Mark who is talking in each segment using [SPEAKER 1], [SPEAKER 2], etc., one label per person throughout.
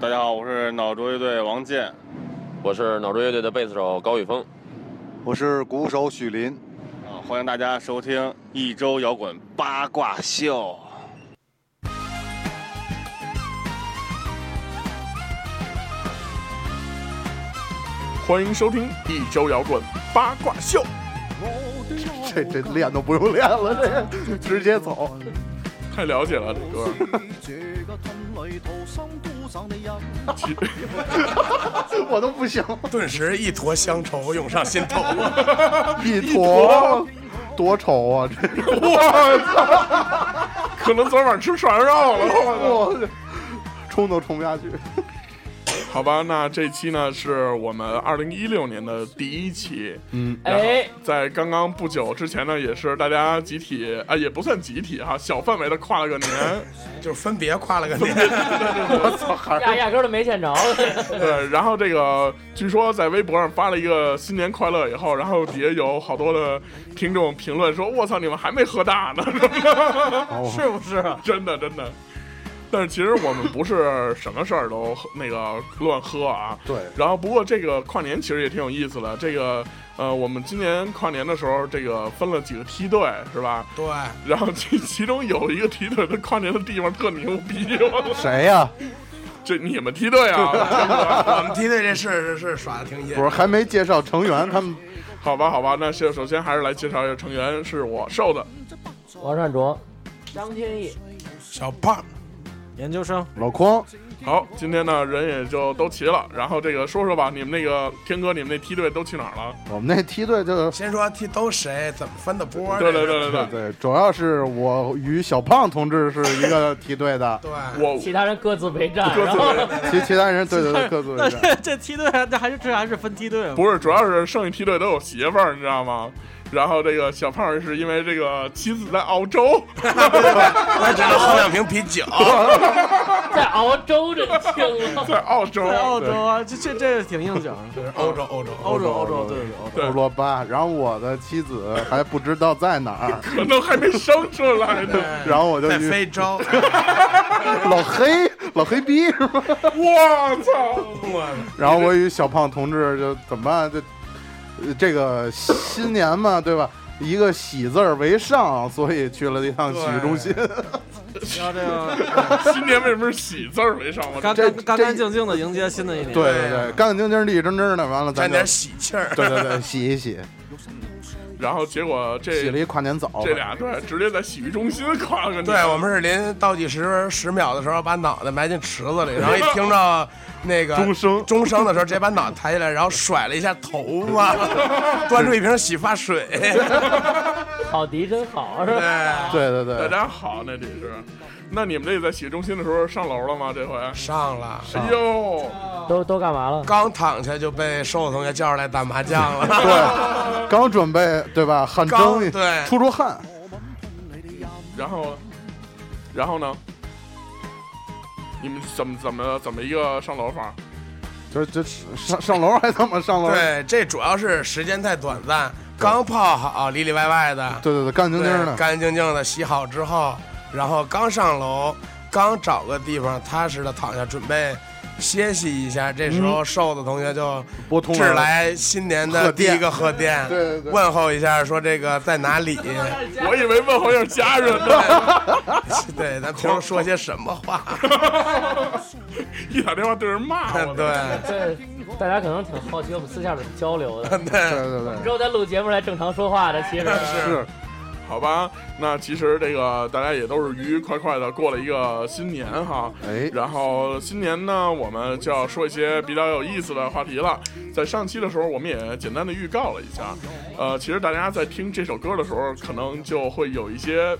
[SPEAKER 1] 大家好，我是脑浊乐队王健，
[SPEAKER 2] 我是脑浊乐队的贝斯手高宇峰，
[SPEAKER 3] 我是鼓手许林。
[SPEAKER 1] 啊，欢迎大家收听一周摇滚八卦秀。
[SPEAKER 4] 欢迎收听一周摇滚八卦秀。
[SPEAKER 3] 这这练都不用练了， 这直接走。
[SPEAKER 4] 太了解了，李哥。
[SPEAKER 3] 我都不行，
[SPEAKER 5] 顿时一坨乡愁涌上心头啊！
[SPEAKER 3] 一坨多丑啊！这
[SPEAKER 4] 可能昨晚吃涮羊肉了。我
[SPEAKER 3] 我冲都冲不下去。
[SPEAKER 4] 操好吧，那这期呢是我们二零一六年的第一期。
[SPEAKER 3] 嗯，
[SPEAKER 4] 哎，在刚刚不久之前呢，也是大家集体啊，也不算集体哈，小范围的跨了个年。
[SPEAKER 5] 就是分别跨了个年，
[SPEAKER 3] 我操，还
[SPEAKER 6] 压压根儿都没见着，
[SPEAKER 4] 对，然后这个据说在微博上发了一个新年快乐以后，然后底下有好多的听众评论说：“我操，你们还没喝大呢，
[SPEAKER 5] 是不是？
[SPEAKER 4] 真的真的。”但是其实我们不是什么事儿都喝那个乱喝啊。
[SPEAKER 3] 对，
[SPEAKER 4] 然后不过这个跨年其实也挺有意思的，这个呃，我们今年跨年的时候，这个分了几个梯队是吧？
[SPEAKER 5] 对，
[SPEAKER 4] 然后其其中有一个梯队的跨年的地方特牛逼，我操
[SPEAKER 3] 谁呀？
[SPEAKER 4] 这你们梯队啊？
[SPEAKER 5] 我们梯队这事儿是耍的挺野
[SPEAKER 3] 不。是还没介绍成员，他们
[SPEAKER 4] 好吧，好吧，那先首先还是来介绍一下成员，是我瘦的，
[SPEAKER 6] 王善卓、张天翼，
[SPEAKER 5] 小胖，
[SPEAKER 7] 研究生，
[SPEAKER 3] 老匡
[SPEAKER 4] 好，今天呢人也就都齐了，然后这个说说吧，你们那个天哥，你们那梯队都去哪儿了？
[SPEAKER 3] 我们那梯队 就
[SPEAKER 5] 先说梯都谁怎么分的波儿？
[SPEAKER 4] 对对对对
[SPEAKER 3] 对
[SPEAKER 4] 对，
[SPEAKER 3] 对，主要是我与小胖同志是一个梯队的，
[SPEAKER 5] 对，
[SPEAKER 4] 我
[SPEAKER 6] 其他人各自为战，
[SPEAKER 4] 各
[SPEAKER 6] 然
[SPEAKER 4] 自
[SPEAKER 6] 后
[SPEAKER 4] 为
[SPEAKER 3] 其其他 人对对对各自为
[SPEAKER 7] 那
[SPEAKER 3] 战。
[SPEAKER 7] 这 这梯队还这还是这还是分梯队吗？
[SPEAKER 4] 不是，主要是剩下梯队都有媳妇儿，你知道吗？然后这个小胖是因为这个妻子在澳洲，
[SPEAKER 5] 我只能喝两瓶啤酒。
[SPEAKER 6] 在熬粥这听了。
[SPEAKER 4] 在澳洲，
[SPEAKER 7] 在澳洲啊，这这这挺应景的。
[SPEAKER 5] 欧洲，欧洲，
[SPEAKER 7] 欧洲，
[SPEAKER 3] 欧
[SPEAKER 7] 欧
[SPEAKER 3] 洲
[SPEAKER 7] 洲，对对对欧洲。
[SPEAKER 4] 对
[SPEAKER 3] 胡萝卜，啊然后我的妻子还不知道在哪 儿，
[SPEAKER 4] 可能还没生出来呢。
[SPEAKER 3] 然后我就
[SPEAKER 5] 在
[SPEAKER 3] 去
[SPEAKER 5] 非洲。
[SPEAKER 3] 老黑老黑逼是吗？
[SPEAKER 4] 我操！
[SPEAKER 5] 我
[SPEAKER 3] 然后我与小胖同志就怎么办？就呃这个新年嘛，对吧？一个喜字儿为上，所以去了一趟洗浴中心。
[SPEAKER 7] 要这个
[SPEAKER 4] 新年为什么是喜字儿为上？我
[SPEAKER 7] 干
[SPEAKER 3] 这
[SPEAKER 7] 干干干净净的迎接新的一 年。
[SPEAKER 3] 对对对，干干净净、立立正正的，完了咱
[SPEAKER 5] 沾
[SPEAKER 3] 就
[SPEAKER 5] 点喜气儿。
[SPEAKER 3] 对对对，洗一洗，
[SPEAKER 4] 然后结果
[SPEAKER 3] 洗了
[SPEAKER 4] 这
[SPEAKER 3] 一跨年澡。
[SPEAKER 4] 这俩对直接在洗浴中心跨了个年。
[SPEAKER 5] 对，我们是临倒计时十秒的时候，把脑袋埋进池子里，然后一听到那个
[SPEAKER 4] 钟声
[SPEAKER 5] 钟声的时候，直接把脑袋抬起来，然后甩了一下头发，端出一瓶洗发水。
[SPEAKER 6] 好迪真好，是吧？
[SPEAKER 5] 对，
[SPEAKER 3] 对对
[SPEAKER 4] 大
[SPEAKER 3] 对，
[SPEAKER 4] 家好，那这是。那你们这在洗浴中心的时候上楼了吗？这回？
[SPEAKER 5] 上了，
[SPEAKER 4] 哎呦，
[SPEAKER 6] 都都干嘛了？
[SPEAKER 5] 刚躺下就被瘦子同学叫出来打麻将了。
[SPEAKER 3] 对，刚准备对吧？汗蒸
[SPEAKER 5] 刚，对
[SPEAKER 3] 出出汗。
[SPEAKER 4] 然后，然后呢？你们怎么怎么怎么一个上楼法？
[SPEAKER 3] 就就上上楼还怎么上楼？ 对
[SPEAKER 5] 对，这主要是时间太短暂，刚泡好，里里外外的，
[SPEAKER 3] 对对，干净
[SPEAKER 5] 对
[SPEAKER 3] 净的。
[SPEAKER 5] 干干净净的洗好之后，然后刚上楼，刚找个地方踏实的躺下，准备歇息一下。这时候瘦子同学就
[SPEAKER 3] 嗯拨通
[SPEAKER 5] 致
[SPEAKER 3] 了
[SPEAKER 5] 来新年的第一个贺电，
[SPEAKER 3] 对对对
[SPEAKER 5] 问候一下，说这个在哪里？
[SPEAKER 4] 我以为问候一下家人呢，
[SPEAKER 5] 对，咱平时说些什么 话？
[SPEAKER 4] 一打电话对人骂我。
[SPEAKER 5] 对。
[SPEAKER 6] 这大家可能挺好奇我们私下怎么交流的。
[SPEAKER 3] 对
[SPEAKER 5] 对，
[SPEAKER 3] 对
[SPEAKER 6] 之后在录节目来正常说话的，其实
[SPEAKER 3] 对，是
[SPEAKER 4] 好吧，那其实这个大家也都是愉愉快快的过了一个新年哈。
[SPEAKER 3] 哎
[SPEAKER 4] 然后新年呢，我们就要说一些比较有意思的话题了。在上期的时候，我们也简单的预告了一下，呃，其实大家在听这首歌的时候，可能就会有一些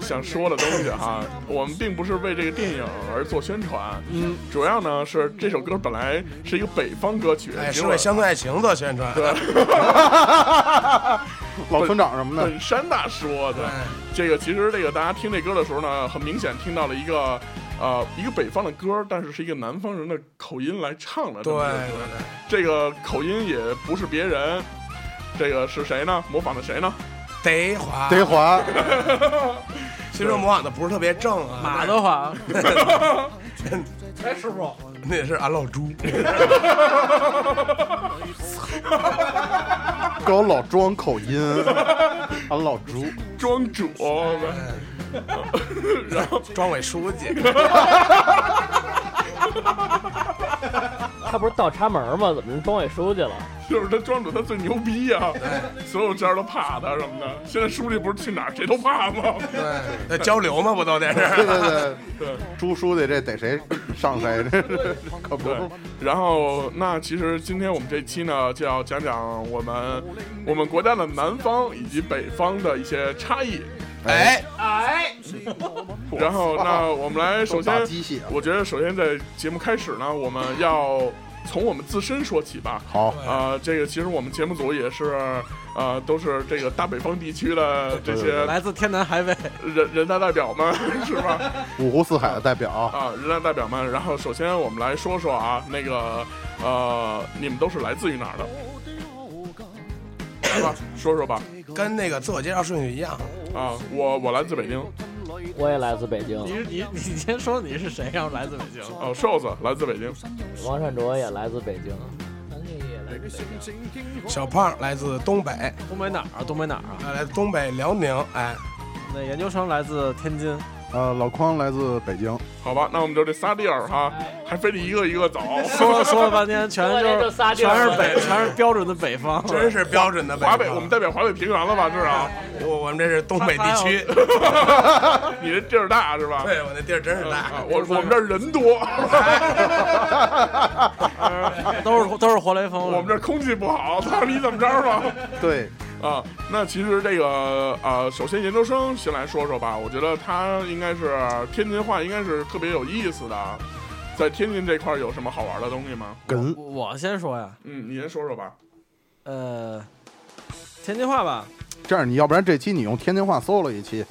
[SPEAKER 4] 想说的东西哈。我们并不是为这个电影而做宣传，嗯，主要呢是这首歌本来是一个北方歌曲，
[SPEAKER 5] 哎，
[SPEAKER 4] 结
[SPEAKER 5] 是
[SPEAKER 4] 果
[SPEAKER 5] 为乡村爱情做宣传。对，
[SPEAKER 3] 哎 老村长什么的，
[SPEAKER 4] 本山大说的。
[SPEAKER 5] 对
[SPEAKER 4] 这个其实这个大家听这歌的时候呢，很明显听到了一个呃一个北方的歌，但是是一个南方人的口音来唱的。这
[SPEAKER 5] 对
[SPEAKER 4] 么一
[SPEAKER 5] 对
[SPEAKER 4] 个歌这个口音也不是别人，这个是谁呢？模仿的谁呢？
[SPEAKER 5] 对，得滑，
[SPEAKER 3] 得滑。
[SPEAKER 5] 其实模仿的不是特别正啊，
[SPEAKER 7] 马德华，
[SPEAKER 6] 哎，师傅，
[SPEAKER 5] 那也是俺老朱，
[SPEAKER 3] 搞老装口音，俺老朱，
[SPEAKER 4] 庄主，然后
[SPEAKER 5] 庄委书记，
[SPEAKER 6] 他不是倒插门吗？怎么庄委书记了？
[SPEAKER 4] 就是他庄主他最牛逼呀、所有家都怕他什么的。现在书记不是去哪儿谁都怕吗？
[SPEAKER 5] 对，那交流嘛，不都得
[SPEAKER 3] 对
[SPEAKER 5] 是？
[SPEAKER 3] 对对， 朱书记这逮谁上谁，这是可不
[SPEAKER 4] 对
[SPEAKER 3] 是吗，
[SPEAKER 4] 然后那其实今天我们这期呢，就要讲讲我们我们国家的南方以及北方的一些差异。
[SPEAKER 5] 哎，
[SPEAKER 4] 然后那我们来首
[SPEAKER 3] 打
[SPEAKER 4] 先，
[SPEAKER 3] 鸡血了
[SPEAKER 4] 我觉得首先在节目开始呢，我们要从我们自身说起吧。
[SPEAKER 3] 好，
[SPEAKER 4] 啊、这个其实我们节目组也是，啊，都是这个大北方地区的这些
[SPEAKER 7] 来自天南海北，
[SPEAKER 4] 人人大代表们，是吧？
[SPEAKER 3] 五湖四海的代表，
[SPEAKER 4] 啊，人大代表们。然后首先我们来说说啊，那个呃，你们都是来自于哪儿的？来吧，说说吧。
[SPEAKER 5] 跟那个自我介绍顺序一样，
[SPEAKER 4] 啊，我我来自北京。
[SPEAKER 6] 我也来自北京，
[SPEAKER 7] 你是你你先说你是谁，然后来自北京。
[SPEAKER 4] 哦，瘦子来自北京。
[SPEAKER 6] 王善卓也来自北京，
[SPEAKER 5] 小胖来自东北，啊
[SPEAKER 7] 东北哪儿啊？东北哪儿啊？
[SPEAKER 5] 来自东北辽宁，哎，
[SPEAKER 7] 那研究生来自天津，
[SPEAKER 3] 呃，老匡来自北京，
[SPEAKER 4] 好吧，那我们就这仨地儿哈，还非得一个一个走。
[SPEAKER 7] 说说了半天全
[SPEAKER 6] 说了
[SPEAKER 7] 就是
[SPEAKER 6] 这仨地儿
[SPEAKER 7] 全是北，全是标准的北方。
[SPEAKER 5] 真是标准的北
[SPEAKER 4] 华
[SPEAKER 5] 方
[SPEAKER 4] 北，我们代表华北平原了吧？啊至少
[SPEAKER 5] 我我们这是东北地区，
[SPEAKER 4] 你这地儿大是吧？
[SPEAKER 5] 哎对我那地儿真是大，
[SPEAKER 4] 啊，我我们这儿人多，
[SPEAKER 7] 呃都是都是活雷锋。
[SPEAKER 4] 我们这儿空气不好，操你怎么着吧？
[SPEAKER 3] 对，
[SPEAKER 4] 啊，那其实这个呃，首先研究生先来说说吧，我觉得他应该是天津话，应该是特别有意思的。在天津这块儿有什么好玩的东西吗？
[SPEAKER 3] 哏，
[SPEAKER 7] 我先说呀，
[SPEAKER 4] 嗯，你先说说吧。
[SPEAKER 7] 呃，天津话吧，
[SPEAKER 3] 这样你要不然这期你用天津话搜了一期，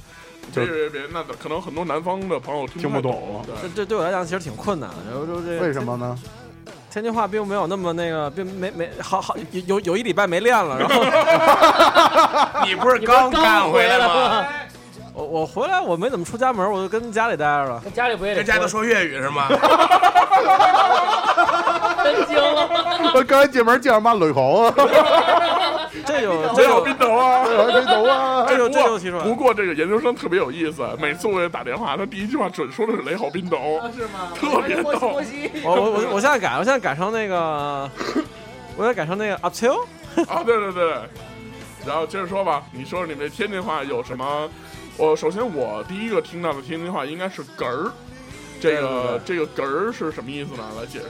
[SPEAKER 3] 就
[SPEAKER 4] 别别别，那可能很多南方的朋友听
[SPEAKER 3] 听不
[SPEAKER 4] 不太
[SPEAKER 3] 懂
[SPEAKER 4] 对
[SPEAKER 7] 这这对我来讲其实挺困难的。然后就这
[SPEAKER 3] 为什么呢？
[SPEAKER 7] 天津话并没有那么那个，并没没好好有有有一礼拜没练了，然后
[SPEAKER 5] 你不是刚干回来吗？
[SPEAKER 6] 吗？
[SPEAKER 7] 我我回来我没怎么出家门，我就跟家里待着 了。
[SPEAKER 6] 跟家里不也得
[SPEAKER 5] 跟家都说粤语是吗？
[SPEAKER 6] 真精了，
[SPEAKER 3] 我呃刚才进门见着妈捋猴啊，
[SPEAKER 7] 这有
[SPEAKER 4] 这
[SPEAKER 7] 这
[SPEAKER 4] 有
[SPEAKER 7] 有
[SPEAKER 4] 冰头啊。
[SPEAKER 3] 吹头啊，
[SPEAKER 7] 这有
[SPEAKER 4] 不
[SPEAKER 7] 这
[SPEAKER 4] 过
[SPEAKER 7] 有提出来
[SPEAKER 4] 不。过这个研究生特别有意思，每次我给他打电话，他第一句话准说的 是雷好冰斗，
[SPEAKER 6] 是吗？
[SPEAKER 4] 特别逗
[SPEAKER 6] 我西
[SPEAKER 7] 啊我我我我现在改，我现在改成 那个，我要改成那个 up to。
[SPEAKER 4] 啊，对对对。然后接着说吧，你说说你们这天津话有什么？我首先我第一个听到的天津话应该是“哏儿”，这个这个“哏儿”是什么意思呢？来解释。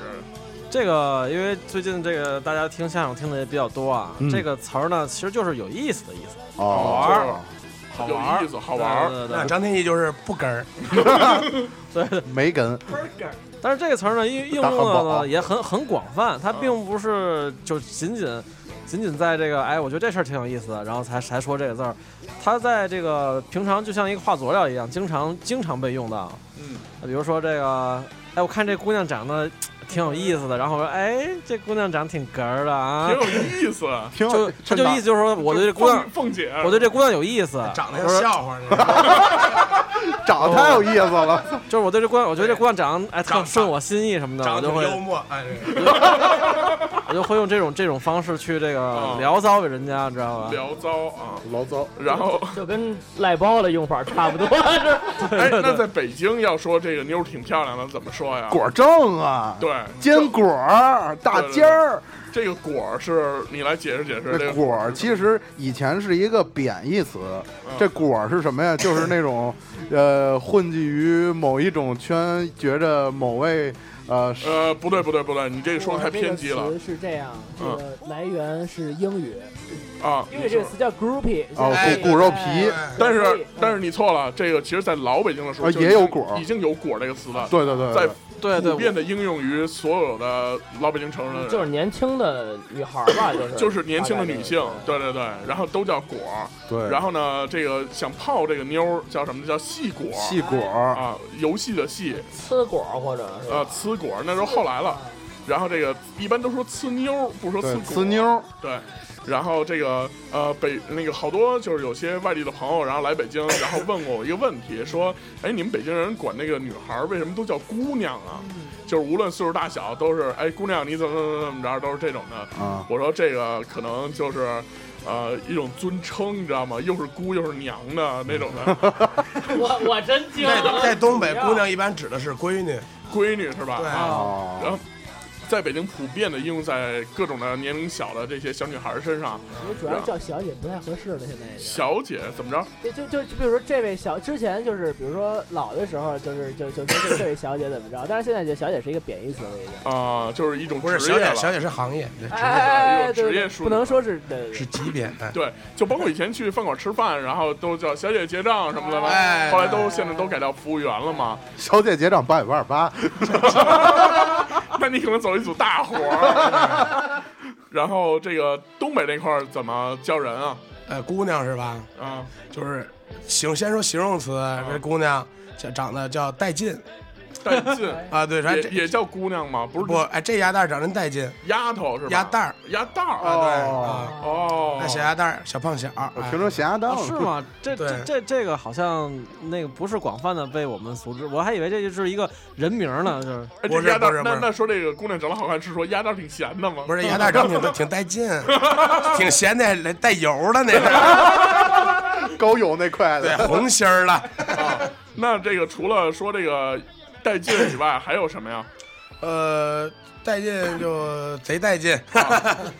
[SPEAKER 7] 这个因为最近这个大家听相声听的也比较多啊，
[SPEAKER 4] 嗯
[SPEAKER 7] 这个词儿呢其实就是有意思的意思，
[SPEAKER 3] 哦，
[SPEAKER 7] 玩
[SPEAKER 4] 儿
[SPEAKER 7] 儿，好玩
[SPEAKER 4] 有
[SPEAKER 7] 儿
[SPEAKER 4] 意思，好玩儿。
[SPEAKER 7] 对对
[SPEAKER 5] 那
[SPEAKER 7] 对
[SPEAKER 5] 啊张天翼就是不跟儿，
[SPEAKER 7] 对对。
[SPEAKER 3] 没哏，
[SPEAKER 7] 但是这个词儿呢，应应用
[SPEAKER 3] 大汉
[SPEAKER 7] 的
[SPEAKER 3] 堡
[SPEAKER 7] 呢也很很广泛，它并不是就仅仅仅仅在这个哎，我觉得这事儿挺有意思的，然后才才说这个字儿。它在这个平常就像一个化佐料一样，经常经常被用到。
[SPEAKER 4] 嗯，
[SPEAKER 7] 比如说这个，哎，我看这姑娘长得挺有意思的，然后我说，哎，这姑娘长得挺哏儿的啊
[SPEAKER 4] 挺，有意思。
[SPEAKER 3] 挺有
[SPEAKER 7] 就他就意思就是说， 我对这姑
[SPEAKER 4] 凤
[SPEAKER 7] 娘，
[SPEAKER 4] 凤姐，
[SPEAKER 7] 我对这姑娘有意思，
[SPEAKER 5] 长得
[SPEAKER 7] 我说
[SPEAKER 5] 像笑话似的，
[SPEAKER 3] 长得太有意思 了，
[SPEAKER 7] 就是我对这姑娘，我觉得这姑娘长得哎特
[SPEAKER 5] 长
[SPEAKER 7] 顺我心意什么的，我
[SPEAKER 5] 长得
[SPEAKER 7] 就
[SPEAKER 5] 挺
[SPEAKER 7] 会
[SPEAKER 5] 幽默，哎，
[SPEAKER 7] 我就会用这种这种方式去这个
[SPEAKER 4] 哦
[SPEAKER 7] 聊骚给人家，你知道吧？
[SPEAKER 4] 聊骚啊。
[SPEAKER 3] 老糟，
[SPEAKER 4] 然 后，
[SPEAKER 6] 就跟赖包的用法差不多，是吧
[SPEAKER 4] 哎，那在北京要说这个妞儿挺漂亮的，怎么说呀？
[SPEAKER 3] 果儿正啊，
[SPEAKER 4] 对，
[SPEAKER 3] 坚果儿、大尖儿，
[SPEAKER 4] 这个果儿是你来解释解释。这
[SPEAKER 3] 这
[SPEAKER 4] 个
[SPEAKER 3] 果儿其实以前是一个贬义词，
[SPEAKER 4] 嗯
[SPEAKER 3] 这果儿是什么呀？就是那种呃混迹于某一种圈，觉着某位呃是
[SPEAKER 4] 呃，不对不对不对，你这个说的太偏激了嗯
[SPEAKER 8] 我这个词是这样，这个来源是英语，
[SPEAKER 4] 啊！
[SPEAKER 8] 因为这个词叫 groupie，
[SPEAKER 3] 哦
[SPEAKER 8] 现在
[SPEAKER 3] 骨骨肉皮
[SPEAKER 8] 哎
[SPEAKER 4] 但是
[SPEAKER 8] 对
[SPEAKER 4] 但是你错了，这个其实，在老北京的时候
[SPEAKER 3] 啊
[SPEAKER 4] 就已经
[SPEAKER 3] 也有果儿
[SPEAKER 4] 已经有果儿这个词了，
[SPEAKER 3] 对对对
[SPEAKER 4] 在
[SPEAKER 3] 对
[SPEAKER 7] 对对
[SPEAKER 4] 普，遍的应用于所有的老北京城市的
[SPEAKER 6] 就是
[SPEAKER 4] 人，
[SPEAKER 6] 年轻的女孩儿 吧，就是
[SPEAKER 4] 就是年轻的女性
[SPEAKER 6] 大概，就
[SPEAKER 4] 对对
[SPEAKER 6] 是
[SPEAKER 4] 对，然后都叫果儿，
[SPEAKER 3] 对，
[SPEAKER 4] 然后呢，这个想泡这个妞儿叫什么？叫戏果儿
[SPEAKER 3] 细果儿
[SPEAKER 4] 啊，游戏的戏，
[SPEAKER 6] 呲果儿或者是
[SPEAKER 4] 呃，呲果儿那都是后来了。然后这个一般都说呲妞儿，不说
[SPEAKER 3] 对
[SPEAKER 4] 呲
[SPEAKER 3] 呲
[SPEAKER 4] 果
[SPEAKER 3] 妞儿，
[SPEAKER 4] 对，然后这个呃北那个好多就是有些外地的朋友，然后来北京，然后问过我一个问题，说，哎，你们北京人管那个女孩儿为什么都叫姑娘啊？就是无论岁数大小，都是哎姑娘你怎么怎么怎么着，都是这种的。
[SPEAKER 3] 啊，
[SPEAKER 4] 我说这个可能就是。呃，一种尊称，你知道吗？又是姑又是娘的那种的
[SPEAKER 6] 我我真惊
[SPEAKER 5] 在
[SPEAKER 6] 了，
[SPEAKER 5] 在东北，姑娘一般指的是闺女，
[SPEAKER 4] 闺女是吧？
[SPEAKER 5] 对
[SPEAKER 4] 啊，然
[SPEAKER 3] 哦，
[SPEAKER 4] 后在北京普遍的应用在各种的年龄小的这些小女孩儿身上。
[SPEAKER 8] 我主要是叫小姐不太合适了，现在已经。
[SPEAKER 4] 小姐怎么着？
[SPEAKER 8] 就就就比如说这位小，之前就是比如说老的时候，就是就就说这这位小姐怎么着，但是现在这小姐是一个贬义词了，已经。
[SPEAKER 4] 啊、就是一种
[SPEAKER 5] 不是
[SPEAKER 4] 职
[SPEAKER 5] 小
[SPEAKER 4] 业
[SPEAKER 5] 姐，
[SPEAKER 4] 了。
[SPEAKER 5] 小姐是行业，对
[SPEAKER 8] 哎
[SPEAKER 5] 职业
[SPEAKER 8] 哎哎，
[SPEAKER 4] 有职
[SPEAKER 8] 对
[SPEAKER 4] 业
[SPEAKER 8] 对，
[SPEAKER 4] 术语
[SPEAKER 8] 不能说是对
[SPEAKER 5] 是级别。哎
[SPEAKER 4] 对，就包括以前去饭馆吃饭，然后都叫小姐结账什么的嘛，
[SPEAKER 5] 哎
[SPEAKER 4] 后来都现在都改叫服务员了嘛。
[SPEAKER 3] 小姐结账八百八十八，
[SPEAKER 4] 那你可能走一组大活儿。 然后这个东北那块儿怎么叫人啊？
[SPEAKER 5] 呃，姑娘是吧？
[SPEAKER 4] 啊，
[SPEAKER 5] 就是形先说形容词，这姑娘叫长得叫带劲
[SPEAKER 4] 带 劲
[SPEAKER 5] 啊，对，反
[SPEAKER 4] 也
[SPEAKER 5] 正这
[SPEAKER 4] 也叫姑娘吗？不是
[SPEAKER 5] 不哎，这鸭蛋儿长真带劲，
[SPEAKER 4] 丫头是吧？
[SPEAKER 5] 鸭蛋儿
[SPEAKER 4] 鸭蛋儿
[SPEAKER 5] 啊，对
[SPEAKER 3] 哦
[SPEAKER 5] 啊，
[SPEAKER 4] 哦，
[SPEAKER 5] 那小鸭蛋儿小胖小，
[SPEAKER 4] 啊
[SPEAKER 3] 我
[SPEAKER 5] 哎
[SPEAKER 3] 听成咸鸭蛋
[SPEAKER 7] 哦
[SPEAKER 3] 了，
[SPEAKER 7] 是？吗？这
[SPEAKER 5] 对
[SPEAKER 7] 这这这个好像那个不是广泛的被我们熟知，我还以为这就是一个人名呢，就是
[SPEAKER 4] 哎这
[SPEAKER 5] 不是
[SPEAKER 4] 鸭蛋
[SPEAKER 5] 不
[SPEAKER 4] 儿
[SPEAKER 5] 是
[SPEAKER 4] 那
[SPEAKER 5] 不是
[SPEAKER 4] 那说这个姑娘长得好看是说鸭蛋儿挺咸的吗？
[SPEAKER 5] 不是鸭蛋儿长挺挺带劲，挺咸的，带油的那是，
[SPEAKER 3] 高油那块
[SPEAKER 5] 对
[SPEAKER 3] 的，，
[SPEAKER 5] 红心儿的。
[SPEAKER 4] 那这个除了说这个带劲以外，还有什么呀？
[SPEAKER 5] 呃，带劲就贼带劲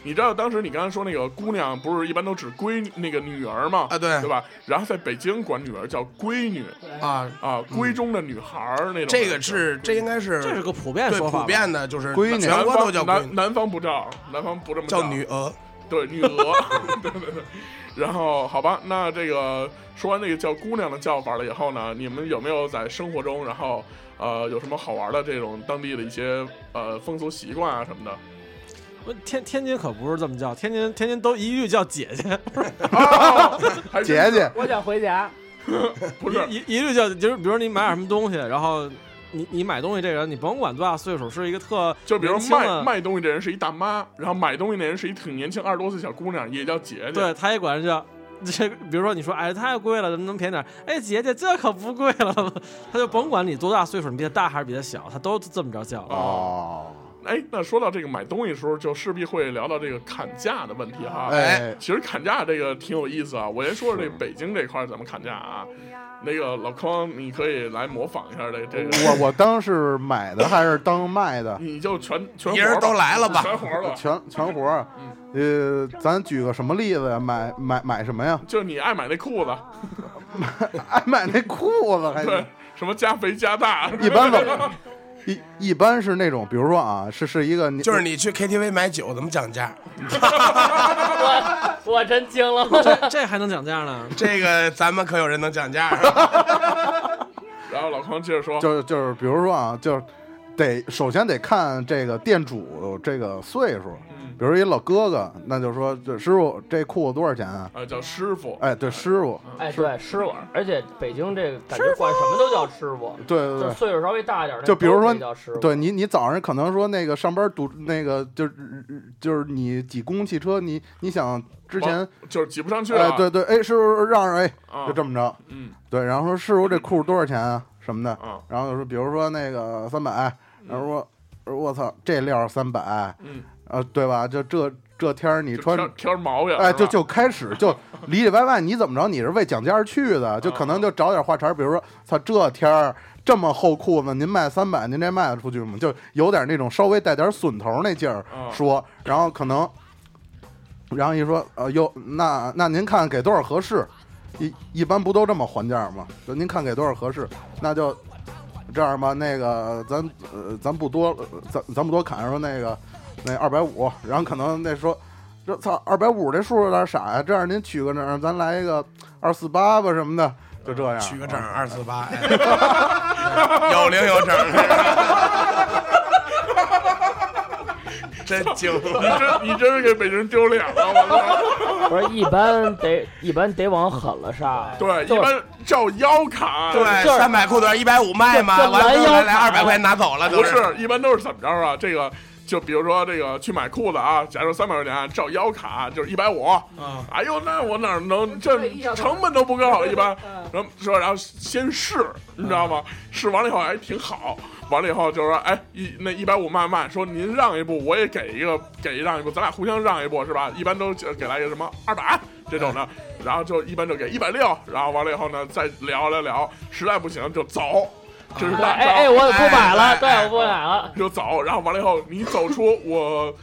[SPEAKER 4] 你知道当时你刚才说那个姑娘，不是一般都指闺女那个女儿吗？
[SPEAKER 5] 啊对
[SPEAKER 4] 对吧？然后在北京管女儿叫闺女
[SPEAKER 5] 啊！
[SPEAKER 4] 啊，闺中的女孩儿那种。
[SPEAKER 5] 这个是这应该是
[SPEAKER 7] 这是个普遍
[SPEAKER 5] 对
[SPEAKER 7] 说法吧，
[SPEAKER 5] 普遍的，就是
[SPEAKER 3] 闺女
[SPEAKER 5] 全
[SPEAKER 4] 南
[SPEAKER 5] 国
[SPEAKER 4] 方
[SPEAKER 5] 都叫闺
[SPEAKER 4] 南
[SPEAKER 5] 女，
[SPEAKER 4] 南方不叫，南方啊不这么
[SPEAKER 5] 叫女娥。
[SPEAKER 4] 对女娥，对对 对。然后好吧，那这个说完那个叫姑娘的叫法了以后呢，你们有没有在生活中，然后呃有什么好玩的这种当地的一些呃风俗习惯啊什么的？
[SPEAKER 7] 不天天津可不是这么叫，天津天津都一律叫姐姐，
[SPEAKER 4] 哦还真
[SPEAKER 3] 姐
[SPEAKER 4] 是
[SPEAKER 3] 姐
[SPEAKER 8] 我想回家，
[SPEAKER 4] 不是
[SPEAKER 7] 一一一律叫，就是比如你买点什么东西，然后你你买东西这人，你甭管多大岁数，是一个特
[SPEAKER 4] 就比如
[SPEAKER 7] 年轻
[SPEAKER 4] 卖
[SPEAKER 7] 的
[SPEAKER 4] 卖东西这人是一大妈，然后买东西那人是一挺年轻二十多岁小姑娘，也叫姐姐。
[SPEAKER 7] 对，他也管人叫。这 个比如说你说哎太贵了，能不能便宜点？哎姐姐这可不贵了， 他就甭管你多大岁数，你比他大还是比他小，他都这么着叫。
[SPEAKER 4] 啊
[SPEAKER 3] 哦，
[SPEAKER 4] 哎，那说到这个买东西的时候，就势必会聊到这个砍价的问题哈。
[SPEAKER 3] 哎，
[SPEAKER 4] 其实砍价这个挺有意思啊，我先说说这北京这块儿怎么砍价啊。那个老匡，你可以来模仿一下这这个，
[SPEAKER 3] 我我当是买的还是当卖的？
[SPEAKER 4] 你就全全
[SPEAKER 5] 一
[SPEAKER 4] 活儿
[SPEAKER 5] 人都
[SPEAKER 4] 吧
[SPEAKER 5] 来了吧
[SPEAKER 4] 全活儿了。
[SPEAKER 3] 全全活儿，呃，
[SPEAKER 4] 嗯
[SPEAKER 3] 咱举个什么例子呀？买买买什么呀？
[SPEAKER 4] 就你爱买那裤子，
[SPEAKER 3] 爱买那裤子还
[SPEAKER 4] 对，什么加肥加大，
[SPEAKER 3] 哎一般怎么？一一般是那种，比如说啊，是是一个，
[SPEAKER 5] 就是你去 KTV 买酒怎么讲价？
[SPEAKER 6] 我我真惊了，
[SPEAKER 7] 这这还能讲价呢？
[SPEAKER 5] 这个咱们可有人能讲价啊？
[SPEAKER 4] 然后老匡接着说，
[SPEAKER 3] 就是就是，比如说啊，就是得首先得看这个店主这个岁数，
[SPEAKER 5] 嗯
[SPEAKER 3] 比如一老哥哥，那就说这师傅这裤子多少钱啊？
[SPEAKER 4] 呃，叫师傅，
[SPEAKER 3] 哎，对，师傅，
[SPEAKER 5] 嗯
[SPEAKER 6] 哎对师傅，而且北京这个感觉管什么都叫师傅，
[SPEAKER 3] 对对
[SPEAKER 6] 就是
[SPEAKER 3] 对。
[SPEAKER 6] 岁数稍微大一点的，
[SPEAKER 3] 就比如说
[SPEAKER 6] 都可以叫师傅，
[SPEAKER 3] 对你，你早上可能说那个上班堵那个就是就是你挤公共汽车，你你想之前
[SPEAKER 5] 哦
[SPEAKER 4] 就是挤不上去
[SPEAKER 5] 啊
[SPEAKER 3] 哎
[SPEAKER 4] 了，
[SPEAKER 3] 对对哎师傅让让哎
[SPEAKER 4] 啊，
[SPEAKER 3] 就这么着
[SPEAKER 4] 嗯
[SPEAKER 3] 对，然后说师傅这裤多少钱啊什么的，
[SPEAKER 4] 啊，
[SPEAKER 3] 然后就说，比如说那个三百，然后说，我说我操，这料三百，
[SPEAKER 4] 嗯，
[SPEAKER 3] 呃，对吧？就这这天儿你
[SPEAKER 4] 就
[SPEAKER 3] 穿，
[SPEAKER 4] 挑挑毛病，
[SPEAKER 3] 哎，
[SPEAKER 4] 是吧
[SPEAKER 3] 就就开始就里里外外，你怎么着？你是为讲价儿去的，就可
[SPEAKER 4] 嗯
[SPEAKER 3] 能就找点话茬儿，比如说，操，这天儿这么厚裤子，您卖三百，您这卖得出去吗？就有点那种稍微带点损头那劲儿
[SPEAKER 4] 啊
[SPEAKER 3] 说，然后可能，然后一说，呃，哟，那那您看给多少合适？一一般不都这么还价儿吗？就您看给多少合适，那就这样吧，那个咱呃咱不多，呃咱咱不多砍，说那个那二百五，然后可能那说这操二百五这数有点傻呀，这样您取个整，咱来一个二四八吧什么的，就这样
[SPEAKER 5] 取个整二四八，哎有零有整。真精
[SPEAKER 4] 你真嗯你真是给北京人丢脸了，我 操！
[SPEAKER 6] 不是一般得一般得往狠了上，
[SPEAKER 4] 对，
[SPEAKER 6] 就
[SPEAKER 4] 一般照腰砍，啊
[SPEAKER 5] 对，
[SPEAKER 6] 就是
[SPEAKER 5] 三百裤腿一百五卖嘛，
[SPEAKER 6] 就就
[SPEAKER 5] 完了
[SPEAKER 6] 拦腰
[SPEAKER 5] 来来二
[SPEAKER 6] 砍
[SPEAKER 5] 百块钱拿走了，
[SPEAKER 4] 不
[SPEAKER 5] 都
[SPEAKER 4] 是，一般都是怎么着啊？这个就比如说这个去买裤子啊，假如三百块钱照腰砍就是一百五，
[SPEAKER 5] 啊，
[SPEAKER 4] 哎呦，那我哪能这成本都不够，一般，然后说然后先试，你知道吗？试完了以后还挺好，完了以后就说，哎，一那一百五慢慢说您让一步，我也给一个，给一让一步，咱俩互相让一步是吧？一般都就给来一个什么二百这
[SPEAKER 6] 哎
[SPEAKER 4] 种的，然后就一般就给一百六，然后完了以后呢再聊聊聊，实在不行就走，这是大
[SPEAKER 6] 哎
[SPEAKER 4] 招。
[SPEAKER 6] 哎，我不买了，
[SPEAKER 5] 哎
[SPEAKER 6] 对，
[SPEAKER 5] 哎
[SPEAKER 6] 我不买了。
[SPEAKER 4] 就走，然后完了以后你走出我。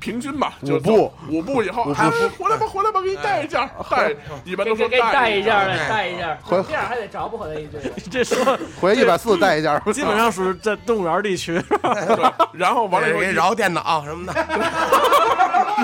[SPEAKER 4] 平均吧，就
[SPEAKER 3] 五步
[SPEAKER 4] 走五步以后，
[SPEAKER 3] 五步
[SPEAKER 4] 哎，回来吧，回来吧，给你带一件，带，一般
[SPEAKER 6] 给
[SPEAKER 4] 都
[SPEAKER 6] 给
[SPEAKER 4] 说
[SPEAKER 6] 给你带一件儿
[SPEAKER 4] 件，
[SPEAKER 6] 来，带一件儿。
[SPEAKER 3] 回
[SPEAKER 8] 这样还得找不回来一句。
[SPEAKER 7] 这 说
[SPEAKER 3] 回一百四带一件儿，
[SPEAKER 7] 基本上属于在动物园地区，
[SPEAKER 4] 对，然后完了以后一
[SPEAKER 5] 给饶电脑什么的，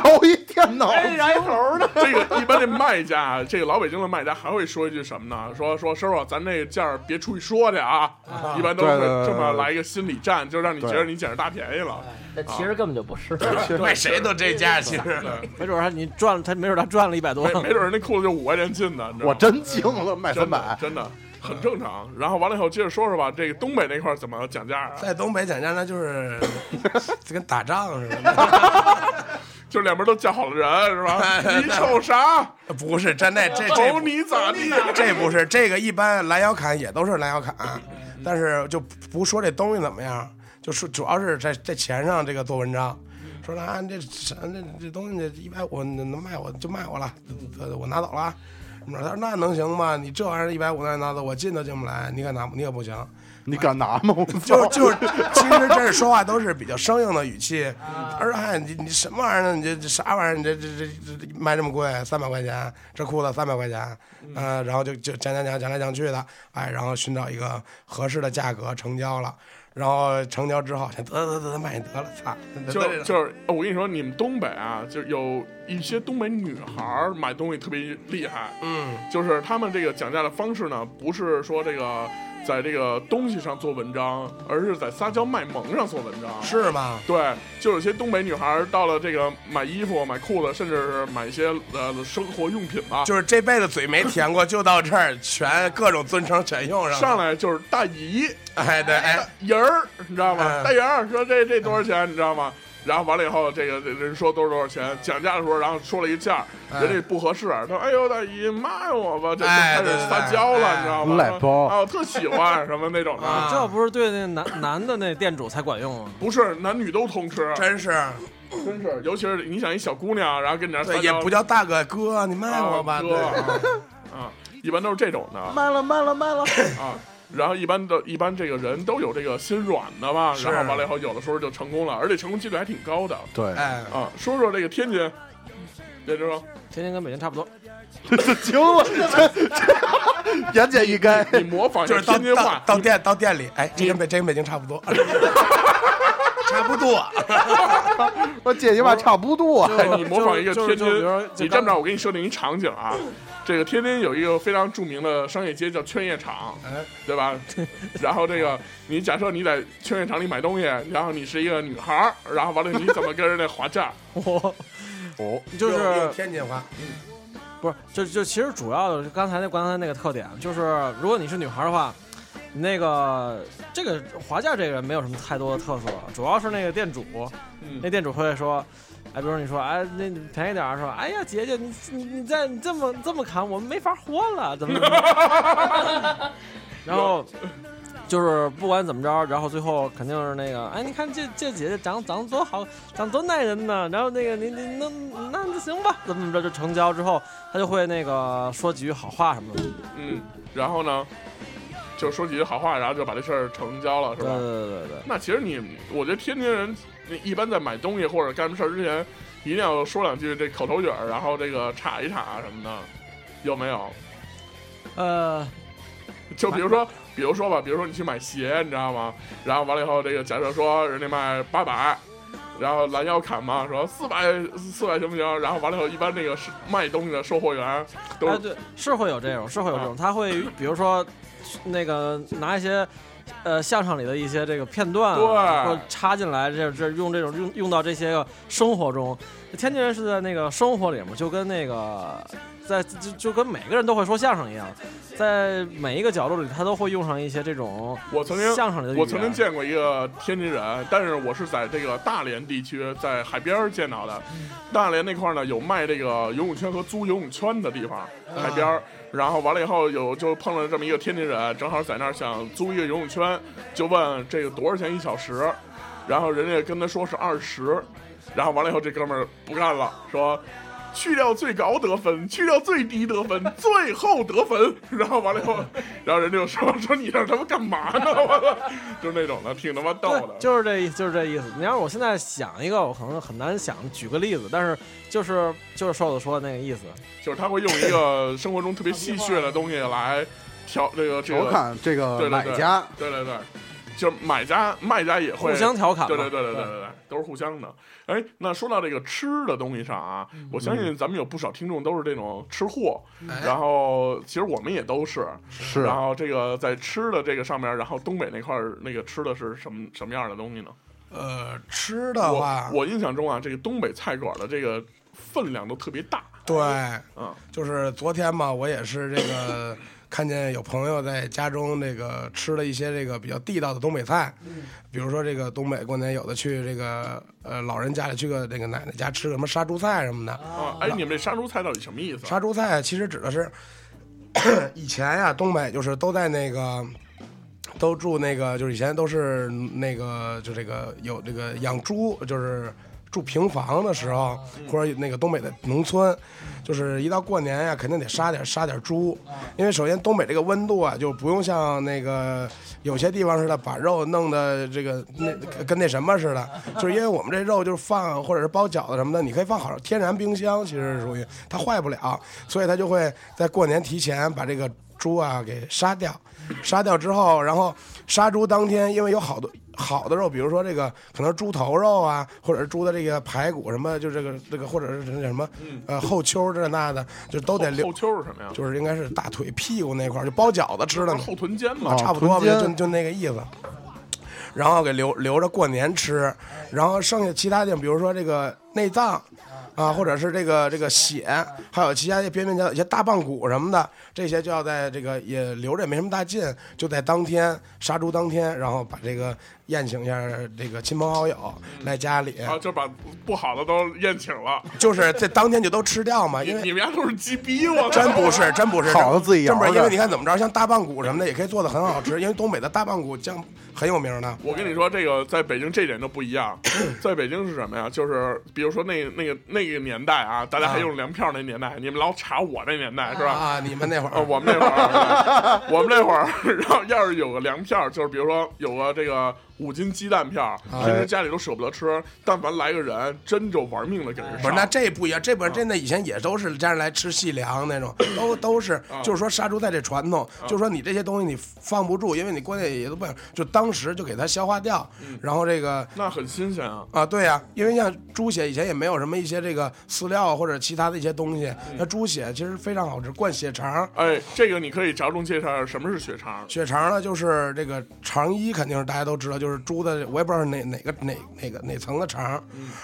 [SPEAKER 3] 揉一电脑。
[SPEAKER 5] 哎
[SPEAKER 8] 让一猴呢？
[SPEAKER 4] 这个一般这卖家，啊，这个老北京的卖家还会说一句什么呢？说说师傅，咱这价儿别出去说去啊！一般都会
[SPEAKER 3] 对对对对
[SPEAKER 4] 这么来一个心理战，就让你觉
[SPEAKER 3] 对
[SPEAKER 4] 得你捡着大便宜了。
[SPEAKER 6] 但其实根本就不是。
[SPEAKER 5] 卖谁都这价，其实
[SPEAKER 7] 没准儿他你赚了，他没准儿他赚了一百多
[SPEAKER 4] 没。没准儿那裤子就五块钱进的，你知道吗
[SPEAKER 3] 我真惊了，卖三
[SPEAKER 4] 真
[SPEAKER 3] 百
[SPEAKER 4] 的，真的很正常。然后完了以后，接着说说吧，这个东北那块儿怎么讲价啊？
[SPEAKER 5] 在东北讲价那就是 就跟打仗似的，
[SPEAKER 4] 就两边都叫好了人 是吧？你瞅啥？
[SPEAKER 5] 哎不是真的，这这
[SPEAKER 4] 瞅哦你咋地？
[SPEAKER 5] 这不是这个一般拦腰砍也都是拦腰砍，但是就不说这东西怎么样，就说主要是在在钱上这个做文章，说那啊这什这这东西这一百五能卖我就卖我了，呃我拿走了啊。我说那能行吗？你这玩意儿一百五那拿走，我进都进不来，你可拿你可不行。
[SPEAKER 3] 你敢拿吗？我操
[SPEAKER 5] 就是就是，其实这是说话都是比较生硬的语气。而哎，你你什么玩意儿呢？你这这啥玩意儿？你这这这这卖这么贵，三百块钱，这裤子三百块钱，呃，然后就就讲讲讲讲来讲去的，哎，然后寻找一个合适的价格成交了，然后成交之后，先得得得得卖你得了，操，得得
[SPEAKER 4] 就
[SPEAKER 5] 得
[SPEAKER 4] 就是我跟你说，你们东北啊，就有一些东北女孩儿买东西特别厉害，
[SPEAKER 5] 嗯，
[SPEAKER 4] 就是他们这个讲价的方式呢，不是说这个在这个东西上做文章，而是在撒娇卖萌上做文章。
[SPEAKER 5] 是吗？
[SPEAKER 4] 对，就有些东北女孩儿到了这个买衣服、买裤子，甚至是买一些呃生活用品吧，
[SPEAKER 5] 就是这辈子嘴没甜过，就到这儿，全各种尊称全用上
[SPEAKER 4] 上
[SPEAKER 5] 了，
[SPEAKER 4] 来就是大姨、
[SPEAKER 5] 哎，对，哎，
[SPEAKER 4] 人儿，你知道吗？
[SPEAKER 5] 嗯
[SPEAKER 4] 大人儿说这这多少钱，你知道吗？然后完了以后，这个这人说多少多少钱，讲价的时候，然后说了一价，
[SPEAKER 5] 嗯
[SPEAKER 4] 人家不合适，他说：“哎呦，大姨骂我吧！”这就
[SPEAKER 5] 哎
[SPEAKER 4] 开始
[SPEAKER 5] 对对
[SPEAKER 4] 撒
[SPEAKER 5] 对
[SPEAKER 4] 娇了，
[SPEAKER 5] 哎
[SPEAKER 4] 你知道吗？
[SPEAKER 3] 赖包
[SPEAKER 4] 啊，我特喜欢什么那种的，
[SPEAKER 5] 啊
[SPEAKER 7] 这要不是对那男男的那店主才管用啊！
[SPEAKER 4] 不是男女都通吃，啊
[SPEAKER 5] 真是，
[SPEAKER 4] 真是，尤其是你想一小姑娘，然后跟你那儿撒
[SPEAKER 5] 对，
[SPEAKER 4] 娇，
[SPEAKER 5] 也不叫大哥哥，你卖
[SPEAKER 4] 啊
[SPEAKER 5] 我吧，
[SPEAKER 4] 哥
[SPEAKER 5] 对。
[SPEAKER 4] 啊，一般都是这种的
[SPEAKER 3] 卖了卖了卖了，
[SPEAKER 4] 啊。然后一般的，一般这个人都有这个心软的吧，
[SPEAKER 5] 是
[SPEAKER 4] 然后完了以后，有的时候就成功了，而且成功几率还挺高的
[SPEAKER 3] 对，
[SPEAKER 5] 哎，
[SPEAKER 4] 啊。说说这个天津，别知道
[SPEAKER 7] 天天跟北京差不多，
[SPEAKER 3] 惊了，这 这言简意赅。
[SPEAKER 4] 你模仿一
[SPEAKER 5] 就
[SPEAKER 4] 下
[SPEAKER 5] 是到
[SPEAKER 4] 天津话
[SPEAKER 5] 到，到店到店里，哎，这跟北这跟北京差不多，差不多，
[SPEAKER 3] 我姐姐吧，差不多啊。
[SPEAKER 4] 哎，你模仿一个
[SPEAKER 7] 就
[SPEAKER 4] 天
[SPEAKER 7] 是
[SPEAKER 4] 津
[SPEAKER 7] 嗯就比如说，就
[SPEAKER 4] 你这么着，我给你设定一场景啊。这个天津有一个非常著名的商业街叫劝业场，
[SPEAKER 7] 哎
[SPEAKER 4] 对吧？然后这个， 你假设你在劝业场里买东西，然后你是一个女孩儿，然后完了你怎么跟人家划价？
[SPEAKER 7] 我
[SPEAKER 3] 哦，
[SPEAKER 7] 就是
[SPEAKER 5] 用用天津话，
[SPEAKER 7] 不是，就就其实主要的是刚才那刚才那个特点，就是如果你是女孩儿的话，你那个这个滑价这个人没有什么太多的特色，主要是那个店主，
[SPEAKER 4] 嗯
[SPEAKER 7] 那店主会说。哎，比如你说，哎，那你便宜点儿，说，哎呀，姐姐，你你你再你这么这么砍，我们没法活了，怎么怎么 着？然后就是不管怎么着，然后最后肯定是那个，哎，你看这这姐姐长长得多好，长得多耐人呢。然后那个你你那那那行吧，怎么怎么着就成交之后，他就会那个说几句好话什么的。
[SPEAKER 4] 嗯，然后呢，就说几句好话，然后就把这事儿成交了，是
[SPEAKER 7] 对
[SPEAKER 4] 吧？
[SPEAKER 7] 对对对
[SPEAKER 4] 那其实你，我觉得天津人一般在买东西或者干什么事儿之前，一定要说两句这口头语儿，然后这个插一插什么的，有没有？
[SPEAKER 7] 对，呃，
[SPEAKER 4] 就比如说，比如说吧，比如说你去买鞋，你知道吗？然后完了以后，这个假设说人家卖八百，然后拦腰砍嘛，说四百四百行不行？然后完了以后，一般那个是卖东西的售货员都啊
[SPEAKER 7] 哎对，是会有这种，是会有这种，他会比如说那个拿一些。呃，相声里的一些这个片段啊，
[SPEAKER 4] 对
[SPEAKER 7] 或者插进来，这这用这种用用到这些个生活中，天津人是在那个生活里嘛，就跟那个在就就跟每个人都会说相声一样，在每一个角落里，他都会用上一些这种
[SPEAKER 4] 我曾经
[SPEAKER 7] 相声里的语言
[SPEAKER 4] 我曾经见过一个天津人，但是我是在这个大连地区，在海边儿见到的。
[SPEAKER 7] 嗯
[SPEAKER 4] 大连那块儿呢，有卖这个游泳圈和租游泳圈的地方，海边
[SPEAKER 7] 啊
[SPEAKER 4] 儿。然后完了以后有就碰了这么一个天津人，正好在那儿想租一个游泳圈，就问这个多少钱一小时，然后人家跟他说是二十，然后完了以后这哥们儿不干了，说。去掉最高得分，去掉最低得分，最后得分， 然后完了以后，然后人家就说说你这他妈干嘛呢？ 完了，就是那种的，挺他妈逗
[SPEAKER 7] 对
[SPEAKER 4] 的，。
[SPEAKER 7] 就是这意思，就是这意思。你要是我现在想一个，我可能很难想举个例子，但是就是就是瘦子说的那个意思。
[SPEAKER 4] 就是他会用一个生活中特别戏谑的东西来调这个这
[SPEAKER 3] 调
[SPEAKER 4] 个，
[SPEAKER 3] 侃这个
[SPEAKER 4] 对对
[SPEAKER 3] 买
[SPEAKER 4] 对
[SPEAKER 3] 家，
[SPEAKER 4] 对对对，就是买家卖家也会
[SPEAKER 7] 互相调侃嘛，
[SPEAKER 4] 对对对对对对对，都是互相的。哎，那说到这个吃的东西上啊，
[SPEAKER 7] 嗯
[SPEAKER 4] 我相信咱们有不少听众都是这种吃货，
[SPEAKER 5] 哎
[SPEAKER 4] 然后其实我们也都是，
[SPEAKER 3] 是
[SPEAKER 4] 然后这个在吃的这个上面，然后东北那块儿那个吃的是什么什么样的东西呢？
[SPEAKER 5] 呃，吃的话
[SPEAKER 4] 我，我印象中啊，这个东北菜馆的这个分量都特别大，
[SPEAKER 5] 对，
[SPEAKER 4] 嗯，
[SPEAKER 5] 就是昨天嘛，我也是这个看见有朋友在家中这个吃了一些这个比较地道的东北菜，比如说这个东北过年有的去这个呃老人家里去个那个奶奶家吃个什么杀猪菜什么的，
[SPEAKER 4] 啊，哎，你们这杀猪菜到底什么意思啊？
[SPEAKER 5] 杀猪菜其实指的是 以前呀、东北就是都在那个。都住那个，就是以前都是那个，就这个有这个养猪，就是住平房的时候，或者那个东北的农村，就是一到过年呀、肯定得杀点杀点猪，因为首先东北这个温度啊，就不用像那个有些地方似的把肉弄的这个那跟那什么似的，就是因为我们这肉就是放或者是包饺子什么的，你可以放好天然冰箱，其实是属于它坏不了，所以它就会在过年提前把这个猪啊给杀掉，杀掉之后，然后杀猪当天，因为有好多好的肉，比如说这个可能猪头肉啊，或者是猪的这个排骨什么，就这个这个或者是那什么呃后丘这那的，就都得
[SPEAKER 4] 嗯
[SPEAKER 5] 留
[SPEAKER 4] 后。丘是什么呀？
[SPEAKER 5] 就是应该是大腿、屁股那块儿，就包饺子吃的
[SPEAKER 4] 是
[SPEAKER 5] 呢，
[SPEAKER 4] 后臀尖嘛
[SPEAKER 5] 啊，
[SPEAKER 3] 哦
[SPEAKER 5] 差不多吧，
[SPEAKER 3] 臀
[SPEAKER 5] 就
[SPEAKER 3] 尖
[SPEAKER 5] 就就那个意思。然后给留留着过年吃，然后剩下其他地方，比如说这个内脏，啊，或者是这个这个血，还有其他一些边边角角一些大棒骨什么的，这些就要在这个也留着也没什么大劲，就在当天杀猪当天，然后把这个宴请一下这个亲朋好友来家里，
[SPEAKER 4] 啊，就把不好的都宴请了。
[SPEAKER 5] 就是在当天就都吃掉嘛，
[SPEAKER 4] 你
[SPEAKER 5] 啊因为
[SPEAKER 4] 你们家都是鸡逼，我 操
[SPEAKER 5] 真不是，真不是，
[SPEAKER 3] 好的自己
[SPEAKER 5] 真不是，
[SPEAKER 3] 摇着
[SPEAKER 5] 因为你看怎么着，像大棒骨什么的也可以做的很好吃，因为东北的大棒骨酱很有名的。
[SPEAKER 4] 我跟你说，这个在北京这点就不一 样。在北京是什么呀？就是比如说那那个那个年代啊，大家还用粮票那年代，你们老查我那年代是吧？
[SPEAKER 5] 啊，你们那会
[SPEAKER 4] 呃，
[SPEAKER 5] 儿
[SPEAKER 4] 我们那会儿，我们那会儿，然后要是有个粮票，就是比如说有个这个五斤鸡蛋
[SPEAKER 5] 啊
[SPEAKER 4] 票，平
[SPEAKER 5] 哎
[SPEAKER 4] 时家里都舍不得吃，但凡来个人，真就玩命的给人
[SPEAKER 5] 不
[SPEAKER 4] 上
[SPEAKER 5] 是，那这不一样，这
[SPEAKER 4] 嗯
[SPEAKER 5] 不是真的，以前也都是家人来吃细粮那种，都都是，
[SPEAKER 4] 嗯
[SPEAKER 5] 就是说杀猪菜这传统，就是说你这些东西你放不住，因为你关键也都不想，就当时就给它消化掉，
[SPEAKER 4] 嗯
[SPEAKER 5] 然后这个。
[SPEAKER 4] 那很新鲜啊。
[SPEAKER 5] 啊，对呀、因为像猪血以前也没有什么一些这个饲料啊或者其他的一些东西，
[SPEAKER 4] 嗯
[SPEAKER 5] 那猪血其实非常好吃，灌血肠，
[SPEAKER 4] 哎，这个你可以着重介绍一下什么是血肠。
[SPEAKER 5] 血肠呢，就是这个肠衣，肯定是大家都知道，就是猪的，我也不知道是哪哪个哪哪个哪层的肠，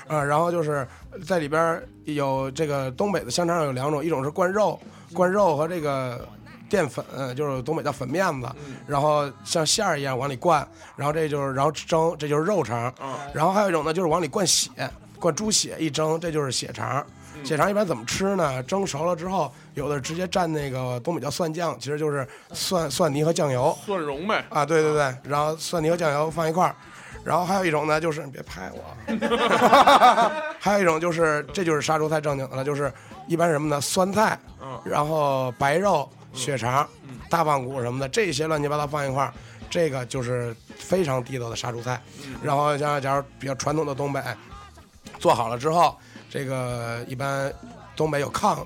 [SPEAKER 5] 啊、然后就是在里边儿有这个东北的香肠有两种，一种是灌肉，灌肉和这个淀粉，呃就是东北叫粉面子，然后像馅儿一样往里灌，然后这就是然后蒸，这就是肉肠，然后还有一种呢就是往里灌血，灌猪血一蒸，这就是血肠。血肠一般怎么吃呢？蒸熟了之后，有的直接蘸那个东北叫蒜酱，其实就是蒜蒜泥和酱油。
[SPEAKER 4] 蒜蓉呗，
[SPEAKER 5] 啊，对对对，然后蒜泥和酱油放一块儿，然后还有一种呢，就是你别拍我， 还有一种就是这就是杀猪菜正经的了，就是一般什么呢，酸菜，然后白肉、血肠、大棒骨什么的，这些乱七八糟放一块儿，这个就是非常地道的杀猪菜。然后像假如比较传统的东北，做好了之后，这个一般东北有炕，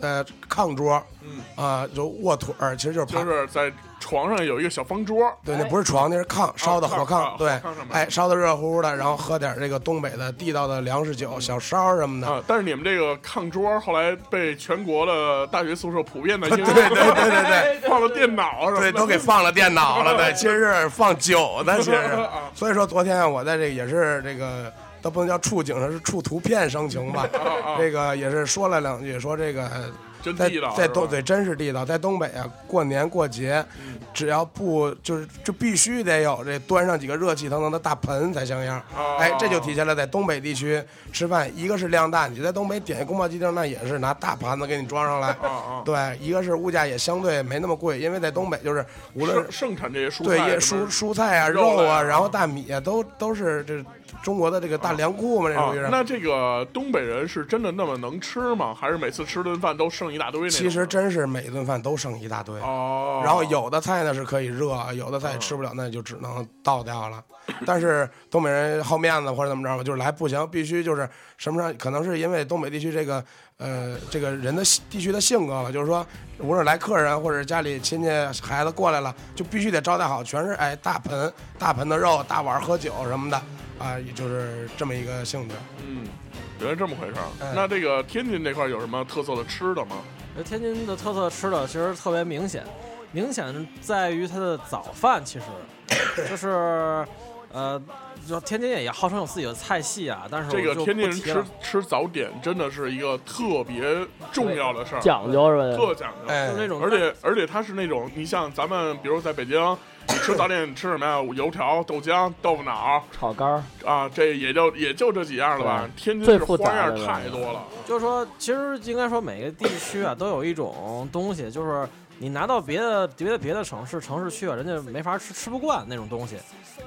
[SPEAKER 5] 呃炕桌，
[SPEAKER 4] 嗯
[SPEAKER 5] 啊，就卧腿儿，其实就是趴
[SPEAKER 4] 就是在床上有一个小方桌，
[SPEAKER 5] 对，那不是床，那是炕，烧的火
[SPEAKER 4] 哎炕啊
[SPEAKER 5] 炕。对
[SPEAKER 4] 火炕上面，
[SPEAKER 5] 哎，烧的热乎乎的，然后喝点这个东北的地道的粮食
[SPEAKER 4] 嗯
[SPEAKER 5] 酒，小烧什么的。
[SPEAKER 4] 啊，但是你们这个炕桌后来被全国的大学宿舍普遍的应用，
[SPEAKER 5] 对对对对对
[SPEAKER 4] 放了电脑什么的，
[SPEAKER 5] 对，都给放了电脑了，对，其实是放酒的，其实是。
[SPEAKER 4] 啊
[SPEAKER 5] 所以说昨天啊我在这也是这个，都不能叫触景，是触图片生情吧
[SPEAKER 4] 啊。
[SPEAKER 5] 这个也是说了两句，说这个
[SPEAKER 4] 真
[SPEAKER 5] 在
[SPEAKER 4] 地道，
[SPEAKER 5] 在
[SPEAKER 4] 是吧嗯
[SPEAKER 5] 东对，真是地道，在东北啊，过年过节，只要不就是就必须得有这端上几个热气腾腾的大盆才像样。
[SPEAKER 4] 哦
[SPEAKER 5] 哎，这就体现了在东北地区吃饭，一个是量大，你在东北点一宫保鸡丁，那也是拿大盘子给你装上来。
[SPEAKER 4] 哦哦
[SPEAKER 5] 对，一个是物价也相对没那么贵，因为在东北就是无论
[SPEAKER 4] 盛盛产这些蔬
[SPEAKER 5] 对
[SPEAKER 4] 菜
[SPEAKER 5] 也
[SPEAKER 4] 什
[SPEAKER 5] 蔬
[SPEAKER 4] 么
[SPEAKER 5] 蔬菜啊、
[SPEAKER 4] 肉
[SPEAKER 5] 肉
[SPEAKER 4] 类啊
[SPEAKER 5] 啊，然后大米啊，都都是这中国的这个大粮库嘛，这
[SPEAKER 4] 啊
[SPEAKER 5] 属于是。，
[SPEAKER 4] 那这个东北人是真的那么能吃吗？还是每次吃顿饭都剩一大堆那种？
[SPEAKER 5] 其实真是每顿饭都剩一大堆。
[SPEAKER 4] 哦，
[SPEAKER 5] 然后有的菜呢是可以热，有的菜吃不了，那就只能倒掉了。但是东北人好面子或者怎么着吧，就是来不行，必须就是什么上，可能是因为东北地区这个呃这个人的性地区的性格吧，就是说无论来客人或者家里亲戚孩子过来了，就必须得招待好，全是哎大盆大盆的肉，大碗喝酒什么的啊，也就是这么一个性质。
[SPEAKER 4] 嗯，原来这么回事儿
[SPEAKER 5] 哎。
[SPEAKER 4] 那这个天津这块儿有什么特色的吃的吗？
[SPEAKER 7] 而呃天津的特色吃的其实特别明显，明显在于它的早饭，其实就是呃，就天津也号称有自己的菜系啊，
[SPEAKER 5] 哎
[SPEAKER 7] 但是
[SPEAKER 4] 这个
[SPEAKER 7] 我就
[SPEAKER 4] 天津
[SPEAKER 7] 不
[SPEAKER 4] 人
[SPEAKER 7] 提
[SPEAKER 4] 吃
[SPEAKER 7] 了。
[SPEAKER 4] 吃早点真的是一个特别重要的事儿，
[SPEAKER 6] 讲究是吧？
[SPEAKER 4] 特讲究。
[SPEAKER 5] 哎
[SPEAKER 7] 就是，那种
[SPEAKER 4] 而且而且它是那种，你像咱们比如在北京，你吃早点你吃什么呀？油条、豆浆、豆腐脑
[SPEAKER 6] 炒肝儿，
[SPEAKER 4] 啊，这也就也就这几样了吧。天津
[SPEAKER 6] 最
[SPEAKER 4] 是
[SPEAKER 6] 复杂
[SPEAKER 4] 花样
[SPEAKER 6] 的了
[SPEAKER 4] 太多了，
[SPEAKER 7] 就是说，其实应该说每个地区啊都有一种东西，就是你拿到别的别的别的城市城市去啊，人家没法吃吃不惯那种东西，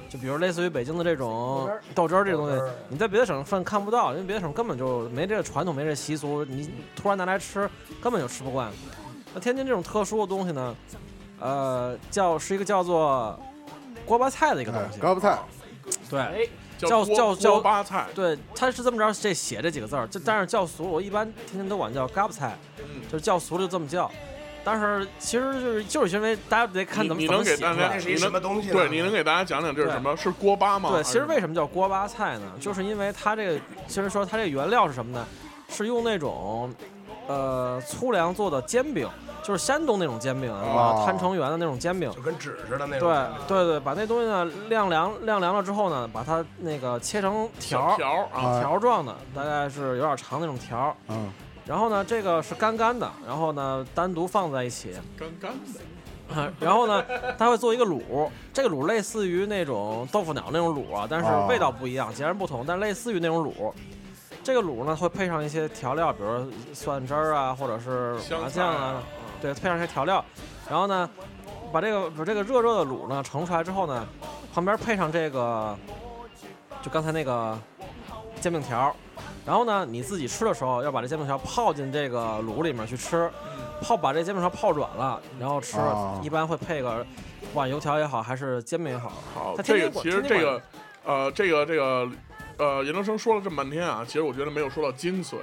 [SPEAKER 7] 就比如类似于北京的这种豆汁儿这种东西，你在别的省份看不到，因为别的省根本就没这个传统，没这习俗，你突然拿来吃根本就吃不惯。那天津这种特殊的东西呢，呃，叫是一个叫做锅巴菜的一个东
[SPEAKER 3] 哎
[SPEAKER 7] 西，
[SPEAKER 3] 高不菜，
[SPEAKER 7] 对，
[SPEAKER 6] 哎
[SPEAKER 4] 叫
[SPEAKER 7] 叫
[SPEAKER 4] 锅
[SPEAKER 7] 叫
[SPEAKER 4] 锅
[SPEAKER 7] 叫
[SPEAKER 4] 巴菜，
[SPEAKER 7] 对，他是这么着这写这几个字儿，这但是叫俗了，我一般天天都管叫嘎巴菜，
[SPEAKER 4] 嗯
[SPEAKER 7] 就是叫俗了就这么叫。但是其实就是就是因为大家得看
[SPEAKER 4] 你
[SPEAKER 7] 怎么
[SPEAKER 4] 你
[SPEAKER 7] 怎
[SPEAKER 4] 能
[SPEAKER 7] 么
[SPEAKER 4] 给
[SPEAKER 7] 写
[SPEAKER 4] 大
[SPEAKER 7] 出
[SPEAKER 4] 家
[SPEAKER 5] 这
[SPEAKER 7] 来。
[SPEAKER 5] 是一
[SPEAKER 4] 你能
[SPEAKER 5] 什么东西呢
[SPEAKER 4] 对，你能给大家讲讲这是什么？是锅巴吗？
[SPEAKER 7] 对，
[SPEAKER 4] 还
[SPEAKER 7] 其
[SPEAKER 4] 是
[SPEAKER 7] 实为什么叫锅巴菜呢？就是因为它这个，其实说它这个原料是什么呢？是用那种呃粗粮做的煎饼，就是山东那种煎饼，什
[SPEAKER 4] 哦
[SPEAKER 7] 么摊成圆的那种煎饼。
[SPEAKER 5] 就跟纸似的那种。
[SPEAKER 7] 对对对，把那东西呢晾凉晾凉了之后呢，把它那个切成
[SPEAKER 4] 小
[SPEAKER 7] 条儿
[SPEAKER 4] 条儿啊？
[SPEAKER 3] 啊
[SPEAKER 7] 条儿状的，大概是有点长那种条儿。
[SPEAKER 3] 嗯，
[SPEAKER 7] 然后呢，这个是干干的，然后呢单独放在一起，
[SPEAKER 4] 干干的，
[SPEAKER 7] 然后呢，它会做一个卤，这个卤类似于那种豆腐脑那种卤啊，但是
[SPEAKER 3] 哦
[SPEAKER 7] 味道不一样，截然不同，但类似于那种卤。这个卤呢会配上一些调料，比如说蒜汁儿啊，或者是麻
[SPEAKER 4] 香菜
[SPEAKER 7] 酱啊，对，配上一些调料，然后呢，把这个把这个热热的卤呢盛出来之后呢，旁边配上这个，就刚才那个煎饼条儿，然后呢，你自己吃的时候要把这煎饼条泡进这个卤里面去吃，泡把这煎饼条泡软了，然后吃，
[SPEAKER 3] 哦
[SPEAKER 7] 一般会配个，不管油条也好还是煎饼也好，
[SPEAKER 4] 好，
[SPEAKER 7] 它
[SPEAKER 4] 这
[SPEAKER 7] 天
[SPEAKER 4] 个
[SPEAKER 7] 津管
[SPEAKER 4] 其实
[SPEAKER 7] 天津
[SPEAKER 4] 这
[SPEAKER 7] 管
[SPEAKER 4] 个，呃，这个这个，呃，研究生说了这么半天啊，其实我觉得没有说到精 髓。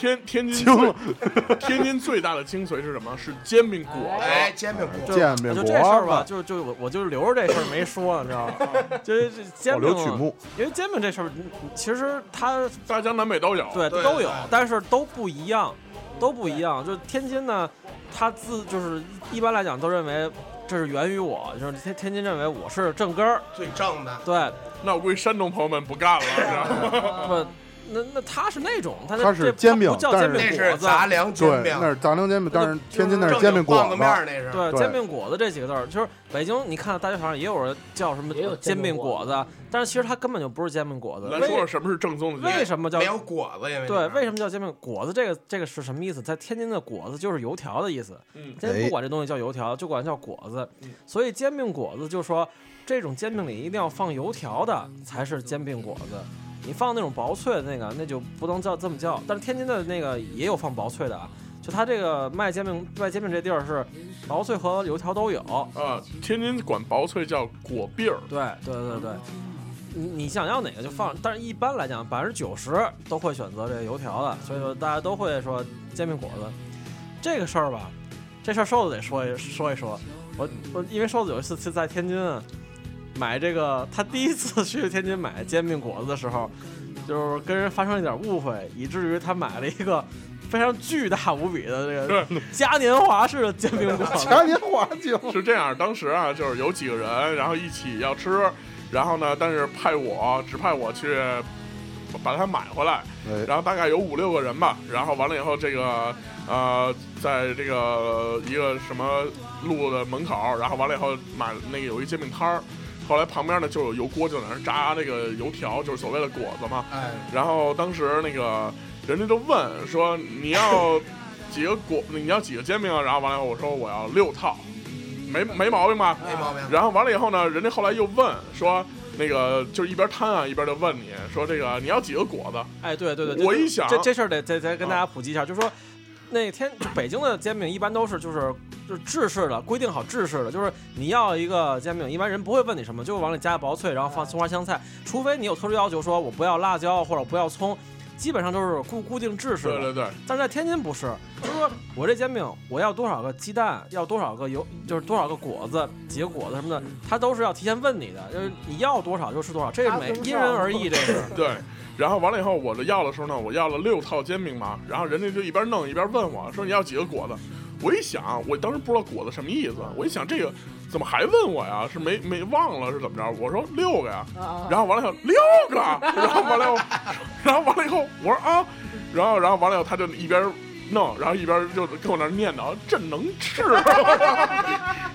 [SPEAKER 4] 天天津最天津最大的精髓是什么？是煎饼果子。
[SPEAKER 5] 哎，煎饼果子。
[SPEAKER 3] 煎饼
[SPEAKER 7] 就
[SPEAKER 3] 果
[SPEAKER 7] 这事儿吧，
[SPEAKER 3] 子，
[SPEAKER 7] 就就我我就留着这事儿没说呢，你知道吗？ 就是这煎
[SPEAKER 3] 保
[SPEAKER 7] 饼
[SPEAKER 3] 留，曲目，
[SPEAKER 7] 因为煎饼这事儿嗯其实它
[SPEAKER 4] 大江南北都有。
[SPEAKER 7] 对
[SPEAKER 5] 对
[SPEAKER 7] 都有
[SPEAKER 5] 对，
[SPEAKER 7] 但是都不一样，都不一样。就是天津呢，它自就是一般来讲都认为这是源于我，就是天天津认为我是正根儿，
[SPEAKER 5] 最正的，
[SPEAKER 7] 对，
[SPEAKER 4] 那我估计山东朋友们不干了，是 吧
[SPEAKER 5] 嗯
[SPEAKER 7] 不，那那它是那种，它
[SPEAKER 3] 它
[SPEAKER 7] 那
[SPEAKER 3] 是
[SPEAKER 7] 这
[SPEAKER 3] 煎饼
[SPEAKER 7] 不叫
[SPEAKER 3] 但
[SPEAKER 7] 煎
[SPEAKER 3] 是
[SPEAKER 5] 那
[SPEAKER 7] 饼
[SPEAKER 5] 是
[SPEAKER 7] 果子，啊
[SPEAKER 5] 杂粮煎
[SPEAKER 3] 对
[SPEAKER 5] 饼，，
[SPEAKER 3] 那是杂粮煎饼，但是天津那是
[SPEAKER 5] 正经
[SPEAKER 3] 煎饼果
[SPEAKER 5] 棒子
[SPEAKER 3] 子
[SPEAKER 5] 面，儿那是。
[SPEAKER 7] 对，
[SPEAKER 3] 对
[SPEAKER 7] 煎饼果子这几个字儿，就是北京你看大街小巷也有人叫什么
[SPEAKER 6] 也有煎
[SPEAKER 7] 煎
[SPEAKER 6] 饼
[SPEAKER 7] 饼
[SPEAKER 6] 果
[SPEAKER 7] 果子，但是其实它根本就不是煎饼果子。
[SPEAKER 4] 咱说说
[SPEAKER 7] 为
[SPEAKER 4] 什么是正宗的
[SPEAKER 7] 为
[SPEAKER 4] 煎饼？
[SPEAKER 7] 什么叫
[SPEAKER 5] 没有果子，因为
[SPEAKER 7] 对？为什
[SPEAKER 5] 么？
[SPEAKER 7] 么叫煎饼果子？这个这个是什么意思？在天津的果子就是油条的意思，
[SPEAKER 4] 嗯
[SPEAKER 7] 天津
[SPEAKER 3] 哎
[SPEAKER 7] 不管这东西叫油条，就管它叫果子
[SPEAKER 4] 嗯。
[SPEAKER 7] 所以煎饼果子就说这种煎饼里一定要放油条的才是煎饼果子。你放那种薄脆的那个，那就不能叫这么叫。但是天津的那个也有放薄脆的啊，就它这个卖煎饼卖煎饼这地儿是薄脆和油条都有。
[SPEAKER 4] 啊，天津管薄脆叫果篦儿，
[SPEAKER 7] 对对对对，你你想要哪个就放，但是一般来讲，百分之九十都会选择这油条的，所以说大家都会说煎饼果子。这个事儿吧，这事儿瘦子得说一说一说。我我因为瘦子有一次在天津啊买这个，他第一次 去天津买煎饼果子的时候，就是跟人发生一点误会，以至于他买了一个非常巨大无比的这个嘉年华式的煎饼果子。
[SPEAKER 3] 嘉年华酒，
[SPEAKER 4] 是这样，当时啊，就是有几个人，然后一起要吃，然后呢，但是派我只派我去把它买回来，
[SPEAKER 3] 哎
[SPEAKER 4] 然后大概有五六个人吧，然后完了以后，这个呃，在这个一个什么路的门口，然后完了以后买那个有一煎饼摊儿。后来旁边呢就有油锅，就在那儿炸那个油条，就是所谓的果子嘛。
[SPEAKER 5] 哎，
[SPEAKER 4] 然后当时那个人家就问说你要几个果，你要几个煎饼啊？然后完了以后我说我要六套，没嗯没毛病吧？
[SPEAKER 5] 没毛病。
[SPEAKER 4] 然后完了以后呢，人家后来又问说那个就是一边摊啊一边就问你说这个你要几个果子？
[SPEAKER 7] 哎，对对对，这
[SPEAKER 4] 我一想啊
[SPEAKER 7] 这这事儿得得得跟大家普及一下，就是说，那天就北京的煎饼一般都是就是就是制式的，规定好制式的，就是你要一个煎饼，一般人不会问你什么，就往里加薄脆，然后放葱花香菜，除非你有特殊要求，说我不要辣椒或者不要葱，基本上都是固固定制式
[SPEAKER 4] 对
[SPEAKER 7] 的。
[SPEAKER 4] 对对，
[SPEAKER 7] 但是在天津不是，就是说我这煎饼我要多少个鸡蛋，要多少个油，就是多少个果子，几个果子什么的，他都是要提前问你的，就是你要多少就是多少，这是每
[SPEAKER 8] 啊真是
[SPEAKER 7] 因人而异，这是。
[SPEAKER 4] 对。然后完了以后，我这要的时候呢，我要了六套煎饼嘛，然后人家就一边弄一边问我说你要几个果子。我一想，我当时不知道果子什么意思，我一想这个怎么还问我呀？是没没忘了是怎么着？我说六个呀，
[SPEAKER 8] 啊
[SPEAKER 4] 然后完了以后六个，然后完了以后，然后完了以后我说啊，然后然后完了以后他就一边弄，然后一边就跟我那儿念叨这能吃吗，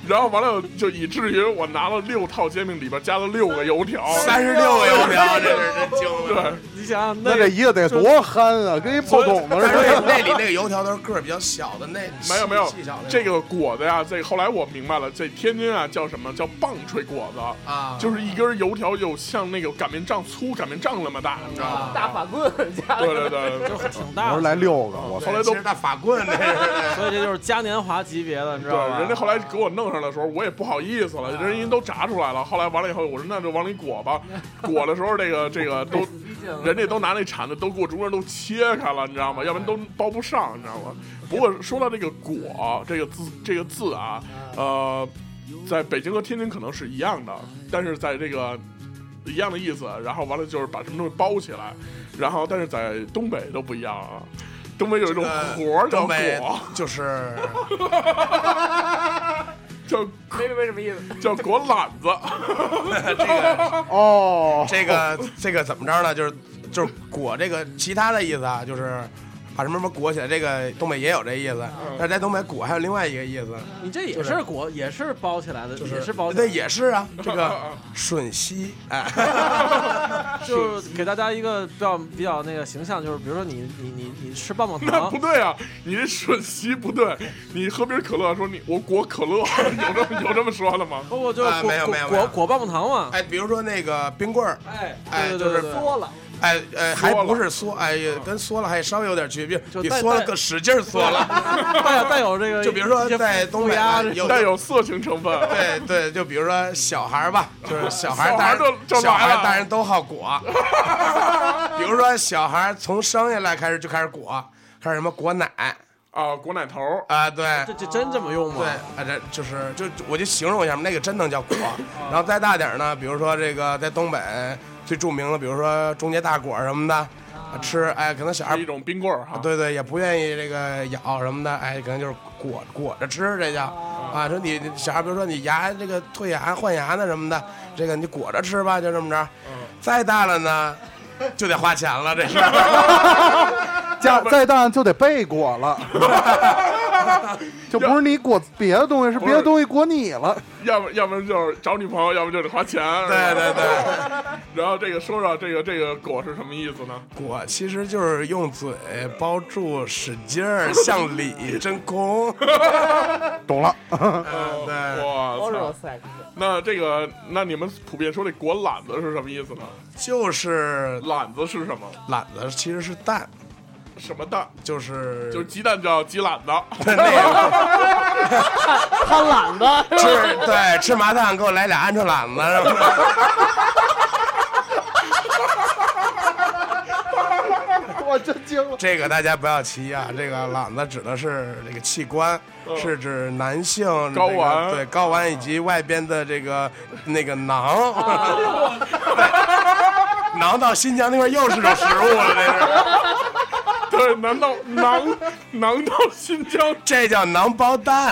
[SPEAKER 4] 然后完了就以至于我拿了六套煎饼里边加了六个油条，
[SPEAKER 5] 三十六个油条，这是真精了。
[SPEAKER 4] 对。
[SPEAKER 7] 你想想
[SPEAKER 3] 那
[SPEAKER 7] 那
[SPEAKER 3] 这一个得多憨啊，跟一破筒子
[SPEAKER 5] 但
[SPEAKER 3] 似
[SPEAKER 5] 是
[SPEAKER 3] 的。
[SPEAKER 5] 那里那个油条都是个儿比较小的，那
[SPEAKER 4] 没有没有
[SPEAKER 5] 细小的那种
[SPEAKER 4] 这个果子呀，这后来我明白了，这天津啊叫什么叫棒槌果子，
[SPEAKER 5] 啊，
[SPEAKER 4] 就是一根油条有像那个擀面杖粗擀面杖那么大，你知道吗？
[SPEAKER 8] 大法棍加
[SPEAKER 4] 对对对，
[SPEAKER 7] 就挺
[SPEAKER 3] 我
[SPEAKER 7] 大
[SPEAKER 3] 说
[SPEAKER 7] 的。
[SPEAKER 3] 来六个，我
[SPEAKER 4] 后来都
[SPEAKER 5] 其实大法棍，那是
[SPEAKER 7] 所以这就是嘉年华级别的，你知
[SPEAKER 4] 对，
[SPEAKER 7] 道吗？
[SPEAKER 4] 人家后来给我弄上的时候，我也不好意思了，人家都炸出来了。后来完了以后，我说那就往里裹吧，裹的时候这个这个都，人家都拿那铲子都给我中间都切开了，你知道吗？要不然
[SPEAKER 8] 哎
[SPEAKER 4] 都包不上，你知道吗？不过说到这个“果”这个字这个字啊，呃，在北京和天津可能是一样的，但是在这个呃一样的意思，然后完了就是把什么东西包起来，然后但是在东北都不一样啊。东北有一种
[SPEAKER 5] 呃
[SPEAKER 4] 活儿叫
[SPEAKER 5] 东北
[SPEAKER 4] 果，
[SPEAKER 5] 就是
[SPEAKER 4] 叫
[SPEAKER 8] 没没什么意思。
[SPEAKER 4] 叫果懒子。
[SPEAKER 5] 这个
[SPEAKER 3] 哦，
[SPEAKER 5] 这个这个怎么着呢？就是就是裹这个其他的意思啊，就是把什么什么裹起来。这个东北也有这意思，
[SPEAKER 4] 嗯
[SPEAKER 5] 但是在东北裹还有另外一个意思，
[SPEAKER 7] 你这也是果，也是包起来的，也是包起来
[SPEAKER 5] 对， 嗯
[SPEAKER 7] 的，
[SPEAKER 5] 也是啊，这个吮吸，哎，
[SPEAKER 7] 就是给大家一个比较比较那个形象，就是比如说你你你你吃棒棒
[SPEAKER 4] 那
[SPEAKER 7] 糖
[SPEAKER 4] 不，对啊，你这吮吸不对，你喝瓶可乐说你我裹可乐， 有这么有这么说的吗？
[SPEAKER 7] 不不就是
[SPEAKER 5] 啊
[SPEAKER 7] 果
[SPEAKER 5] 没有没有
[SPEAKER 7] 果
[SPEAKER 5] 没有
[SPEAKER 7] 果果棒棒糖嘛？
[SPEAKER 5] 哎，比如说那个冰棍儿，
[SPEAKER 7] 哎，
[SPEAKER 5] 哎
[SPEAKER 7] 对
[SPEAKER 5] 就
[SPEAKER 7] 对
[SPEAKER 5] 是
[SPEAKER 7] 对对，
[SPEAKER 8] 多了，
[SPEAKER 5] 哎呃，还不是缩，哎跟缩了还稍微有点区别，
[SPEAKER 7] 就
[SPEAKER 5] 比
[SPEAKER 7] 带
[SPEAKER 5] 缩了
[SPEAKER 7] 带
[SPEAKER 5] 更使劲儿缩了。
[SPEAKER 7] 带有带有这个，
[SPEAKER 5] 就比如说在东北啊
[SPEAKER 7] 有
[SPEAKER 5] 有
[SPEAKER 4] 带有色情成分。
[SPEAKER 5] 对对，就比如说小孩儿吧，就是小孩
[SPEAKER 4] 小孩
[SPEAKER 5] 儿，大
[SPEAKER 4] 儿
[SPEAKER 5] 人
[SPEAKER 4] 就就
[SPEAKER 5] 小孩
[SPEAKER 4] 来了
[SPEAKER 5] 儿大人都好裹。比如说小孩儿从生下来开始就开始裹，开始什么裹奶
[SPEAKER 4] 啊，裹奶头儿，
[SPEAKER 5] 啊、对
[SPEAKER 7] 这这真这么用吗
[SPEAKER 5] 对？啊，这就是就我就形容一下嘛，那个真能叫裹。 然后再大点儿呢，比如说这个在东北最著名的，比如说中街大果儿什么的，啊吃哎可能小孩
[SPEAKER 4] 是一
[SPEAKER 5] 儿。
[SPEAKER 4] 种啊冰棍儿哈。
[SPEAKER 5] 对对，也不愿意这个咬什么的，哎，可能就是裹裹着吃，这叫
[SPEAKER 4] 哦
[SPEAKER 5] 啊。说你小孩，比如说你牙这个退牙换牙呢什么的，这个你裹着吃吧，就这么着。
[SPEAKER 4] 嗯
[SPEAKER 5] 再大了呢，就得花钱了，这是。
[SPEAKER 3] 加再大就得被裹了，就不是你裹别的东西，是别的东西裹你了。
[SPEAKER 4] 要不要不然就是找女朋友，要不就得花钱。是吧
[SPEAKER 5] 对对。对，
[SPEAKER 4] 然后这个说说这个这个果是什么意思呢？
[SPEAKER 5] 裹其实就是用嘴包住，使劲儿向里真空。 嗯
[SPEAKER 3] 懂 了，
[SPEAKER 5] 对，
[SPEAKER 4] 哦我
[SPEAKER 8] oral
[SPEAKER 4] 操！
[SPEAKER 8] sex，
[SPEAKER 4] 那这个那你们普遍说这裹懒子是什么意思呢？
[SPEAKER 5] 就是
[SPEAKER 4] 懒子是什么？
[SPEAKER 5] 懒子其实是蛋，
[SPEAKER 4] 什么蛋？
[SPEAKER 5] 就是
[SPEAKER 4] 就是鸡蛋叫鸡懒子。
[SPEAKER 8] 他懒得
[SPEAKER 5] 吃对吃麻蛋，给我来俩鹌鹑懒子什么的。
[SPEAKER 3] 我真惊了。
[SPEAKER 5] 这个大家不要歧义啊，这个朗子指的是这个器官，
[SPEAKER 3] 嗯
[SPEAKER 5] 是指男性
[SPEAKER 4] 睾
[SPEAKER 5] 这个
[SPEAKER 4] 丸
[SPEAKER 5] 对睾丸以及外边的这个那个囊，
[SPEAKER 3] 啊
[SPEAKER 5] 囊到新疆那边又是种食物了，这是，
[SPEAKER 4] 对，难道囊囊到新疆？
[SPEAKER 5] 这叫囊包蛋，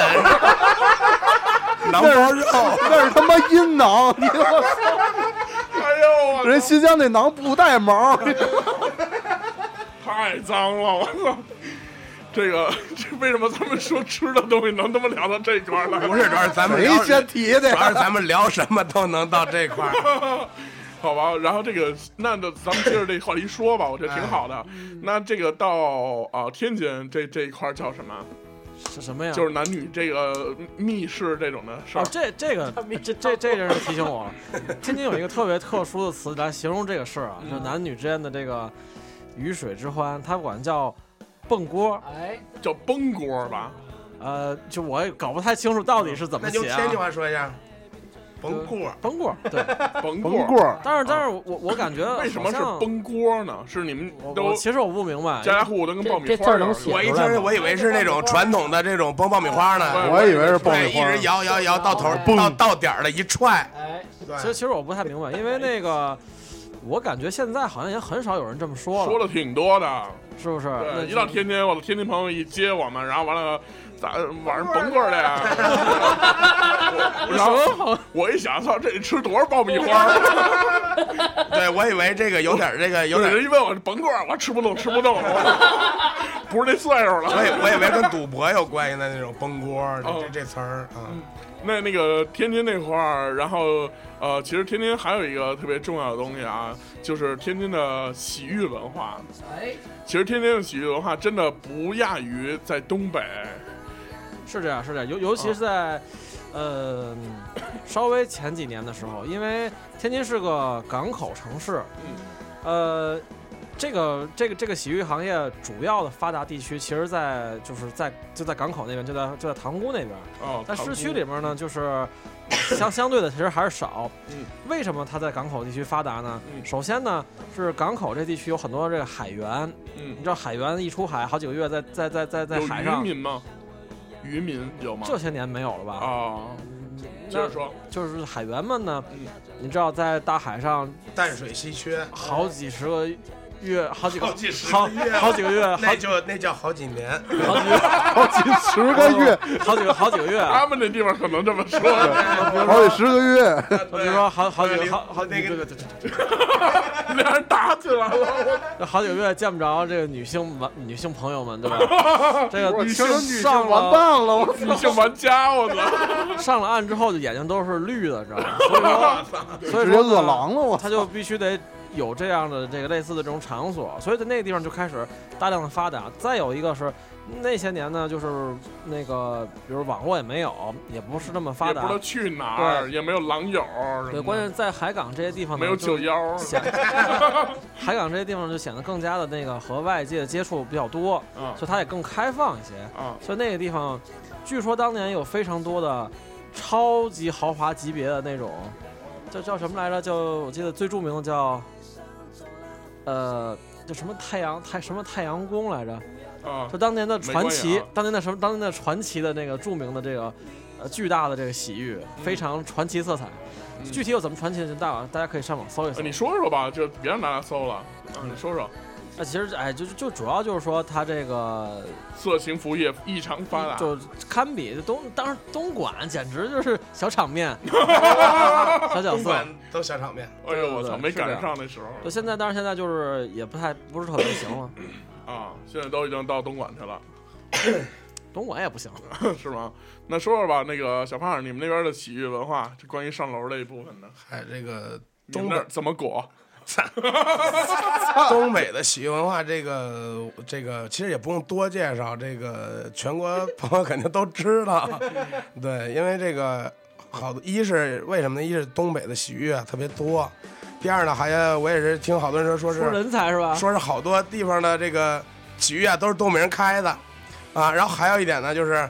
[SPEAKER 5] 囊包肉，
[SPEAKER 3] 那是他妈阴囊，你我操！
[SPEAKER 4] 哎 呦，我
[SPEAKER 3] 人新疆那囊不带毛，
[SPEAKER 4] 太脏了，我操！这个这为什么咱们说吃的东西能他妈聊到这一块儿来？
[SPEAKER 5] 不是，主要是 咱们
[SPEAKER 3] 谁
[SPEAKER 5] 聊，
[SPEAKER 3] 先提的
[SPEAKER 5] 主要
[SPEAKER 3] 呀
[SPEAKER 5] 是？咱们聊什么都能到这块儿。
[SPEAKER 4] 好吧，然后这个，那就咱们接着这话题说吧，我觉得挺好的。那这个到啊、天津这这一块儿叫什么？
[SPEAKER 7] 是什么呀？
[SPEAKER 4] 就是男女这个密室这种的事儿
[SPEAKER 7] 哦，。这这个这这这人提醒我了。天津有一个特别特殊的词来形容这个事儿啊，
[SPEAKER 4] 嗯
[SPEAKER 7] 就男女之间的这个鱼水之欢，他管叫蹦锅。
[SPEAKER 8] 哎，
[SPEAKER 4] 叫崩锅吧，
[SPEAKER 7] 呃，就我也搞不太清楚到底是怎么
[SPEAKER 5] 那用
[SPEAKER 7] 写啊
[SPEAKER 5] 天津。话说一下，甭过。
[SPEAKER 7] 崩锅，对。
[SPEAKER 4] 崩
[SPEAKER 3] 甭
[SPEAKER 4] 锅。
[SPEAKER 3] 棍 儿，
[SPEAKER 7] 但是但是我我我感觉
[SPEAKER 4] 为什么是
[SPEAKER 7] 好像
[SPEAKER 4] 崩锅呢？是你们
[SPEAKER 7] 我
[SPEAKER 4] 都
[SPEAKER 7] 我其实我不明白，
[SPEAKER 4] 家家户户都跟
[SPEAKER 6] 这
[SPEAKER 4] 爆米
[SPEAKER 6] 这字
[SPEAKER 4] 花
[SPEAKER 6] 儿
[SPEAKER 4] 一样
[SPEAKER 6] 能
[SPEAKER 4] 是
[SPEAKER 6] 写
[SPEAKER 4] 吧
[SPEAKER 5] 我一
[SPEAKER 6] 出来
[SPEAKER 5] 听，
[SPEAKER 6] 吗
[SPEAKER 5] 我以为是那种传统的这种崩爆米花呢，
[SPEAKER 3] 我以为是爆
[SPEAKER 5] 对，
[SPEAKER 3] 米
[SPEAKER 5] 一
[SPEAKER 3] 花
[SPEAKER 5] 直。摇摇摇到头儿，
[SPEAKER 3] 嘣
[SPEAKER 5] 到到点儿了，一踹。
[SPEAKER 8] 哎，
[SPEAKER 5] 对
[SPEAKER 7] 其实其实我不太明白，因为那个我感觉现在好像也很少有人这么说了，
[SPEAKER 4] 说的挺多的。
[SPEAKER 7] 是不是？啊那
[SPEAKER 4] 对，一到天津，我的天津朋友一接我们，然后完了，咱晚上甭棍儿了呀。 然后我一想，操，这得吃多少爆米花儿？
[SPEAKER 5] 对，我以为这个有点儿这个有
[SPEAKER 4] 有
[SPEAKER 5] 点儿，
[SPEAKER 4] 人一问我是甭棍儿，我吃不动，吃不动， 不是那岁数
[SPEAKER 5] 我以
[SPEAKER 4] 了。
[SPEAKER 5] 我以为跟赌博有关系的那种崩锅儿，这
[SPEAKER 4] 哦
[SPEAKER 5] 这这词儿啊，
[SPEAKER 4] 那那个天津那块儿，然后呃，其实天津还有一个特别重要的东西啊，就是天津的洗浴文化。
[SPEAKER 6] 哎
[SPEAKER 4] 其实天津的洗浴文化真的不亚于在东北。
[SPEAKER 7] 是这样，是这样，尤尤
[SPEAKER 4] 哦
[SPEAKER 7] 其是在，呃，稍微前几年的时候，因为天津是个港口城市，
[SPEAKER 4] 嗯
[SPEAKER 7] 呃，这个这个这个洗浴行业主要的发达地区，其实在就是在就在港口那边，就在就在塘沽那边，
[SPEAKER 4] 哦，
[SPEAKER 7] 在市区
[SPEAKER 4] 塘沽
[SPEAKER 7] 里面呢，就是相相对的其实还是少。
[SPEAKER 4] 嗯，
[SPEAKER 7] 为什么它在港口地区发达呢？
[SPEAKER 4] 嗯
[SPEAKER 7] 首先呢，是港口这地区有很多这个海员，
[SPEAKER 4] 嗯
[SPEAKER 7] 你知道海员一出海好几个月在在在在在
[SPEAKER 4] 有
[SPEAKER 7] 海
[SPEAKER 4] 渔
[SPEAKER 7] 上，
[SPEAKER 4] 民吗？渔民有吗？
[SPEAKER 7] 这些年没有了吧？
[SPEAKER 4] 啊，接
[SPEAKER 7] 那
[SPEAKER 4] 着说，
[SPEAKER 7] 就是海员们呢
[SPEAKER 4] 嗯，
[SPEAKER 7] 你知道在大海上
[SPEAKER 5] 淡水稀缺，
[SPEAKER 7] 好几十个月，好几个
[SPEAKER 5] 好几十
[SPEAKER 7] 好
[SPEAKER 5] 个月
[SPEAKER 7] 好几个月，好
[SPEAKER 5] 那就那叫好几 年，
[SPEAKER 7] 好几个
[SPEAKER 3] 好几十 个月，
[SPEAKER 7] 好几个好几个月 啊，
[SPEAKER 4] 他们那地方可能这么说。
[SPEAKER 3] 好几十个月，
[SPEAKER 7] 我就说好好几
[SPEAKER 5] 啊对
[SPEAKER 7] 个好好
[SPEAKER 5] 那个
[SPEAKER 7] 对对对对
[SPEAKER 4] 俩人打起来了，
[SPEAKER 7] 对好几个月见不着这个女性玩女性朋友 们，对吧？这个
[SPEAKER 3] 我听着女性
[SPEAKER 7] 上
[SPEAKER 3] 完
[SPEAKER 7] 了
[SPEAKER 3] 蛋了，我 操！
[SPEAKER 4] 女性玩家，我操！
[SPEAKER 7] 上了岸之后，就眼睛都是绿的，知道吗？所以 说，所以
[SPEAKER 3] 直接
[SPEAKER 7] 说
[SPEAKER 3] 饿
[SPEAKER 7] 呢
[SPEAKER 3] 狼了，我操！
[SPEAKER 7] 他就必须得有这样的这个类似的这种场所，所以在那个地方就开始大量的发达。再有一个是那些年呢，就是那个比如网络也没有，也不是那么发
[SPEAKER 4] 也不知道
[SPEAKER 7] 达。
[SPEAKER 4] 去哪儿，
[SPEAKER 7] 对
[SPEAKER 4] 也没有狼友什么的，
[SPEAKER 7] 对，关键在海港这些地方呢，
[SPEAKER 4] 没有
[SPEAKER 7] 就
[SPEAKER 4] 九幺，
[SPEAKER 7] 显 海港这些地方就显得更加的那个和外界接触比较多，
[SPEAKER 4] 啊
[SPEAKER 7] 所以它也更开放一些。
[SPEAKER 4] 啊，
[SPEAKER 7] 所以那个地方，据说当年有非常多的超级豪华级别的那种，叫叫什么来着？叫我记得最著名的叫，呃，叫什么太阳太什么太阳宫来着？
[SPEAKER 4] 啊
[SPEAKER 7] 就当年的传
[SPEAKER 4] 玫瑰
[SPEAKER 7] 奇
[SPEAKER 4] 啊，
[SPEAKER 7] 当年的什么？当年的传奇的那个著名的这个。呃，巨大的这个洗浴非常传奇色彩，
[SPEAKER 4] 嗯
[SPEAKER 7] 具体有怎么传奇的，大家大家可以上网搜一搜
[SPEAKER 4] 呃。你说说吧，就别让大家搜了，啊，
[SPEAKER 7] 嗯
[SPEAKER 4] 你说说，
[SPEAKER 7] 那其实哎，就就主要就是说它这个
[SPEAKER 4] 色情服务业异常发达，
[SPEAKER 7] 就堪比东当时东莞简直就是小场面，小角
[SPEAKER 5] 东
[SPEAKER 7] 色
[SPEAKER 5] 莞。都小场面，
[SPEAKER 4] 哎呦我操，
[SPEAKER 7] 对对对
[SPEAKER 4] 没
[SPEAKER 7] 是这
[SPEAKER 4] 赶
[SPEAKER 7] 样
[SPEAKER 4] 上那时
[SPEAKER 7] 就
[SPEAKER 4] 候
[SPEAKER 7] 现在，但是现在就是也不太不是特别行了，
[SPEAKER 4] 啊，现在都已经到东莞去了，
[SPEAKER 7] 东莞也不行。
[SPEAKER 4] 是吗？那说说吧，那个小胖，你们那边的洗浴文化，就关于上楼这一部分的，
[SPEAKER 5] 哎，这个
[SPEAKER 4] 你
[SPEAKER 5] 东
[SPEAKER 4] 们
[SPEAKER 5] 北
[SPEAKER 4] 那儿怎么裹？
[SPEAKER 5] 东北的洗浴文化，这个这个其实也不用多介绍，这个全 国朋友肯定都知 道。对，因为这个好多，一是为什么呢？一是东北的洗浴啊特别多，第二呢，还有我也是听好多人说说
[SPEAKER 7] 说
[SPEAKER 5] 是
[SPEAKER 7] 人才是吧？
[SPEAKER 5] 说是好多地方的这个洗浴啊都是东北人开的啊，然后还有一点呢就是。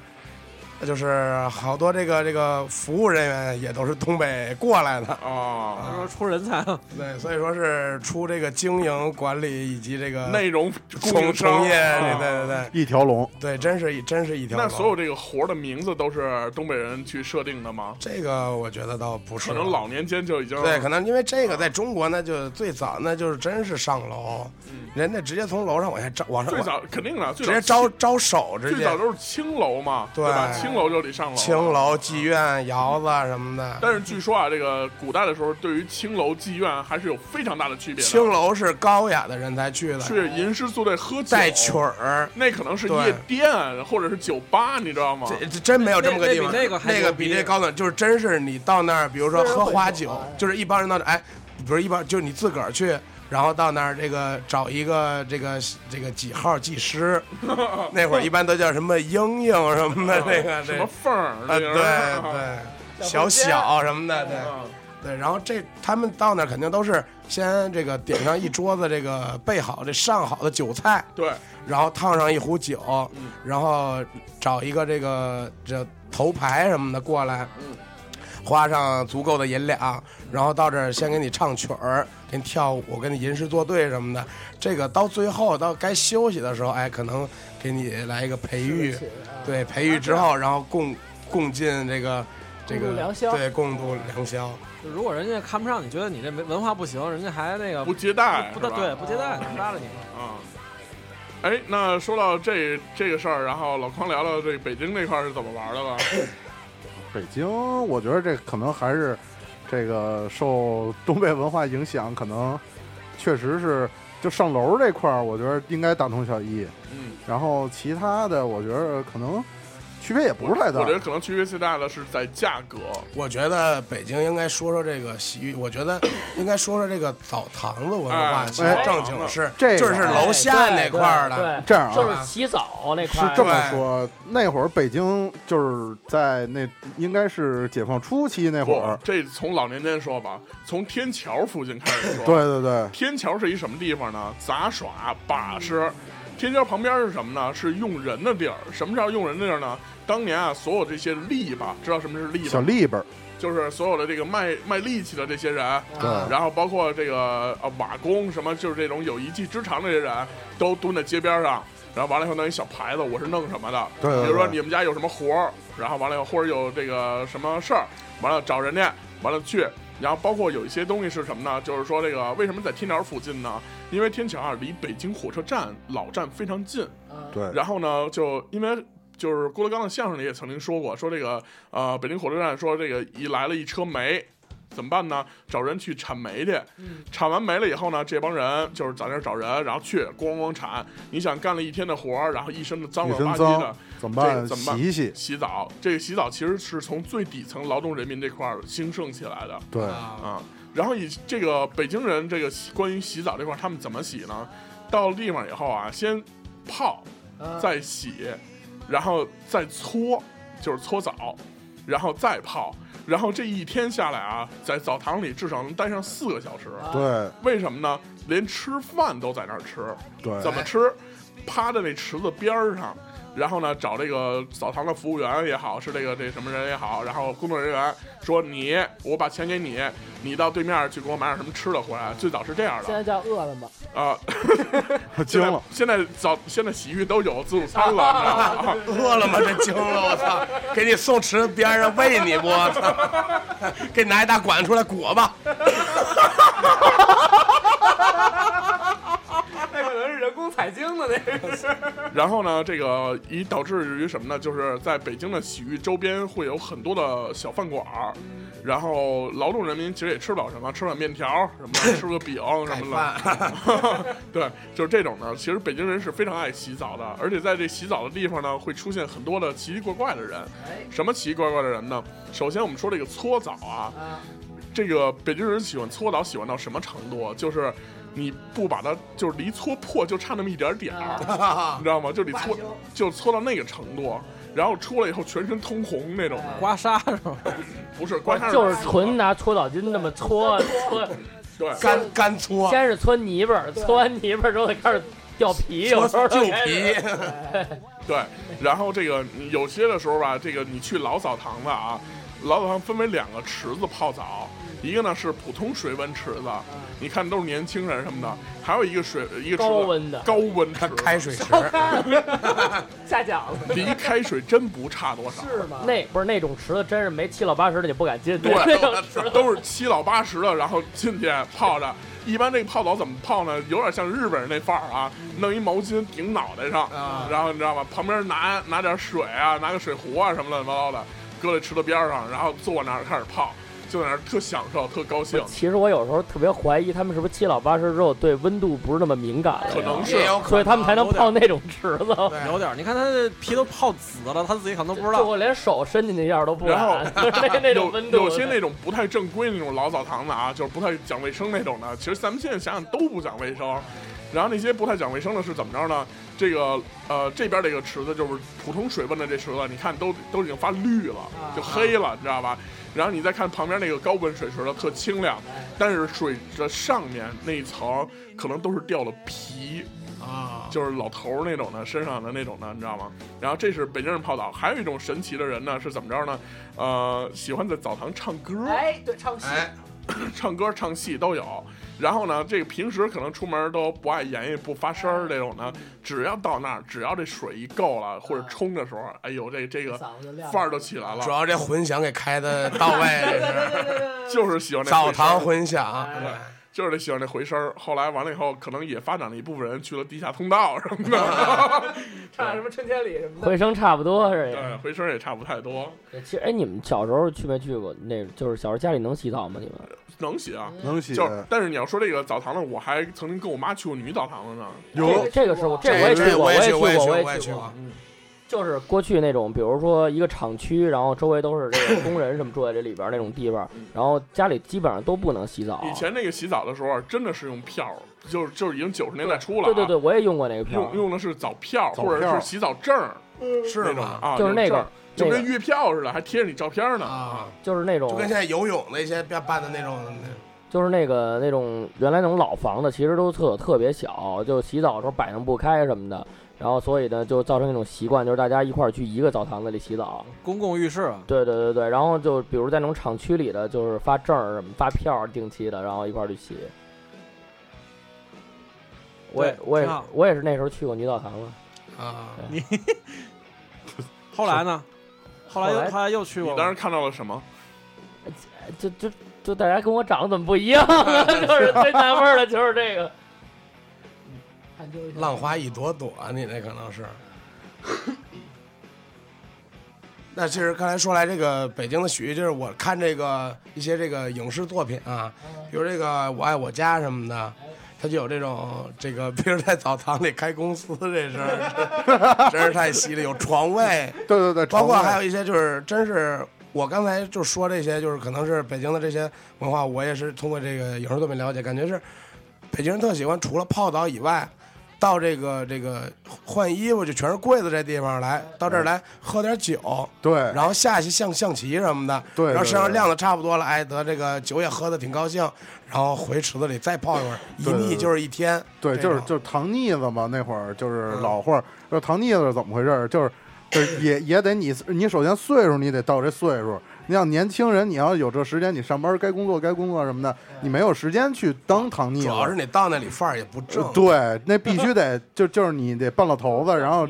[SPEAKER 5] 就是好多这个这个服务人员也都是东北过来的，
[SPEAKER 4] 啊，
[SPEAKER 5] 呃
[SPEAKER 7] 他说出人才了，
[SPEAKER 5] 对，所以说是出这个经营管理以及这个
[SPEAKER 4] 内容供
[SPEAKER 5] 从
[SPEAKER 4] 应商
[SPEAKER 5] 从业，
[SPEAKER 4] 啊
[SPEAKER 5] 对对对
[SPEAKER 3] 一条龙，
[SPEAKER 5] 对，真是一真是一条龙。
[SPEAKER 4] 那所有这个活儿的名字都是东北人去设定的吗？
[SPEAKER 5] 这个我觉得倒不是，啊
[SPEAKER 4] 可能老啊年间就已经
[SPEAKER 5] 对，可能因为这个在中国那就最早那就是真是上楼，人家直接从楼上往下招往上
[SPEAKER 4] 嗯最早肯定的，
[SPEAKER 5] 直
[SPEAKER 4] 最
[SPEAKER 5] 接
[SPEAKER 4] 早
[SPEAKER 5] 招招手，直
[SPEAKER 4] 最
[SPEAKER 5] 接
[SPEAKER 4] 早都是青楼嘛，
[SPEAKER 5] 对
[SPEAKER 4] 对吧？青楼就得上楼，
[SPEAKER 5] 青楼、妓院、窑子什么的。
[SPEAKER 4] 但是据说啊，这个古代的时候，对于青楼妓院还是有非常大的区别的。
[SPEAKER 5] 青楼是高雅的人才去的，
[SPEAKER 4] 去吟诗作对喝酒，
[SPEAKER 5] 带曲儿，
[SPEAKER 4] 那可能是夜店或者是酒吧，你知道吗？
[SPEAKER 5] 这这真没有这么个地方。
[SPEAKER 7] 那那那个还
[SPEAKER 5] 那个比
[SPEAKER 7] 牛逼啊
[SPEAKER 5] 这高档，就是真是你到那儿，比如说
[SPEAKER 8] 私人
[SPEAKER 5] 喝
[SPEAKER 8] 会
[SPEAKER 5] 花
[SPEAKER 8] 所
[SPEAKER 5] 酒
[SPEAKER 8] 啊，
[SPEAKER 5] 就是一帮人到那儿，哎，比如一帮就是你自个儿去，然后到那儿这个找一个这个这个几号技师，那会儿一般都叫什么英英什么的，那个
[SPEAKER 4] 哦什
[SPEAKER 5] 这
[SPEAKER 4] 么凤儿，
[SPEAKER 5] 啊
[SPEAKER 4] 那
[SPEAKER 5] 对
[SPEAKER 4] 个
[SPEAKER 5] 对，小小什么的，对对，然后这他们到那儿肯定都是先这个点上一桌子这个备好这上好的酒菜，
[SPEAKER 4] 对，
[SPEAKER 7] 嗯
[SPEAKER 5] 然后烫上一壶酒，
[SPEAKER 8] 嗯
[SPEAKER 5] 然后找一个这个这头牌什么的过来，
[SPEAKER 8] 嗯
[SPEAKER 5] 花上足够的银两，然后到这儿先给你唱曲儿，给你跳舞，跟你吟诗作对什么的。这个到最后到该休息的时候，哎，可能给你来一个培育，
[SPEAKER 8] 啊
[SPEAKER 5] 对，培育之后，然后共共进这个这
[SPEAKER 8] 共
[SPEAKER 5] 个
[SPEAKER 8] 度良宵
[SPEAKER 5] 对，共度良宵。
[SPEAKER 7] 就如果人家看不上你，觉得你这没文化不行，人家还那个
[SPEAKER 4] 不接待，
[SPEAKER 7] 不
[SPEAKER 4] 是
[SPEAKER 7] 搭
[SPEAKER 4] 吧
[SPEAKER 7] 对不接待，不搭理你。
[SPEAKER 4] 啊。哎，那说到这这个事儿，然后老匡聊聊这北京那块儿是怎么玩的吧？
[SPEAKER 3] 北京，我觉得这可能还是这个受东北文化影响，可能确实是就上楼这块儿，我觉得应该大同小异。
[SPEAKER 4] 嗯，
[SPEAKER 3] 然后其他的，我觉得可能区别也不是太大
[SPEAKER 4] 我觉。得可能区别最大的是在价格，
[SPEAKER 5] 我觉得北京应该说说这个洗浴，我觉得 应该说说这个澡堂子文化
[SPEAKER 4] 哎，
[SPEAKER 5] 其实正经是
[SPEAKER 3] 这个啊
[SPEAKER 5] 就是哎楼下那块儿的，
[SPEAKER 3] 这样啊，
[SPEAKER 6] 哎就是洗澡那
[SPEAKER 3] 是
[SPEAKER 4] 哎
[SPEAKER 6] 块儿
[SPEAKER 3] 这么说，那会儿北京就是在那应该是解放初期那会儿
[SPEAKER 4] 不，，这从老年间说吧，从天桥附近开始说。
[SPEAKER 3] 对对对，
[SPEAKER 4] 天桥是一什么地方呢？杂耍把式。天桥旁边是什么呢？是用人的地儿。什么叫用人的地儿呢？当年啊，所有这些力吧，知道什么是力
[SPEAKER 3] 小
[SPEAKER 4] 吧？
[SPEAKER 3] 立本儿，
[SPEAKER 4] 就是所有的这个卖卖力气的这些人，
[SPEAKER 3] 对
[SPEAKER 4] 然后包括这个呃瓦工什么，就是这种有一技之长的这些人，都蹲在街边上。然后完了以后弄一小牌子，我是弄什么的？
[SPEAKER 3] 对对对
[SPEAKER 4] 比如说你们家有什么活儿，然后完了以后或者有这个什么事儿，完了找人家，完了去。然后包括有一些东西是什么呢？就是说这个为什么在天桥附近呢？因为天桥啊离北京火车站老站非常近，
[SPEAKER 6] 嗯
[SPEAKER 3] 对，
[SPEAKER 4] 然后呢，就因为就是郭德纲的相声里也曾经说过，说这个呃北京火车站说这个一来了一车煤。怎么办呢？找人去铲煤去，铲完煤了以后呢，这帮人就是在那儿找人，然后去咣咣铲。你想干了一天的活儿，然后一身的脏
[SPEAKER 3] 一
[SPEAKER 4] 了
[SPEAKER 3] 身
[SPEAKER 4] 吧唧
[SPEAKER 3] 脏
[SPEAKER 4] 的，
[SPEAKER 3] 怎么
[SPEAKER 4] 这个
[SPEAKER 3] 办？
[SPEAKER 4] 怎么办
[SPEAKER 3] 洗一洗，
[SPEAKER 4] 洗澡。这个洗澡其实是从最底层劳动人民这块儿兴盛起来的。
[SPEAKER 3] 对，
[SPEAKER 4] 啊。然后以这个北京人这个洗关于洗澡这块儿，他们怎么洗呢？到地方以后啊，先泡，再洗，然后再搓，就是搓澡，然后再泡。然后这一天下来啊，在澡堂里至少能待上四个小时。
[SPEAKER 3] 对
[SPEAKER 4] 为什么呢？连吃饭都在那儿吃。
[SPEAKER 3] 对，
[SPEAKER 4] 怎么吃？趴在那池子边儿上，然后呢找这个澡堂的服务员也好，是这个这什么人也好，然后工作人员说你，我把钱给你，你到对面去给我买点什么吃的回来。最早是这样
[SPEAKER 8] 现
[SPEAKER 4] 的
[SPEAKER 8] 在叫饿了么，
[SPEAKER 4] 啊，
[SPEAKER 3] 惊了，
[SPEAKER 4] 现在。现在早现在洗浴都有自助餐了，你知道吗？
[SPEAKER 5] 饿了吗？这惊了，我操！给你送池子边上喂你不？我操！ 给你拿一大管子出来裹吧。
[SPEAKER 7] 那可能是人工采精的那个。
[SPEAKER 4] 然后呢，这个以导致于什么呢？就是在北京的洗浴周边会有很多的小饭馆儿，然后劳动人民其实也吃不了什么，吃碗面条儿什么的，吃个饼什么的， 对，就是这种的。其实北京人是非常爱洗澡的，而且在这洗澡的地方呢，会出现很多的奇奇怪怪的人。什么奇奇怪怪的人呢？首先我们说这个搓澡啊，这个北京人喜欢搓澡，喜欢到什么程度？啊就是你不把它就是离搓破就差那么一点点儿。
[SPEAKER 5] 啊
[SPEAKER 4] 你知道吗？就得搓，就搓到那个程度，然后出来以后全身通红那种的，
[SPEAKER 7] 刮痧是吧？
[SPEAKER 4] 不是刮痧，
[SPEAKER 6] 就是纯拿搓澡巾那么搓搓，
[SPEAKER 4] 啊对
[SPEAKER 5] 干干搓，
[SPEAKER 9] 哦
[SPEAKER 6] 先是搓泥巴儿，搓完泥巴儿之后再开始
[SPEAKER 8] 掉皮，有时候哎
[SPEAKER 5] 旧
[SPEAKER 8] 就开始
[SPEAKER 5] 皮，
[SPEAKER 4] 对，然后这个有些的时候吧，这个你去老澡堂子啊，老澡堂分为两个池子泡澡，一个呢是普通水温池子，你看都是年轻人什么的，还有一个水一个池子
[SPEAKER 8] 嗯高温的
[SPEAKER 4] 高温池
[SPEAKER 5] 开
[SPEAKER 4] 子，
[SPEAKER 5] 开水池，
[SPEAKER 9] 下饺子
[SPEAKER 4] 离开水真不差多少。
[SPEAKER 9] 是吗？
[SPEAKER 8] 那不是那种池子，真是没七老八十的你不敢进。
[SPEAKER 4] 对
[SPEAKER 8] 那种池子
[SPEAKER 4] 都是七老八十的，然后进去泡着。一般这个泡澡怎么泡呢？有点像日本人那范儿啊，弄一毛巾顶脑袋上，然后你知道吧，旁边拿拿点水啊，拿个水壶啊什么乱七八糟的，搁在池子边上，然后坐那儿开始泡，就在那儿特享受，特高兴，
[SPEAKER 8] 其实我有时候特别怀疑他们是不是七老八十之后对温度不是那么敏感了
[SPEAKER 4] 可
[SPEAKER 8] 呀，
[SPEAKER 4] 能是
[SPEAKER 5] 也有可
[SPEAKER 8] 所以他们才能
[SPEAKER 7] 有点
[SPEAKER 8] 泡那种池子。
[SPEAKER 7] 有点儿，你看他这皮都泡紫了，他自己可能都不知
[SPEAKER 8] 就
[SPEAKER 7] 道。
[SPEAKER 8] 我连手伸进去一下都不
[SPEAKER 4] 然后
[SPEAKER 8] 敢，就是 那那种温度。
[SPEAKER 4] 有有些那种不太正规那种老澡堂子啊，就是不太讲卫生那种的，其实咱们现在想想都不讲卫生。然后那些不太讲卫生的是怎么着呢？这个呃，这边这个池子就是普通水温的这池子，你看都都已经发绿了，
[SPEAKER 8] 啊
[SPEAKER 4] 就黑了，你知道吧？然后你再看旁边那个高温水池子，特清亮，但是水的上面那一层可能都是掉了皮，
[SPEAKER 5] 啊，
[SPEAKER 4] 就是老头儿那种的，身上的那种的，你知道吗？然后这是北京人泡澡，还有一种神奇的人呢，是怎么着呢？呃，喜欢在澡堂唱歌，
[SPEAKER 9] 哎，对，唱戏
[SPEAKER 5] 哎，
[SPEAKER 4] 唱歌、唱戏都有。然后呢，这个平时可能出门都不爱言语、不发声儿这种的，只要到那儿，只要这水一够了，或者冲的时候，哎呦，这这个
[SPEAKER 9] 嗓子就
[SPEAKER 8] 啊
[SPEAKER 9] 亮了
[SPEAKER 4] 范儿都起来
[SPEAKER 5] 主
[SPEAKER 4] 了，
[SPEAKER 5] 要这混响给开的到位，是
[SPEAKER 9] 呃
[SPEAKER 4] 就是喜欢这
[SPEAKER 5] 澡
[SPEAKER 4] 回声儿
[SPEAKER 5] 堂混响，
[SPEAKER 4] 哎就是得喜欢这回声儿。后来完了以后，可能也发展了一部分人去了地下通道什么的，
[SPEAKER 9] 唱什么春天里什么的。
[SPEAKER 8] 回声差不多
[SPEAKER 5] 哎
[SPEAKER 8] 是也。
[SPEAKER 4] 对，回声儿也差不太多。
[SPEAKER 8] 其实哎，你们小时候去没去过？那就是小时候家里能洗澡吗？你们
[SPEAKER 4] 能洗啊，
[SPEAKER 3] 能洗
[SPEAKER 4] 就是，但是你要说这个澡堂子，我还曾经跟我妈去过女澡堂子呢。
[SPEAKER 8] 这
[SPEAKER 3] 有
[SPEAKER 8] 个这个是我这
[SPEAKER 5] 这
[SPEAKER 8] 我也去
[SPEAKER 5] 这
[SPEAKER 8] 过，
[SPEAKER 5] 我去，
[SPEAKER 8] 也过，
[SPEAKER 5] 也去，
[SPEAKER 8] 我
[SPEAKER 5] 也
[SPEAKER 8] 去
[SPEAKER 5] 去过。。
[SPEAKER 8] 就是过去那种，比如说一个厂区，然后周围都是这个工人什么住在这里边儿那种地方，然后家里基本上都不能洗澡。
[SPEAKER 4] 以前那个洗澡的时候啊，真的是用票儿，就是就是已经九十年代初了、啊，
[SPEAKER 8] 哦对对对，啊我也用过那个票儿
[SPEAKER 4] 用，用的是澡票儿
[SPEAKER 3] 澡票
[SPEAKER 4] 或
[SPEAKER 3] 儿
[SPEAKER 4] 者是洗澡证儿
[SPEAKER 5] 是
[SPEAKER 4] 那种
[SPEAKER 5] 吗？
[SPEAKER 4] 啊，
[SPEAKER 8] 就是那
[SPEAKER 4] 有
[SPEAKER 8] 个
[SPEAKER 4] 证儿就
[SPEAKER 8] 那
[SPEAKER 4] 跟
[SPEAKER 8] 个
[SPEAKER 4] 月票似的，还贴着你照片儿呢。
[SPEAKER 5] 啊，
[SPEAKER 8] 就是那种
[SPEAKER 5] 就跟现在游泳那些办的那种，
[SPEAKER 8] 就是那个那种原来那种老房子，其实都特特别小，就洗澡的时候摆弄不开什么的，然后所以呢就造成一种习惯，就是大家一块儿去一个澡堂子里洗澡。
[SPEAKER 7] 公共浴室啊，
[SPEAKER 8] 对对对对，然后就比如在那种厂区里的，就是发证儿什么发票儿定期的，然后一块儿去洗。我也
[SPEAKER 7] 对
[SPEAKER 8] 我也
[SPEAKER 7] 挺好
[SPEAKER 8] 我也是那时候去过女澡堂子，
[SPEAKER 5] 啊，
[SPEAKER 7] 后来呢？后来
[SPEAKER 8] 后来
[SPEAKER 7] 又后来又去过
[SPEAKER 4] 你
[SPEAKER 7] 吗，
[SPEAKER 4] 当时看到了什么？
[SPEAKER 8] 就就就大家跟我长得怎么不一样啊？ 就是最纳闷儿的就是这个。
[SPEAKER 9] 看究一下
[SPEAKER 5] 浪花一朵朵，啊你那可能是。那其实刚才说来这个北京的洗浴，就是我看这个一些这个影视作品啊，比如这个《我爱我家》什么的，它就有这种这个，比如在澡堂里开公司这事儿， 真是太稀了，有床位。
[SPEAKER 3] 对对对，
[SPEAKER 5] 包括
[SPEAKER 3] 床位
[SPEAKER 5] 还有一些就是，真是我刚才就说这些，就是可能是北京的这些文化，我也是通过这个影视作品了解，感觉是北京人特喜欢除了泡澡以外，到这个这个换衣服就全是柜子这地方来，到这儿来喝点酒，
[SPEAKER 3] 对，
[SPEAKER 5] 然后下去象象棋什么的，
[SPEAKER 3] 对对
[SPEAKER 5] 然后身上
[SPEAKER 3] 对
[SPEAKER 5] 晾的差不多了，哎，得这个酒也喝的挺高兴，然后回池子里再泡一会儿，一
[SPEAKER 3] 对对
[SPEAKER 5] 腻
[SPEAKER 3] 对
[SPEAKER 5] 就是一天，
[SPEAKER 3] 对，
[SPEAKER 5] 这
[SPEAKER 3] 就是
[SPEAKER 5] 种
[SPEAKER 3] 就是糖腻子嘛，那会儿就是老话儿，说糖腻子是怎么回事儿？就是就是也也得你你首先岁数你得到这岁数，你像年轻人，你要有这时间，你上班该工作该工作什么的，你没有时间去当糖腻子。
[SPEAKER 5] 主要是你到那里范儿也不正
[SPEAKER 3] 呃，对，那必须得就就是你得半老头子，然后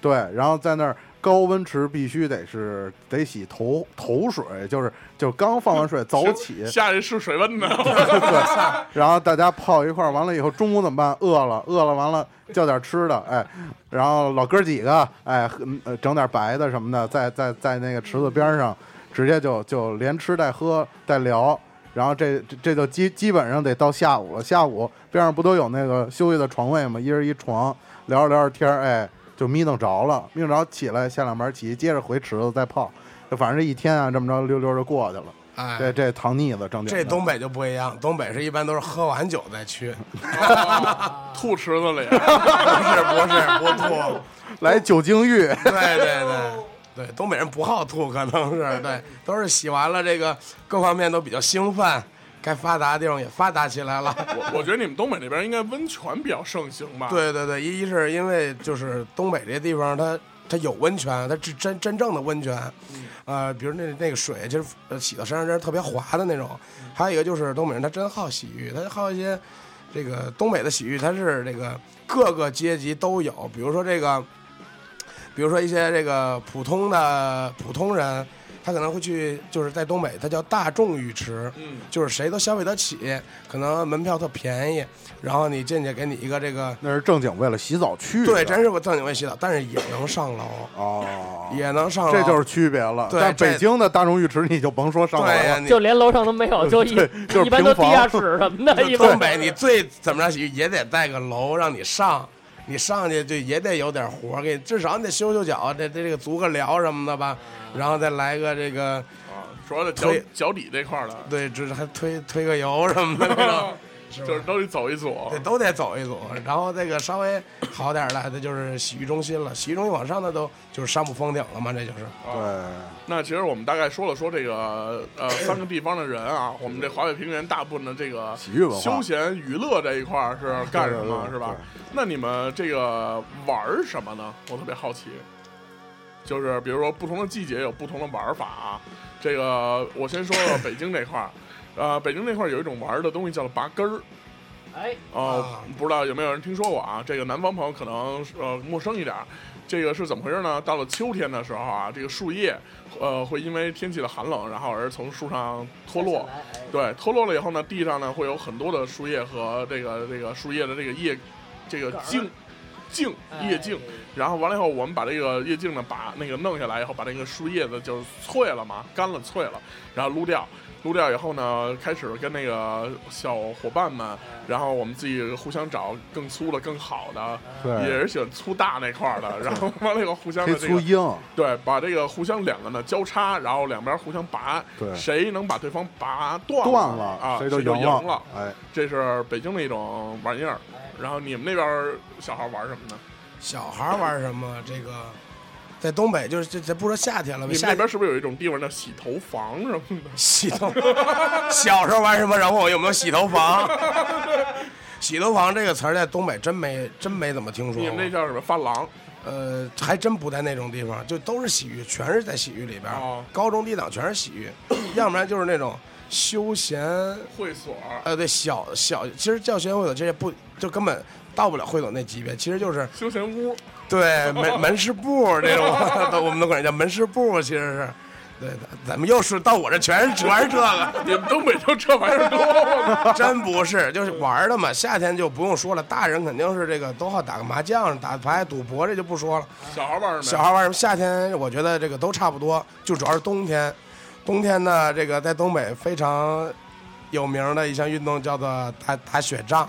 [SPEAKER 3] 对，然后在那儿高温池必须得是得洗头头水，就是就是刚放完水早起，
[SPEAKER 4] 哦下去试水温 的，
[SPEAKER 3] 对，然后大家泡一块儿，完了以后中午怎么办？饿了，饿了，完了叫点吃的，哎，然后老哥几个，哎，喝呃整点白的什么的，在在在那个池子边上，直接就就连吃带喝带聊，然后这这这就基基本上得到下午了。下午边上不都有那个休息的床位吗？一人一床，聊着聊着天儿，哎，就眯瞪着了，眯瞪着起来下两盘棋，接着回池子再泡，就反正这一天啊，这么着溜溜就过去了。
[SPEAKER 5] 哎，
[SPEAKER 3] 这这糖腻子正经
[SPEAKER 5] 这
[SPEAKER 3] 的
[SPEAKER 5] 东北就不一样，东北是一般都是喝完酒再去，
[SPEAKER 4] 吐池子里，
[SPEAKER 5] 不是不是不吐，
[SPEAKER 3] 来酒精浴。
[SPEAKER 5] 对对对对，东北人不好吐，可能是对，都是洗完了这个各方面都比较兴奋，该发达的地方也发达起来了。
[SPEAKER 4] 我觉得你们东北那边应该温泉比较盛行吧？，
[SPEAKER 5] 对对对，一一是因为就是东北这地方它。它有温泉，它是真真正的温泉，呃，比如那那个水，就是呃洗到身上真是特别滑的那种。还有一个就是东北人他真好洗浴，他好一些这个东北的洗浴，它是这个各个阶级都有，比如说这个，比如说一些这个普通的普通人，他可能会去就是在东北，它叫大众浴池，
[SPEAKER 4] 嗯，
[SPEAKER 5] 就是谁都消费得起，可能门票特便宜，然后你进去给你一个这个，
[SPEAKER 3] 那是正经为了洗澡去的。
[SPEAKER 5] 对，真是我正经为洗澡，但是也能上楼，
[SPEAKER 3] 哦，
[SPEAKER 5] 也能上楼，
[SPEAKER 3] 这就是区别了。
[SPEAKER 5] 对
[SPEAKER 3] 但
[SPEAKER 5] 这
[SPEAKER 3] 北京的大众浴池你就甭说上楼
[SPEAKER 5] 对呀、
[SPEAKER 3] 了，
[SPEAKER 5] 你
[SPEAKER 6] 就连楼上都没有，就一
[SPEAKER 3] 就是
[SPEAKER 6] 一般都地
[SPEAKER 3] 平房
[SPEAKER 6] 下室什么
[SPEAKER 8] 哎
[SPEAKER 6] 的，一
[SPEAKER 5] 东
[SPEAKER 6] 般
[SPEAKER 5] 北你最怎么着洗浴也得带个楼让你上，你上去就也得有点活儿，给至少你得修修脚，这这这个足个疗什么的吧，然后再来个这个
[SPEAKER 4] 啊，主要是脚
[SPEAKER 5] 对
[SPEAKER 4] 脚底这块儿的，
[SPEAKER 5] 对，就是还推推个油什么的 那种。吧
[SPEAKER 4] 就是都得走一走
[SPEAKER 5] 对，。都得走一走。然后这个稍微好点儿的，这就是洗浴中心了。洗浴中心往上的都就是商务封顶了嘛，这就是。
[SPEAKER 3] 对，
[SPEAKER 4] 那其实我们大概说了说这个呃三个地方的人啊，我们这华北平原大部分的这个
[SPEAKER 3] 洗浴文化
[SPEAKER 4] 休闲娱乐这一块儿是干什么
[SPEAKER 3] 对对对
[SPEAKER 4] 是吧？那你们这个玩儿什么呢？我特别好奇，就是比如说不同的季节有不同的玩儿法啊。这个我先说说北京这块儿，呃，北京那块儿有一种玩儿的东西叫做拔根儿。
[SPEAKER 8] 哎，
[SPEAKER 4] 哦
[SPEAKER 5] 啊，
[SPEAKER 4] 不知道有没有人听说过啊？这个南方朋友可能呃陌生一点儿。这个是怎么回事呢？到了秋天的时候啊，这个树叶呃会因为天气的寒冷，然后而从树上脱落。
[SPEAKER 8] 来，哎
[SPEAKER 4] 对，脱落了以后呢，地上呢会有很多的树叶和这个这个树叶的这个叶这个
[SPEAKER 8] 梗儿
[SPEAKER 4] 茎茎
[SPEAKER 8] 哎
[SPEAKER 4] 叶茎。然后完了以后，我们把这个叶茎呢，把那个弄下来以后，把那个树叶子就是脆了嘛，干了脆了，然后撸掉，撸掉以后呢，开始跟那个小伙伴们，
[SPEAKER 7] 哎
[SPEAKER 4] 然后我们自己互相找更粗的、更好的，也
[SPEAKER 3] 对，
[SPEAKER 4] 是喜欢粗大那块 儿的，然后完了以后互相
[SPEAKER 3] 黑
[SPEAKER 4] 的这个
[SPEAKER 3] 粗鹰，
[SPEAKER 4] 对，把这个互相两个呢交叉，然后两边互相拔，
[SPEAKER 3] 对
[SPEAKER 4] 谁能把对方拔断
[SPEAKER 3] 断了
[SPEAKER 4] 啊，
[SPEAKER 3] 谁
[SPEAKER 4] 就
[SPEAKER 3] 就
[SPEAKER 4] 赢
[SPEAKER 3] 了。哎，
[SPEAKER 4] 这是北京的一种玩意儿。然后你们那边儿小孩玩什么呢？
[SPEAKER 5] 小孩儿玩什么？这个在东北就是这这不说夏天了
[SPEAKER 4] 你
[SPEAKER 5] 吧？
[SPEAKER 4] 们
[SPEAKER 5] 夏
[SPEAKER 4] 那
[SPEAKER 5] 天
[SPEAKER 4] 边是不是有一种地方叫洗头房什么的？
[SPEAKER 5] 洗头，小时候玩什么？然后我有没有洗头房？ 洗头房这个词儿在东北真没真没怎么听说
[SPEAKER 4] 你
[SPEAKER 5] 过
[SPEAKER 4] 们，那叫什么发廊？
[SPEAKER 5] 呃，还真不在那种地方，就都是洗浴，全是在洗浴里边儿，
[SPEAKER 4] 哦
[SPEAKER 5] 高中低档全是洗浴， 要不然就是那种休闲
[SPEAKER 4] 会所？
[SPEAKER 5] 呃，对，小小其实叫学会所这些不就根本到不了会所那级别，其 实就是
[SPEAKER 4] 休闲屋，
[SPEAKER 5] 对门门市部这种， 都我们都管人叫门市部，其实是。对，咱咱们又是到我这全是全是这个，
[SPEAKER 4] 你们东北就这玩意儿多 吗？
[SPEAKER 5] 真不是，就是玩儿的嘛。夏天就不用说了，大人肯定是这个都好打个麻将、打牌、赌博，这就不说了。
[SPEAKER 4] 小孩玩什
[SPEAKER 5] 小
[SPEAKER 4] 么？
[SPEAKER 5] 孩玩什么？夏天我觉得这个都差不多，就主要是冬天。冬天呢，这个在东北非常有名的一项运动叫做打打雪仗，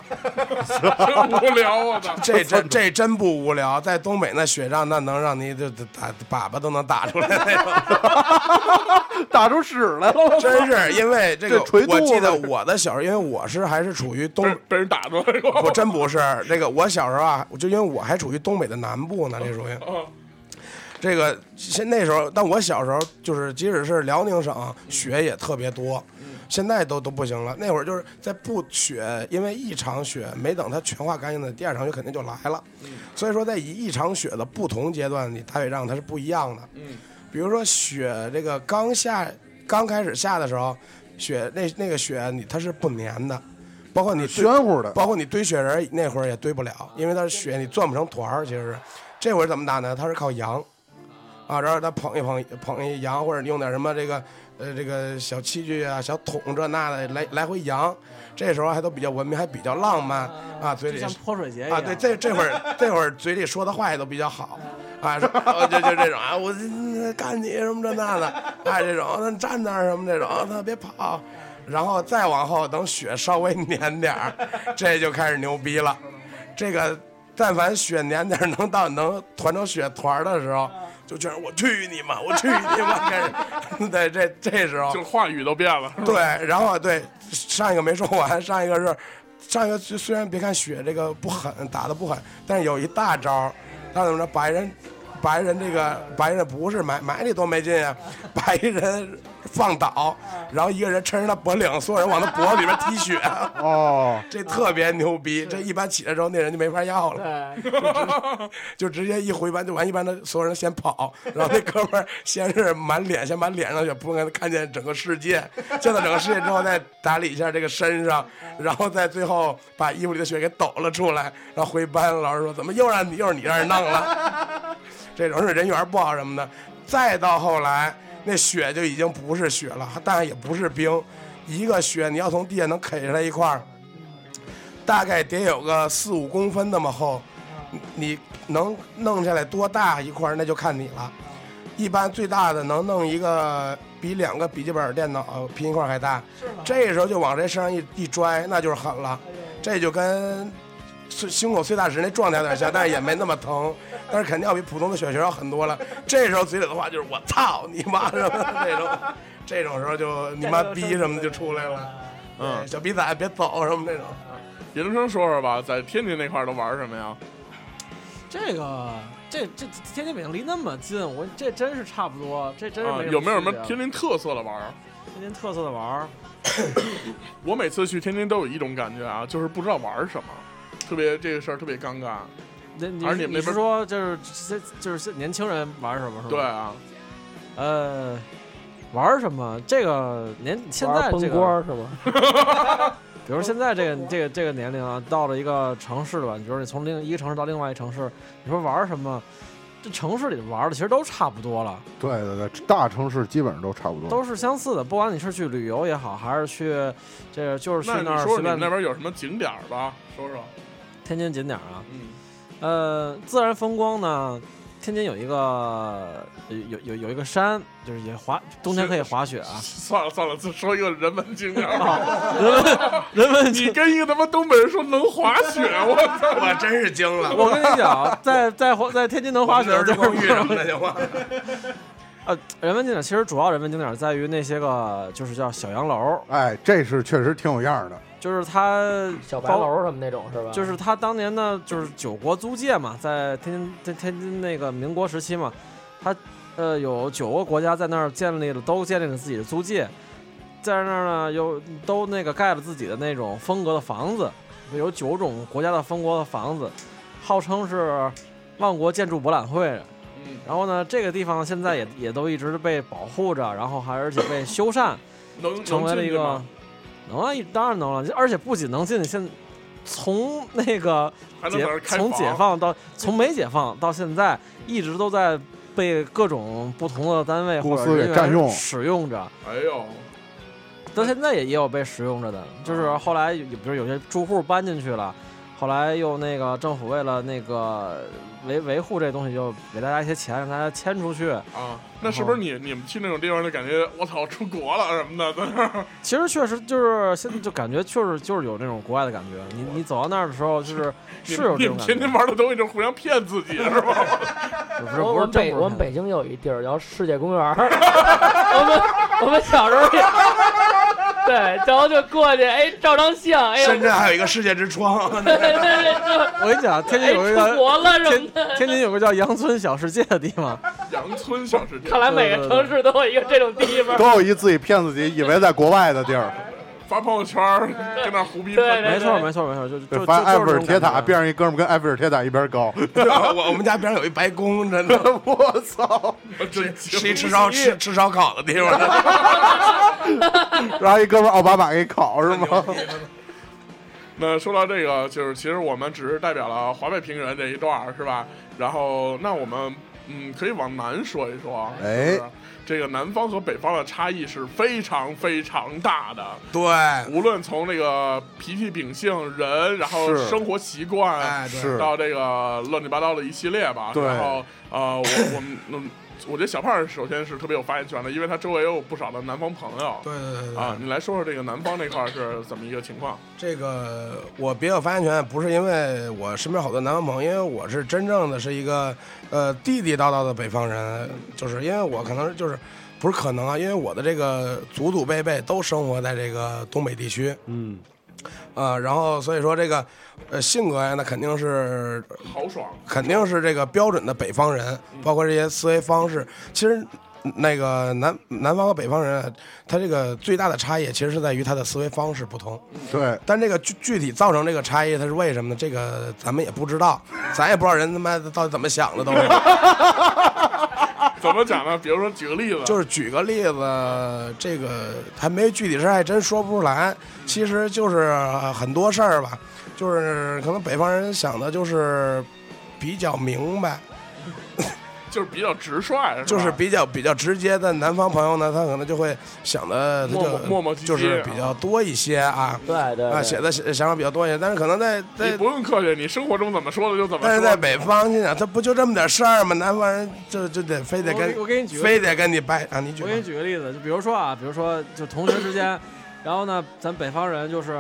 [SPEAKER 4] 真无聊啊！操
[SPEAKER 5] 这这这真不无聊，在东北那雪仗那能让你就打粑粑都能打出来那种，
[SPEAKER 3] 打出屎来了，
[SPEAKER 5] 真是因为这个
[SPEAKER 3] 这捶。肚
[SPEAKER 5] 我
[SPEAKER 3] 子
[SPEAKER 5] 记得我的小时候，因为我是还是处于东
[SPEAKER 4] 被，被人打着了以后
[SPEAKER 5] 我真不是这个，我小时候啊，我就因为我还处于东北的南部呢，这属于。
[SPEAKER 4] 啊
[SPEAKER 5] 这个现那时候，但我小时候就是，即使是辽宁省雪也特别多，现在都都不行了。那会儿就是在不雪，因为一场雪没等它全化干净呢，第二场雪肯定就来了。所以说，在一一场雪的不同阶段，你打雪仗它是不一样的。
[SPEAKER 4] 嗯，
[SPEAKER 5] 比如说雪这个刚下刚开始下的时候，雪那那个雪你它是不粘的，包括你最
[SPEAKER 3] 玄乎的，
[SPEAKER 5] 包括你堆雪人儿那会儿也堆不了，因为它是雪，你攥不成团儿。其实是，这会儿怎么打呢？它是靠扬，啊，然后它捧一捧捧一扬，或者用点什么这个呃这个小器具啊、小桶这那的来来回扬。这时候还都比较文明，还比较浪漫啊，嘴
[SPEAKER 7] 就
[SPEAKER 5] 里
[SPEAKER 7] 像泼水节一样。
[SPEAKER 5] 啊，对， 这这会儿这会儿嘴里说的话也都比较好，
[SPEAKER 7] 嗯
[SPEAKER 5] 啊，是啊就就这种啊，我嗯干你什么这那的，啊，这种那站那儿什么这种，哦那别跑，然后再往后等雪稍微粘点儿，这就开始牛逼了。这个但凡雪粘点儿能到能团成雪团儿的时候，
[SPEAKER 7] 嗯
[SPEAKER 5] 就全是我去你妈，我去你妈开始， 对，这这时候
[SPEAKER 4] 就话语都变了。
[SPEAKER 5] 对，然后对上一个没说完，上一个是上一个虽虽然别看雪这个不狠，打的不狠，但是有一大招儿，他怎么着白人。白人这个白人不是埋埋里多没劲啊！白人放倒，然后一个人抻着他脖领，所有人往他脖子里边滴血，
[SPEAKER 3] 哦，
[SPEAKER 5] 这特别牛逼。这一般起来之后，那人就没法要了，
[SPEAKER 7] 哎
[SPEAKER 8] 对，
[SPEAKER 5] 就直接一回班就完。一般的所有人先跑，然后那哥们儿先是满脸，先满脸上血扑，看看见整个世界，见到整个世界之后再打理一下这个身上，然后再最后把衣服里的血给抖了出来，然后回班。老师说：“怎么又让你又是你让人弄了？” 这种是人缘不好什么的。再到后来，那雪就已经不是雪了，但也不是冰，一个雪你要从地下能啃下来一块儿，大概得有个四五公分那么厚，你你能弄下来多大一块儿，那就看你了。一般最大的能弄一个比两个笔记本电脑拼一块儿还大，这时候就往谁身上一一拽，那就是狠了。这就跟碎胸口碎大石那状态有点像，但是也没那么疼，但是肯定要比普通的雪球要狠多了。这时候嘴里的话就是我操你妈什么的这 种，这种时候就你妈逼什么就出来了。
[SPEAKER 4] 嗯
[SPEAKER 5] 对，小逼崽别走什么这种。
[SPEAKER 4] 研究生说说吧，在天津那块儿都玩什么呀？
[SPEAKER 7] 这个这这天津北京离那么近，我这真是差不多，这真是
[SPEAKER 4] 啊
[SPEAKER 7] 没，
[SPEAKER 4] 有没有什么
[SPEAKER 7] 区别
[SPEAKER 4] 天津特色的玩儿？啊
[SPEAKER 7] 天津特色的玩儿？
[SPEAKER 4] 我每次去天津都有一种感觉啊，就是不知道玩儿什么，特别这个事儿特别尴尬。
[SPEAKER 7] 那你
[SPEAKER 4] 还是
[SPEAKER 7] 是
[SPEAKER 4] 你们那边
[SPEAKER 7] 你是说就是这就是年轻人玩什么是吧？
[SPEAKER 4] 对，啊，
[SPEAKER 7] 呃，玩什么？这个年现
[SPEAKER 6] 玩
[SPEAKER 7] 在
[SPEAKER 6] 崩
[SPEAKER 7] 这个，
[SPEAKER 6] 锅是吗？
[SPEAKER 7] 比如现在这个这个这个年龄啊，到了一个城市吧，你比如你从另一个城市到另外一个城市，你说玩什么？这城市里玩的其实都差不多了，
[SPEAKER 3] 对对对，大城市基本上都差不多。
[SPEAKER 7] 都是相似的。不管你是去旅游也好，还是去这个就是去
[SPEAKER 4] 那你
[SPEAKER 7] 那儿
[SPEAKER 4] 说说
[SPEAKER 7] 随
[SPEAKER 4] 你们
[SPEAKER 7] 便
[SPEAKER 4] 那边有什么景点儿吧？说说。
[SPEAKER 7] 天津景点儿啊，
[SPEAKER 4] 嗯，
[SPEAKER 7] 呃，自然风光呢，天津有一个有有有有一个山，就是也滑，冬天可以滑雪啊。
[SPEAKER 4] 算了算了，就说一个人文景点儿吧。
[SPEAKER 7] 哦人文
[SPEAKER 4] 你跟一个他妈东北人说能滑雪，我 操！
[SPEAKER 5] 我真是惊了，
[SPEAKER 7] 我跟你讲，在在滑在天津能滑雪
[SPEAKER 5] 我们那儿就
[SPEAKER 7] 就
[SPEAKER 5] 光遇
[SPEAKER 7] 是
[SPEAKER 5] 上了就完了。
[SPEAKER 7] 呃，人文景点其实主要人文景点在于那些个就是叫小洋楼，
[SPEAKER 3] 哎，这是确实挺有样儿的。
[SPEAKER 7] 就是它
[SPEAKER 6] 小白
[SPEAKER 7] 包
[SPEAKER 6] 楼什么那种是吧？
[SPEAKER 7] 就是他当年呢，就是九国租界嘛，在天津天天津那个民国时期嘛，他呃有九个国家在那儿建立了，都建立了自己的租界，在那儿呢有都那个盖了自己的那种风格的房子，有九种国家的风格的房子，号称是万国建筑博览会。
[SPEAKER 4] 嗯
[SPEAKER 7] 然后呢，这个地方现在也也都一直被保护着，然后还而且被修缮，
[SPEAKER 4] 能
[SPEAKER 7] 成为了一
[SPEAKER 4] 能进去
[SPEAKER 7] 个
[SPEAKER 4] 吗，
[SPEAKER 7] 能啊，当然能了，而且不仅能进去，现从那个
[SPEAKER 4] 还能在那
[SPEAKER 7] 解
[SPEAKER 4] 儿开
[SPEAKER 7] 从解
[SPEAKER 4] 房，
[SPEAKER 7] 放到从没解放到现在，一直都在被各种不同的单位
[SPEAKER 3] 公
[SPEAKER 7] 或
[SPEAKER 3] 司
[SPEAKER 7] 者人
[SPEAKER 3] 给
[SPEAKER 7] 员
[SPEAKER 3] 占用
[SPEAKER 7] 使用着，
[SPEAKER 4] 哎呦，
[SPEAKER 7] 到现在也也有被使用着的，就是后来有比如有些住户搬进去了，后来又那个政府为了那个维维护这东西，就给大家一些钱，让大家迁出去。
[SPEAKER 4] 啊，那是不是你你们去那种地方就感觉我操出国了什么的，在那儿
[SPEAKER 7] 其实确实就是现在就感觉就是就是有那种国外的感觉，你你走到那儿的时候，就是
[SPEAKER 4] 你
[SPEAKER 7] 是有
[SPEAKER 4] 你
[SPEAKER 7] 这
[SPEAKER 4] 们
[SPEAKER 7] 种
[SPEAKER 4] 天
[SPEAKER 7] 感
[SPEAKER 4] 天
[SPEAKER 7] 觉，
[SPEAKER 4] 玩的东西就是互相骗自己是吧？
[SPEAKER 7] 不是
[SPEAKER 6] 我
[SPEAKER 7] 不
[SPEAKER 6] 我
[SPEAKER 7] 是
[SPEAKER 6] 们
[SPEAKER 7] 政
[SPEAKER 6] 北
[SPEAKER 7] 府
[SPEAKER 6] 我们北京有一地儿叫世界公园儿，我们我们小时候也。 对，然后就过去，哎，照张相，哎呦，
[SPEAKER 5] 深圳还有一个世界之窗，
[SPEAKER 6] 对对对，
[SPEAKER 7] 我跟你讲，天津有一
[SPEAKER 6] 就哎
[SPEAKER 7] 个
[SPEAKER 6] 出国了什么
[SPEAKER 7] 天
[SPEAKER 6] 的。
[SPEAKER 7] 天津有个叫羊村小世界的地方，
[SPEAKER 4] 羊村小吃店
[SPEAKER 6] 看来每个城市都有一个这种地方。
[SPEAKER 3] 都有一自己骗自己，以为在国外的地儿，
[SPEAKER 4] 发朋友圈儿跟那儿胡逼喷，
[SPEAKER 6] 对
[SPEAKER 7] 没错没错没错，就就就
[SPEAKER 3] 发现埃
[SPEAKER 7] 就
[SPEAKER 3] 菲
[SPEAKER 7] 是
[SPEAKER 3] 尔
[SPEAKER 7] 这种
[SPEAKER 3] 铁塔
[SPEAKER 7] 感觉
[SPEAKER 3] 边上一哥们儿跟埃菲尔铁塔一边高，
[SPEAKER 5] 我我们家边上有一白宫，真的
[SPEAKER 3] 我操！
[SPEAKER 4] 我真惊
[SPEAKER 5] 是一吃烧吃吃烧烤的地方。
[SPEAKER 3] 然后一哥们儿奥巴马给烤是吗？
[SPEAKER 4] 那说到这个，就是其实我们只是代表了华北平原这一段儿，是吧？然后，那我们嗯，可以往南说一说，
[SPEAKER 3] 哎
[SPEAKER 4] 是不是这个南方和北方的差异是非常非常大的，
[SPEAKER 5] 对，
[SPEAKER 4] 无论从这个脾气秉性、人，然后
[SPEAKER 3] 是
[SPEAKER 4] 生活习惯，
[SPEAKER 5] 哎，对
[SPEAKER 3] 是
[SPEAKER 4] 到这个乱七八糟的一系列吧。
[SPEAKER 3] 对
[SPEAKER 4] 然后呃，我我们嗯，我觉得小胖首先是特别有发言权的，因为他周围有不少的南方朋友。
[SPEAKER 5] 对对对对对
[SPEAKER 4] 啊，你来说说这个南方那块儿是怎么一个情况？
[SPEAKER 5] 这个我别有发言权，不是因为我身边好多南方朋友，因为我是真正的是一个呃地地道道的北方人，就是因为我可能就是不是可能啊，因为我的这个祖祖辈辈都生活在这个东北地区，嗯，呃，然后所以说这个呃性格呀，那肯定是
[SPEAKER 4] 豪爽，
[SPEAKER 5] 肯定是这个标准的北方人，包括这些思维方式。其实那个南南方和北方人，他这个最大的差异其实是在于他的思维方式不同。
[SPEAKER 3] 对，
[SPEAKER 5] 但这个具具体造成这个差异，它是为什么呢？这个咱们也不知道，咱也不知道人他妈到底怎么想的，都是。
[SPEAKER 4] 怎么讲呢？比如说举个例子，
[SPEAKER 5] 就是举个例子，这个还没具体事儿，还真说不出来。其实就是呃很多事儿吧，就是可能北方人想的就是比较明白，
[SPEAKER 4] 就是比较直率，吧
[SPEAKER 5] 就是比较比较直接的。南方朋友呢，他可能就会想的他
[SPEAKER 4] 磨
[SPEAKER 5] 就
[SPEAKER 4] 磨磨磨唧唧，
[SPEAKER 5] 就是比较多一些啊
[SPEAKER 6] 对对
[SPEAKER 5] 啊，
[SPEAKER 6] 对
[SPEAKER 5] 写的想想法比较多一些，但是可能在
[SPEAKER 4] 你
[SPEAKER 5] 在
[SPEAKER 4] 不用客气，你生活中怎么说的就怎么说。
[SPEAKER 5] 但是在北方，心想他不就这么点事儿吗？南方人就就得非得跟
[SPEAKER 7] 我我给你举个
[SPEAKER 5] 非得跟你掰啊，你举
[SPEAKER 7] 我
[SPEAKER 5] 吧
[SPEAKER 7] 给你举个例子，就比如说啊，比如说就同学之间，然后呢，咱北方人就是，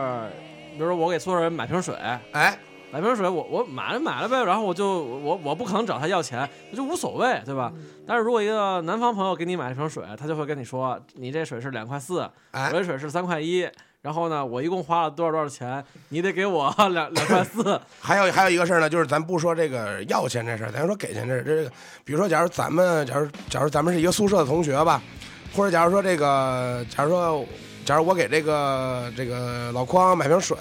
[SPEAKER 7] 比如说我给宿舍人买瓶水，
[SPEAKER 5] 哎，
[SPEAKER 7] 买瓶水我我买了买了呗，然后我就我我不可能找他要钱，那就无所谓，对
[SPEAKER 6] 嗯
[SPEAKER 7] 吧？但是如果一个南方朋友给你买一瓶水，他就会跟你说，你这水是两块四，
[SPEAKER 5] 哎
[SPEAKER 7] 我这水是三块一。然后呢，我一共花了多少多少钱？你得给我两两块四。
[SPEAKER 5] 还有还有一个事儿呢，就是咱不说这个要钱这事儿，咱说给钱这事儿这个，比如说，假如咱们，假如假如咱们是一个宿舍的同学吧，或者假如说这个，假如说，假如我给这个这个老匡买瓶水，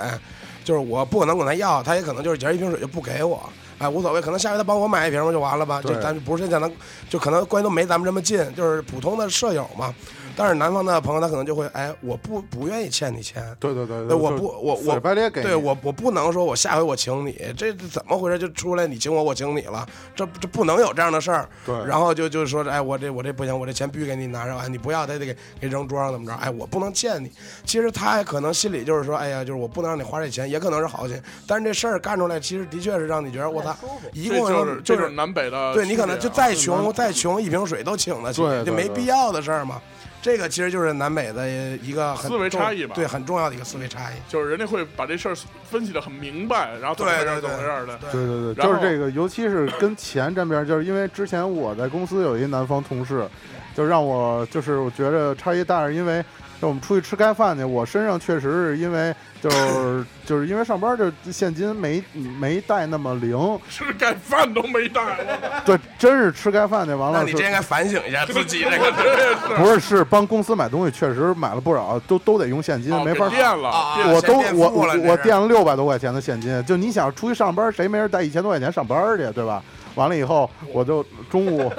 [SPEAKER 5] 就是我不可能管他要，他也可能就是假如一瓶水就不给我，哎，无所谓，可能下回他帮我买一瓶不就完了吧？就
[SPEAKER 3] 对
[SPEAKER 5] 咱们不是像咱，就可能关系都没咱们这么近，就是普通的舍友嘛。但是南方的朋友他可能就会，哎，我不不愿意欠你钱，
[SPEAKER 3] 对对对
[SPEAKER 5] 对我不我我
[SPEAKER 3] 死白咧给你，
[SPEAKER 5] 对我，我不能说我下回我请你，这这怎么回事？就出来你请我，我请你了，这这不能有这样的事儿。
[SPEAKER 3] 对，
[SPEAKER 5] 然后就就说，哎，我这我这不行，我这钱必须给你拿着，哎，你不要，他得给给扔桌上怎么着？哎，我不能欠你。其实他可能心里就是说，哎呀，就是我不能让你花这钱，也可能是好心，但是这事儿干出来，其实的确是让你觉得我操，一
[SPEAKER 4] 这
[SPEAKER 5] 共
[SPEAKER 4] 就是
[SPEAKER 5] 就
[SPEAKER 4] 这就是
[SPEAKER 5] 是
[SPEAKER 4] 南北的区别啊，嗯
[SPEAKER 5] 对你可能就再穷再穷，一瓶水都请得起
[SPEAKER 3] 对，对
[SPEAKER 5] 就没
[SPEAKER 3] 对
[SPEAKER 5] 必要的事儿嘛。这个其实就是南北的一个很
[SPEAKER 4] 思维
[SPEAKER 5] 重
[SPEAKER 4] 差异吧
[SPEAKER 5] 对，很重要的一个思维差异。
[SPEAKER 4] 就是人家会把这事儿分析的很明白，然后怎么回
[SPEAKER 5] 对
[SPEAKER 4] 事
[SPEAKER 5] 对
[SPEAKER 4] 怎么回事的。
[SPEAKER 3] 对
[SPEAKER 5] 对
[SPEAKER 3] 对对，
[SPEAKER 4] 然
[SPEAKER 3] 就
[SPEAKER 4] 后
[SPEAKER 3] 是这个，尤其是跟钱沾边儿，就是因为之前我在公司有一南方同事，就让我就是我觉着差异大，是因为就我们出去吃盖饭去，我身上确实是因为就是就是因为上班就现金没没带那么灵，
[SPEAKER 4] 吃盖饭都没带，我
[SPEAKER 3] 对，真是吃盖饭去，完
[SPEAKER 5] 那
[SPEAKER 3] 了
[SPEAKER 5] 你
[SPEAKER 3] 是
[SPEAKER 5] 这应该反省一下自己这 个。
[SPEAKER 4] 真
[SPEAKER 3] 不是是帮公司买东西，确实买了不少，都都得用现金，
[SPEAKER 4] 是
[SPEAKER 3] 没法
[SPEAKER 4] 给。垫了，
[SPEAKER 5] 啊
[SPEAKER 4] 垫
[SPEAKER 5] 啊
[SPEAKER 3] 我都
[SPEAKER 5] 先垫
[SPEAKER 3] 我
[SPEAKER 5] 付了
[SPEAKER 3] 我
[SPEAKER 5] 这
[SPEAKER 3] 我
[SPEAKER 5] 是
[SPEAKER 3] 垫了六百多块钱的现金，就你想出去上班，谁没人带一千多块钱上班去，对吧？完了以后，我就中午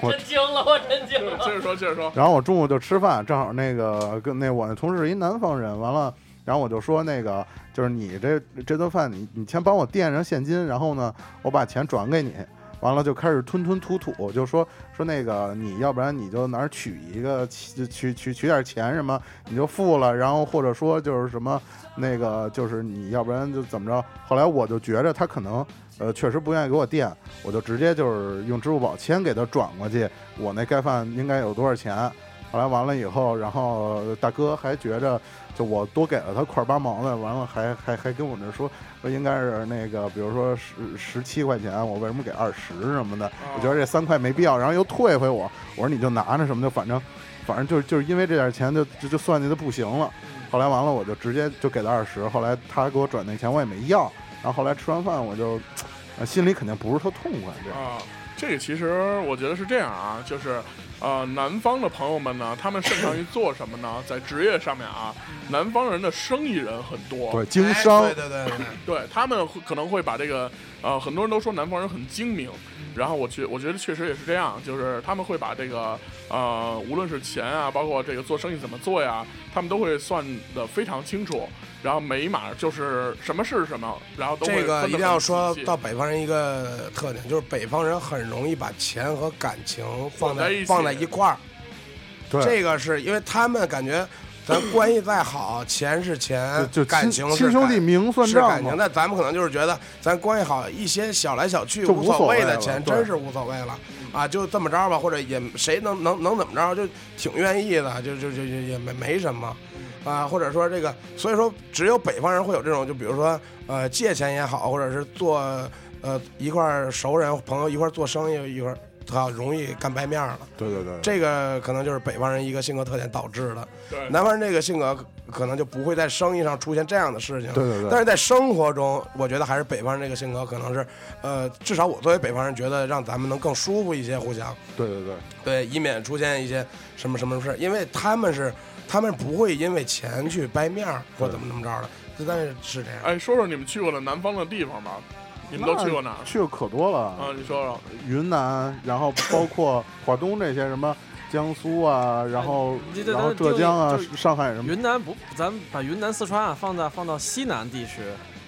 [SPEAKER 10] 真惊了，我真惊了。
[SPEAKER 4] 接着说，接着说，
[SPEAKER 3] 然后我中午就吃饭，正好那个跟那我那同事是一南方人，完了，然后我就说那个就是你这这顿饭你你先帮我垫上现金，然后呢我把钱转给你，完了就开始吞吞吐吐，就说说那个你要不然你就哪儿取一个取取取取点钱什么你就付了，然后或者说就是什么那个就是你要不然就怎么着，后来我就觉着他可能。呃，确实不愿意给我垫，我就直接就是用支付宝先给他转过去，我那盖饭应该有多少钱。后来完了以后，然后大哥还觉着就我多给了他块儿八毛的，完了还还还跟我这说说应该是那个，比如说十十七块钱，我为什么给二十什
[SPEAKER 5] 哦
[SPEAKER 3] 么的？我觉得这三块没必要，然后又退回我，我说你就拿着什么的，反正反正就是就是因为这点钱就就就算计的不行了。
[SPEAKER 5] 嗯
[SPEAKER 3] 后来完了我就直接就给了二十，后来他给我转那钱我也没要，然后后来吃完饭我就。呃心里肯定不是特痛快，这样
[SPEAKER 4] 啊。这个其实我觉得是这样啊，就是，呃，南方的朋友们呢，他们擅长于做什么呢？在职业上面啊，南方人的生意人很多，
[SPEAKER 3] 对经商
[SPEAKER 5] 哦哎对对对对，
[SPEAKER 4] 对他们会可能会把这个，呃，很多人都说南方人很精明，
[SPEAKER 5] 嗯
[SPEAKER 4] 然后我觉我觉得确实也是这样，就是他们会把这个，呃，无论是钱啊，包括这个做生意怎么做呀，他们都会算的非常清楚，然后每一码就是什么是什么，然后都会
[SPEAKER 5] 这个
[SPEAKER 4] 分
[SPEAKER 5] 一
[SPEAKER 4] 得
[SPEAKER 5] 定要
[SPEAKER 4] 很
[SPEAKER 5] 说
[SPEAKER 4] 仔细
[SPEAKER 5] 到北方人一个特点，就是北方人很容易把钱和感情放
[SPEAKER 4] 混在一
[SPEAKER 5] 在
[SPEAKER 4] 起
[SPEAKER 5] 放在一块儿。
[SPEAKER 3] 对
[SPEAKER 5] 这个是因为他们感觉咱关系再好，钱是钱，
[SPEAKER 3] 就就
[SPEAKER 5] 感
[SPEAKER 3] 亲
[SPEAKER 5] 情是
[SPEAKER 3] 亲兄弟
[SPEAKER 5] 感
[SPEAKER 3] 明算
[SPEAKER 5] 是
[SPEAKER 3] 账
[SPEAKER 5] 感情
[SPEAKER 3] 嘛。。
[SPEAKER 5] 那咱们可能就是觉得咱关系好，一些小来小去
[SPEAKER 3] 就
[SPEAKER 5] 无
[SPEAKER 3] 无
[SPEAKER 5] 所
[SPEAKER 3] 所
[SPEAKER 5] 谓
[SPEAKER 3] 谓
[SPEAKER 5] 的
[SPEAKER 3] 了
[SPEAKER 5] 钱，
[SPEAKER 3] 对
[SPEAKER 5] 真是无所谓了啊！就这么着吧，或者也谁能能能怎么着，就挺愿意的，就就就就也没没什么。啊，或者说这个，所以说只有北方人会有这种，就比如说，呃，借钱也好，或者是做，呃，一块儿熟人朋友一块儿做生意一块儿，他容易干白面儿了。
[SPEAKER 3] 对对对，
[SPEAKER 5] 这个可能就是北方人一个性格特点导致的。
[SPEAKER 4] 对
[SPEAKER 5] 南方人这个性格可能就不会在生意上出现这样的事情。
[SPEAKER 3] 对对
[SPEAKER 5] 但
[SPEAKER 3] 对，
[SPEAKER 5] 是在生活中，我觉得还是北方人这个性格，可能是，呃，至少我作为北方人，觉得让咱们能更舒服一些，互相
[SPEAKER 3] 对对对，
[SPEAKER 5] 对，以免出现一些什么什么事儿，因为他们是，他们不会因为钱去掰面儿或怎么怎么着的，就但是是这样。
[SPEAKER 4] 哎，说说你们去过的南方的地方吧，你们都去过哪儿？
[SPEAKER 3] 去过可多了
[SPEAKER 4] 啊，你说说。
[SPEAKER 3] 云南，然后包括华东这些什么江苏啊，然后
[SPEAKER 7] 这这
[SPEAKER 3] 然后
[SPEAKER 7] 这这
[SPEAKER 3] 浙江啊
[SPEAKER 7] 这这，
[SPEAKER 3] 上海什么，
[SPEAKER 7] 云南不，咱们把云南、四川啊放在放到西南地区，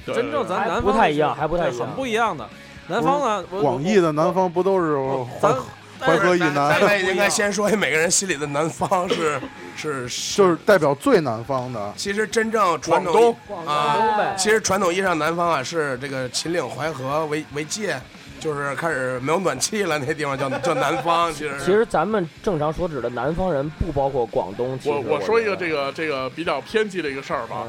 [SPEAKER 4] 对
[SPEAKER 7] 真正咱
[SPEAKER 6] 还
[SPEAKER 7] 南方
[SPEAKER 6] 不太一样
[SPEAKER 7] 是
[SPEAKER 6] 还不太
[SPEAKER 7] 对
[SPEAKER 6] 一样
[SPEAKER 7] 很不一样的。南方呢，我
[SPEAKER 3] 广义的南，方不都是
[SPEAKER 7] 我我
[SPEAKER 3] 淮
[SPEAKER 7] 咱
[SPEAKER 3] 淮河以
[SPEAKER 5] 咱
[SPEAKER 3] 南，
[SPEAKER 5] 们应该先说每个人心里的南方是是是，
[SPEAKER 3] 就是代表最南方的。
[SPEAKER 5] 其实真正传
[SPEAKER 4] 广
[SPEAKER 5] 统
[SPEAKER 4] 东，
[SPEAKER 5] 啊
[SPEAKER 8] 东北
[SPEAKER 5] 其实传统意义上，南方啊是这个秦岭淮河为为界，就是开始没有暖气了，那地方叫叫南方。其实
[SPEAKER 6] 其实咱们正常所指的南方人不包括广东。其实
[SPEAKER 4] 我
[SPEAKER 6] 我
[SPEAKER 4] 我说一个
[SPEAKER 6] 觉
[SPEAKER 4] 这个这个比较偏激的一个事儿吧，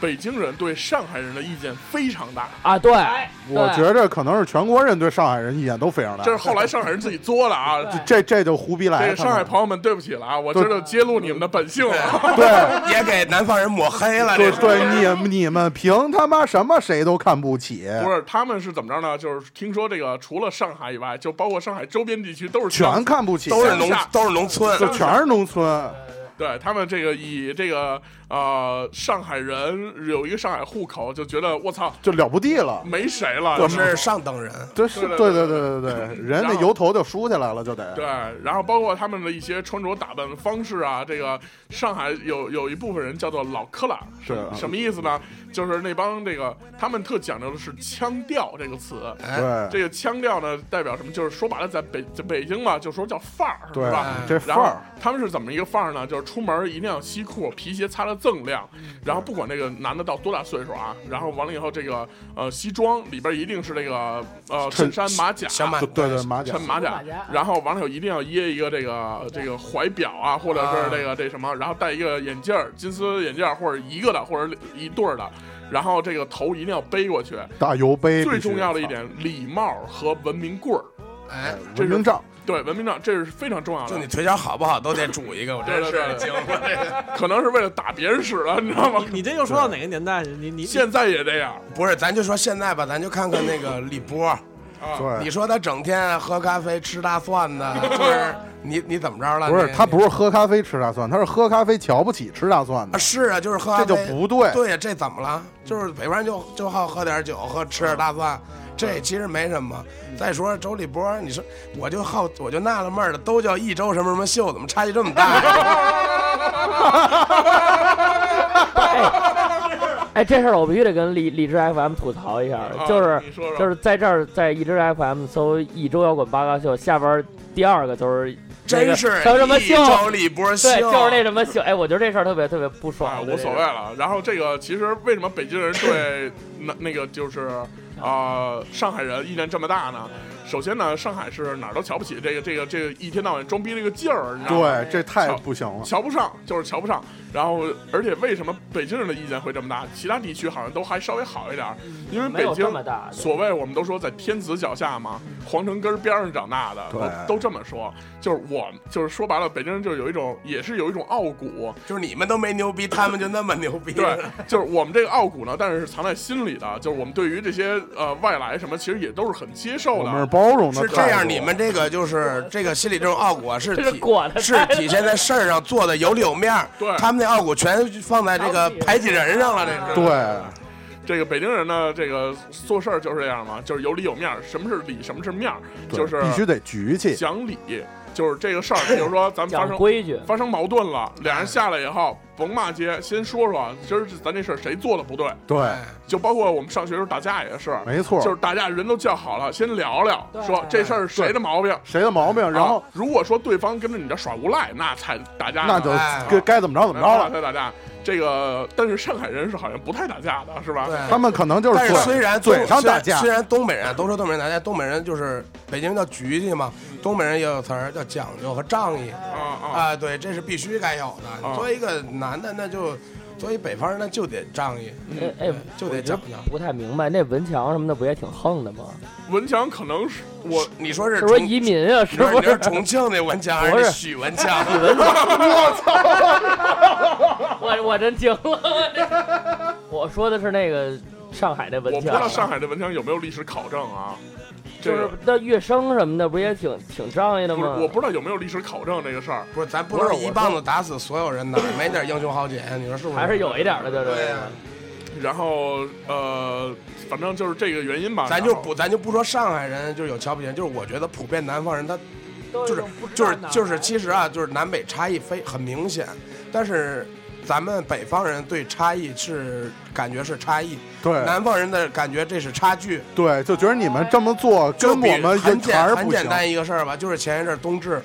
[SPEAKER 4] 北京人对上海人的意见非常大，
[SPEAKER 6] 得啊，对，
[SPEAKER 10] 哎，
[SPEAKER 3] 我觉着可能是全国人对上海人意见都非常大
[SPEAKER 4] 这。是后来上海人自己作的啊。
[SPEAKER 8] 对
[SPEAKER 3] 这
[SPEAKER 4] 这
[SPEAKER 3] 这就胡逼
[SPEAKER 4] 这
[SPEAKER 3] 来
[SPEAKER 4] 个
[SPEAKER 3] 他
[SPEAKER 4] 上
[SPEAKER 3] 们
[SPEAKER 4] 海朋友们，对不起了啊，我这就揭露你们的本性了。啊
[SPEAKER 3] 对
[SPEAKER 5] 也给南方人抹黑了。
[SPEAKER 3] 对
[SPEAKER 5] 这是
[SPEAKER 3] 对，你你们凭他妈什么谁都看不起，
[SPEAKER 4] 不是，他们是怎么着呢？就是听说这个，除了上海以外，就包括上海周边地区都是
[SPEAKER 3] 全看不起，
[SPEAKER 5] 都是农都是农村，
[SPEAKER 3] 就全是农村。
[SPEAKER 4] 对他们这个以这个呃上海人有一个上海户口，就觉得我操
[SPEAKER 3] 就了不地了。
[SPEAKER 4] 没谁了。
[SPEAKER 5] 我
[SPEAKER 4] 就是
[SPEAKER 5] 上等人。
[SPEAKER 3] 这是
[SPEAKER 4] 对
[SPEAKER 3] 对
[SPEAKER 4] 对
[SPEAKER 3] 对对对对，人
[SPEAKER 4] 然
[SPEAKER 3] 那
[SPEAKER 4] 后
[SPEAKER 3] 油头就梳起来了，就得
[SPEAKER 4] 对，然后包括他们的一些穿着打扮方式啊，这个上海有有一部分人叫做老克朗，
[SPEAKER 3] 是啊
[SPEAKER 4] 什么意思呢？就是那帮这个他们特讲究的是腔调这个词。
[SPEAKER 3] 对
[SPEAKER 4] 这个腔调呢，代表什么？就是说白了，在北在北京嘛，就说叫范儿，
[SPEAKER 3] 对
[SPEAKER 4] 是吧？
[SPEAKER 3] 这
[SPEAKER 4] 然
[SPEAKER 3] 范
[SPEAKER 4] 后
[SPEAKER 3] 儿，
[SPEAKER 4] 他们是怎么一个范儿呢？就是出门一定要西裤，皮鞋擦得锃亮，
[SPEAKER 3] 嗯
[SPEAKER 4] 然后不管这个男的到多大岁数啊，然后完了以后，这个呃西装里边一定是这个呃衬
[SPEAKER 3] 衬
[SPEAKER 4] 衫马甲，
[SPEAKER 5] 小马
[SPEAKER 3] 对对对，马甲
[SPEAKER 4] 穿马甲啊
[SPEAKER 8] 马甲，
[SPEAKER 4] 然后完了以后一定要掖一个这个这个怀表啊，或者是这个这什么，然后戴一个眼镜儿，金丝眼镜儿或者一个的或者一对儿的，然后这个头一定要背过去。
[SPEAKER 3] 大油杯，
[SPEAKER 4] 最重要的一，点，礼貌和文明棍儿，
[SPEAKER 5] 哎，
[SPEAKER 4] 这
[SPEAKER 3] 文
[SPEAKER 4] 是
[SPEAKER 3] 明杖，
[SPEAKER 4] 对文明杖，这是非常重要
[SPEAKER 5] 就你
[SPEAKER 4] 的。
[SPEAKER 5] 腿脚好不好都得拄一个，我真
[SPEAKER 4] 对对
[SPEAKER 5] 是
[SPEAKER 4] 对
[SPEAKER 5] 惊了。这个
[SPEAKER 4] 可能是为了打别人使的，你知道吗？
[SPEAKER 7] 你这又说到哪个年代？你你
[SPEAKER 4] 现在也这样，
[SPEAKER 5] 不是，咱就说现在吧，咱就看看那个李波，你
[SPEAKER 4] 啊
[SPEAKER 3] 对，
[SPEAKER 5] 说他整天喝咖啡吃大蒜的， 就是你你怎么着了？
[SPEAKER 3] 不是
[SPEAKER 5] 你
[SPEAKER 3] 他不是喝咖啡吃大蒜，他是喝咖啡瞧不起吃大蒜
[SPEAKER 5] 啊，
[SPEAKER 3] 的，
[SPEAKER 5] 是啊，就是喝咖
[SPEAKER 3] 这
[SPEAKER 5] 啡
[SPEAKER 3] 就不对。
[SPEAKER 5] 对呀，这怎么了？就是北方人就就好喝点酒，喝吃点大蒜，
[SPEAKER 6] 嗯
[SPEAKER 5] 这其实没什么。再说周立波，你说我就好，我就纳了闷儿了，都叫一周什么什么秀，怎么差距这么 大？
[SPEAKER 6] 哎，这事儿我必须得跟荔荔枝 FM 吐槽一下
[SPEAKER 4] 啊，
[SPEAKER 6] 就是
[SPEAKER 4] 你说说
[SPEAKER 6] 就是在这儿，在荔枝 FM 搜“一周摇滚八卦秀”，下边儿第二个就是那
[SPEAKER 5] 真
[SPEAKER 6] 个
[SPEAKER 5] 是
[SPEAKER 6] 叫什么
[SPEAKER 5] 一
[SPEAKER 6] 秀，
[SPEAKER 5] 周立波秀，
[SPEAKER 6] 对，就是那什么秀。哎，我觉得这事儿特别特别不
[SPEAKER 4] 啊，
[SPEAKER 6] 爽。
[SPEAKER 4] 无所谓。了。然后这个其实为什么北京人对那那个就是啊、呃上海人意见这么大呢？首先呢，上海是哪儿都瞧不起这个这个这个一天到晚装逼这个劲儿，你知道吗？
[SPEAKER 3] 对，这太不行了。
[SPEAKER 4] 啊瞧不上，就是瞧不上。然后，而且为什么北京人的意见会这么大？其他地区好像都还稍微好一点儿，因为
[SPEAKER 6] 嗯没
[SPEAKER 4] 北
[SPEAKER 6] 有
[SPEAKER 4] 京
[SPEAKER 6] 这么大，
[SPEAKER 4] 所谓我们都说在天子脚下嘛，皇城根儿边上长大的，
[SPEAKER 3] 对
[SPEAKER 4] 都都这么说。就是我，就是说白了，北京人就是有一种，也是有一种傲骨，
[SPEAKER 5] 就是你们都没牛逼，他们就那么牛 逼。
[SPEAKER 4] 对，就是我们这个傲骨呢，但是是藏在心里的，就是我们对于这些呃外来什么，其实也都是很接受
[SPEAKER 3] 我们是
[SPEAKER 4] 的。
[SPEAKER 3] 包容的，
[SPEAKER 5] 是这样，你们这个 就是这个心理这种傲骨啊是
[SPEAKER 6] 这是
[SPEAKER 5] 体
[SPEAKER 6] 裹的
[SPEAKER 5] 是体现在事儿上做的有里有面儿
[SPEAKER 4] 对
[SPEAKER 5] 他们那傲骨全放在这个排挤人上了，这是。
[SPEAKER 3] 对
[SPEAKER 4] 这个北京人呢，这个做事儿就是这样嘛，就是有理有面儿，什么是理，什么是面儿，
[SPEAKER 3] 对
[SPEAKER 4] 就是
[SPEAKER 3] 必须得局气，
[SPEAKER 4] 讲理，就是这个事儿。比如说咱们发
[SPEAKER 6] 讲
[SPEAKER 4] 生
[SPEAKER 6] 规矩，
[SPEAKER 4] 发生矛盾了，俩人下来以后，甭骂街，先说说今儿咱这事儿谁做的不对。
[SPEAKER 3] 对，
[SPEAKER 5] 哎
[SPEAKER 4] 就包括我们上学时候打架也是，
[SPEAKER 3] 没错，
[SPEAKER 4] 就是打架人都叫好了，先聊聊，
[SPEAKER 8] 对
[SPEAKER 4] 说这事儿是谁的毛病。
[SPEAKER 3] 谁的毛病，然后
[SPEAKER 4] 啊如果说对方跟着你这耍无赖，那才打架呢，哎
[SPEAKER 3] 那就
[SPEAKER 5] 哎
[SPEAKER 3] 该该怎么着怎么着了。
[SPEAKER 4] 才打架。这个，但是上海人是好像不太打架的，是吧？
[SPEAKER 5] 对
[SPEAKER 3] 他们可能就是
[SPEAKER 5] 但是
[SPEAKER 3] 嘴
[SPEAKER 5] 虽然
[SPEAKER 3] 嘴上打
[SPEAKER 5] 虽然
[SPEAKER 3] 架
[SPEAKER 5] 虽，然东北人啊都说东北人打架，东北人就是北京叫局气嘛，东北人也有词儿叫讲究和仗义
[SPEAKER 4] 啊啊，
[SPEAKER 5] 啊，对，这是必须该有的。
[SPEAKER 4] 啊
[SPEAKER 5] 作为一个男的，那就作为北方人，那就得仗义，
[SPEAKER 6] 哎哎，
[SPEAKER 5] 嗯就得
[SPEAKER 6] 我觉
[SPEAKER 5] 讲
[SPEAKER 6] 得
[SPEAKER 5] 究。
[SPEAKER 6] 不太明白，那文强什么的不也挺横的吗？
[SPEAKER 4] 文强可能是我
[SPEAKER 5] 你说是
[SPEAKER 6] 是说
[SPEAKER 5] 重
[SPEAKER 6] 移民啊？是
[SPEAKER 5] 你说
[SPEAKER 6] 不
[SPEAKER 5] 你是
[SPEAKER 6] 是？
[SPEAKER 5] 重庆的文强还
[SPEAKER 6] 不
[SPEAKER 5] 是
[SPEAKER 6] 是
[SPEAKER 5] 许文强？
[SPEAKER 3] 我操！
[SPEAKER 10] 我我真惊了。
[SPEAKER 6] 我说的是那个上海的文
[SPEAKER 4] 我不知
[SPEAKER 6] 件，
[SPEAKER 4] 道上海的文章有没有历史考证啊，这
[SPEAKER 6] 就是
[SPEAKER 4] 个
[SPEAKER 6] 那乐声什么的，不是也挺挺仗义的
[SPEAKER 4] 不是
[SPEAKER 5] 嗯
[SPEAKER 6] 吗？
[SPEAKER 4] 我不知道有没有历史考证这个事儿。
[SPEAKER 5] 不是，咱不
[SPEAKER 6] 不是
[SPEAKER 5] 能一
[SPEAKER 6] 我
[SPEAKER 5] 棒子打死所有人的，没点英雄豪杰，你说是不是？
[SPEAKER 6] 还是有一点的，就是
[SPEAKER 5] 对啊呀，
[SPEAKER 4] 然后呃，反正就是这个原因吧。
[SPEAKER 5] 咱就
[SPEAKER 4] 然后
[SPEAKER 5] 不咱就不说上海人就是有瞧不起人，就是我觉得普遍南方人他
[SPEAKER 8] 都
[SPEAKER 5] 就是
[SPEAKER 8] 不知
[SPEAKER 5] 就
[SPEAKER 8] 道
[SPEAKER 5] 是
[SPEAKER 8] 哪儿
[SPEAKER 5] 就是，
[SPEAKER 8] 来
[SPEAKER 5] 其实啊，就是南北差异非很明显，但是咱们北方人对差异是感觉是差异，
[SPEAKER 3] 对
[SPEAKER 5] 南方人的感觉这是差距，
[SPEAKER 3] 对，就觉得你们这么做跟
[SPEAKER 5] 就比
[SPEAKER 3] 我们
[SPEAKER 5] 很
[SPEAKER 3] 人
[SPEAKER 5] 简
[SPEAKER 3] 权
[SPEAKER 5] 很
[SPEAKER 3] 不
[SPEAKER 5] 简
[SPEAKER 3] 行。
[SPEAKER 5] 单一个事儿吧，就是前一阵儿冬至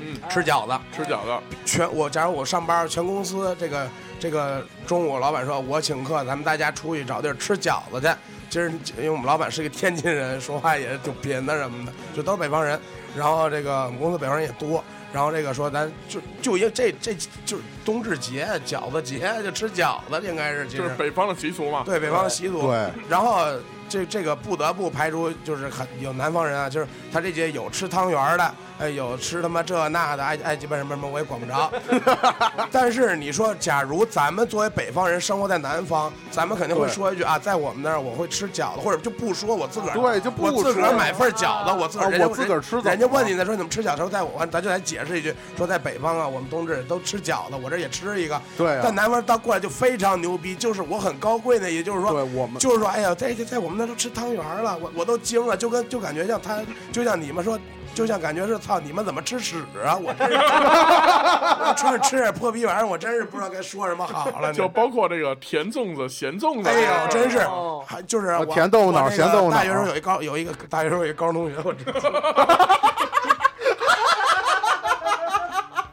[SPEAKER 4] 嗯
[SPEAKER 5] 吃饺子，
[SPEAKER 4] 吃饺子，
[SPEAKER 5] 全我假如我上班，全公司这个这个中午老板说我请客，咱们大家出去找地儿吃饺子去。今儿因为我们老板是个天津人，说话也挺贫的什么的，就都是北方人。然后这个我们公司北方人也多，然后这个说咱就就因为这这就是冬至节饺子节就吃饺子，应该是其
[SPEAKER 4] 就
[SPEAKER 5] 实
[SPEAKER 4] 是北方的习俗嘛。
[SPEAKER 5] 对北方的习俗。
[SPEAKER 3] 对，
[SPEAKER 5] 然后这这个不得不排除，就是很有南方人啊，就是他这届有吃汤圆儿的，哎，有吃他妈这那的，爱爱鸡巴什么什么我也管 不着。但是你说，假如咱们作为北方人生活在南方，咱们肯定会
[SPEAKER 3] 对
[SPEAKER 5] 说一句啊，在我们那儿我会吃饺子，或者就不说我自个儿。
[SPEAKER 3] 对，就不
[SPEAKER 5] 我自个儿
[SPEAKER 3] 说
[SPEAKER 5] 买份儿饺子，我自个儿
[SPEAKER 3] 啊
[SPEAKER 5] 人家
[SPEAKER 3] 我自个儿吃怎么了
[SPEAKER 5] 人家问你的时候，你们吃饺子，在我咱就来解释一句，说在北方啊，我们冬至都吃饺子，我这儿也吃一个。
[SPEAKER 3] 对啊
[SPEAKER 5] 但南方到过来就非常牛逼，就是我很高贵的，也就是说
[SPEAKER 3] 对我们
[SPEAKER 5] 就是说，哎呀，在在在我们那都吃汤圆儿了，我我都惊了，就跟就感觉像他，就像你们说，就像感觉是操，你们怎么吃屎啊？我真是我吃 着吃点破逼玩意儿，我真是不知道该说什么好了。你
[SPEAKER 4] 就包括这个甜粽子、咸粽子，啊
[SPEAKER 5] 哎呦，真是
[SPEAKER 6] 哦，
[SPEAKER 5] 还就是
[SPEAKER 3] 啊
[SPEAKER 5] 我
[SPEAKER 3] 甜豆腐脑
[SPEAKER 5] 我那个
[SPEAKER 3] 咸豆腐脑
[SPEAKER 5] 大学时候有一高有一个大学时候有一高中同学，我知道。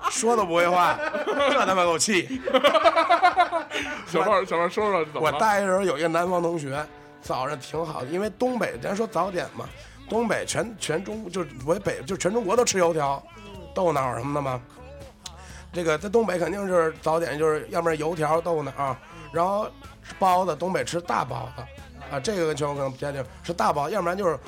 [SPEAKER 5] 说都不会话，这他妈给我气！
[SPEAKER 4] 小胖小胖说说怎么
[SPEAKER 5] 我
[SPEAKER 4] 了？
[SPEAKER 5] 大学时候有一个南方同学，早上挺好的，因为东北咱说早点嘛，东北全全中就是我北就全中国都吃油条、豆脑什么的嘛。这个在东北肯定是早点，就是要不然油条、豆脑，然后包子，东北吃大包子啊，这个跟全国可能不太一样，是大包，要不然就是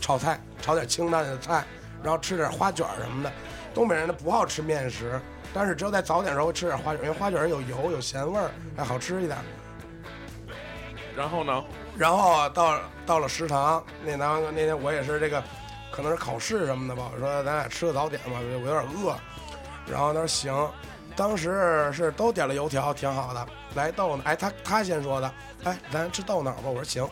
[SPEAKER 5] 炒菜，炒点清淡的菜，然后吃点花卷什么的。东北人他不好吃面食，但是只有在早点的时候会吃点花卷，因为花卷有油有咸味儿，还好吃一点。
[SPEAKER 4] 然后呢？
[SPEAKER 5] 然后啊到到了食堂，那南方那天我也是这个，可能是考试什么的吧，我说咱俩吃个早点吧，我有点饿。然后他说行，当时是都点了油条，挺好的，来豆奶。哎，他他先说的，哎，咱吃豆脑吧。我说行。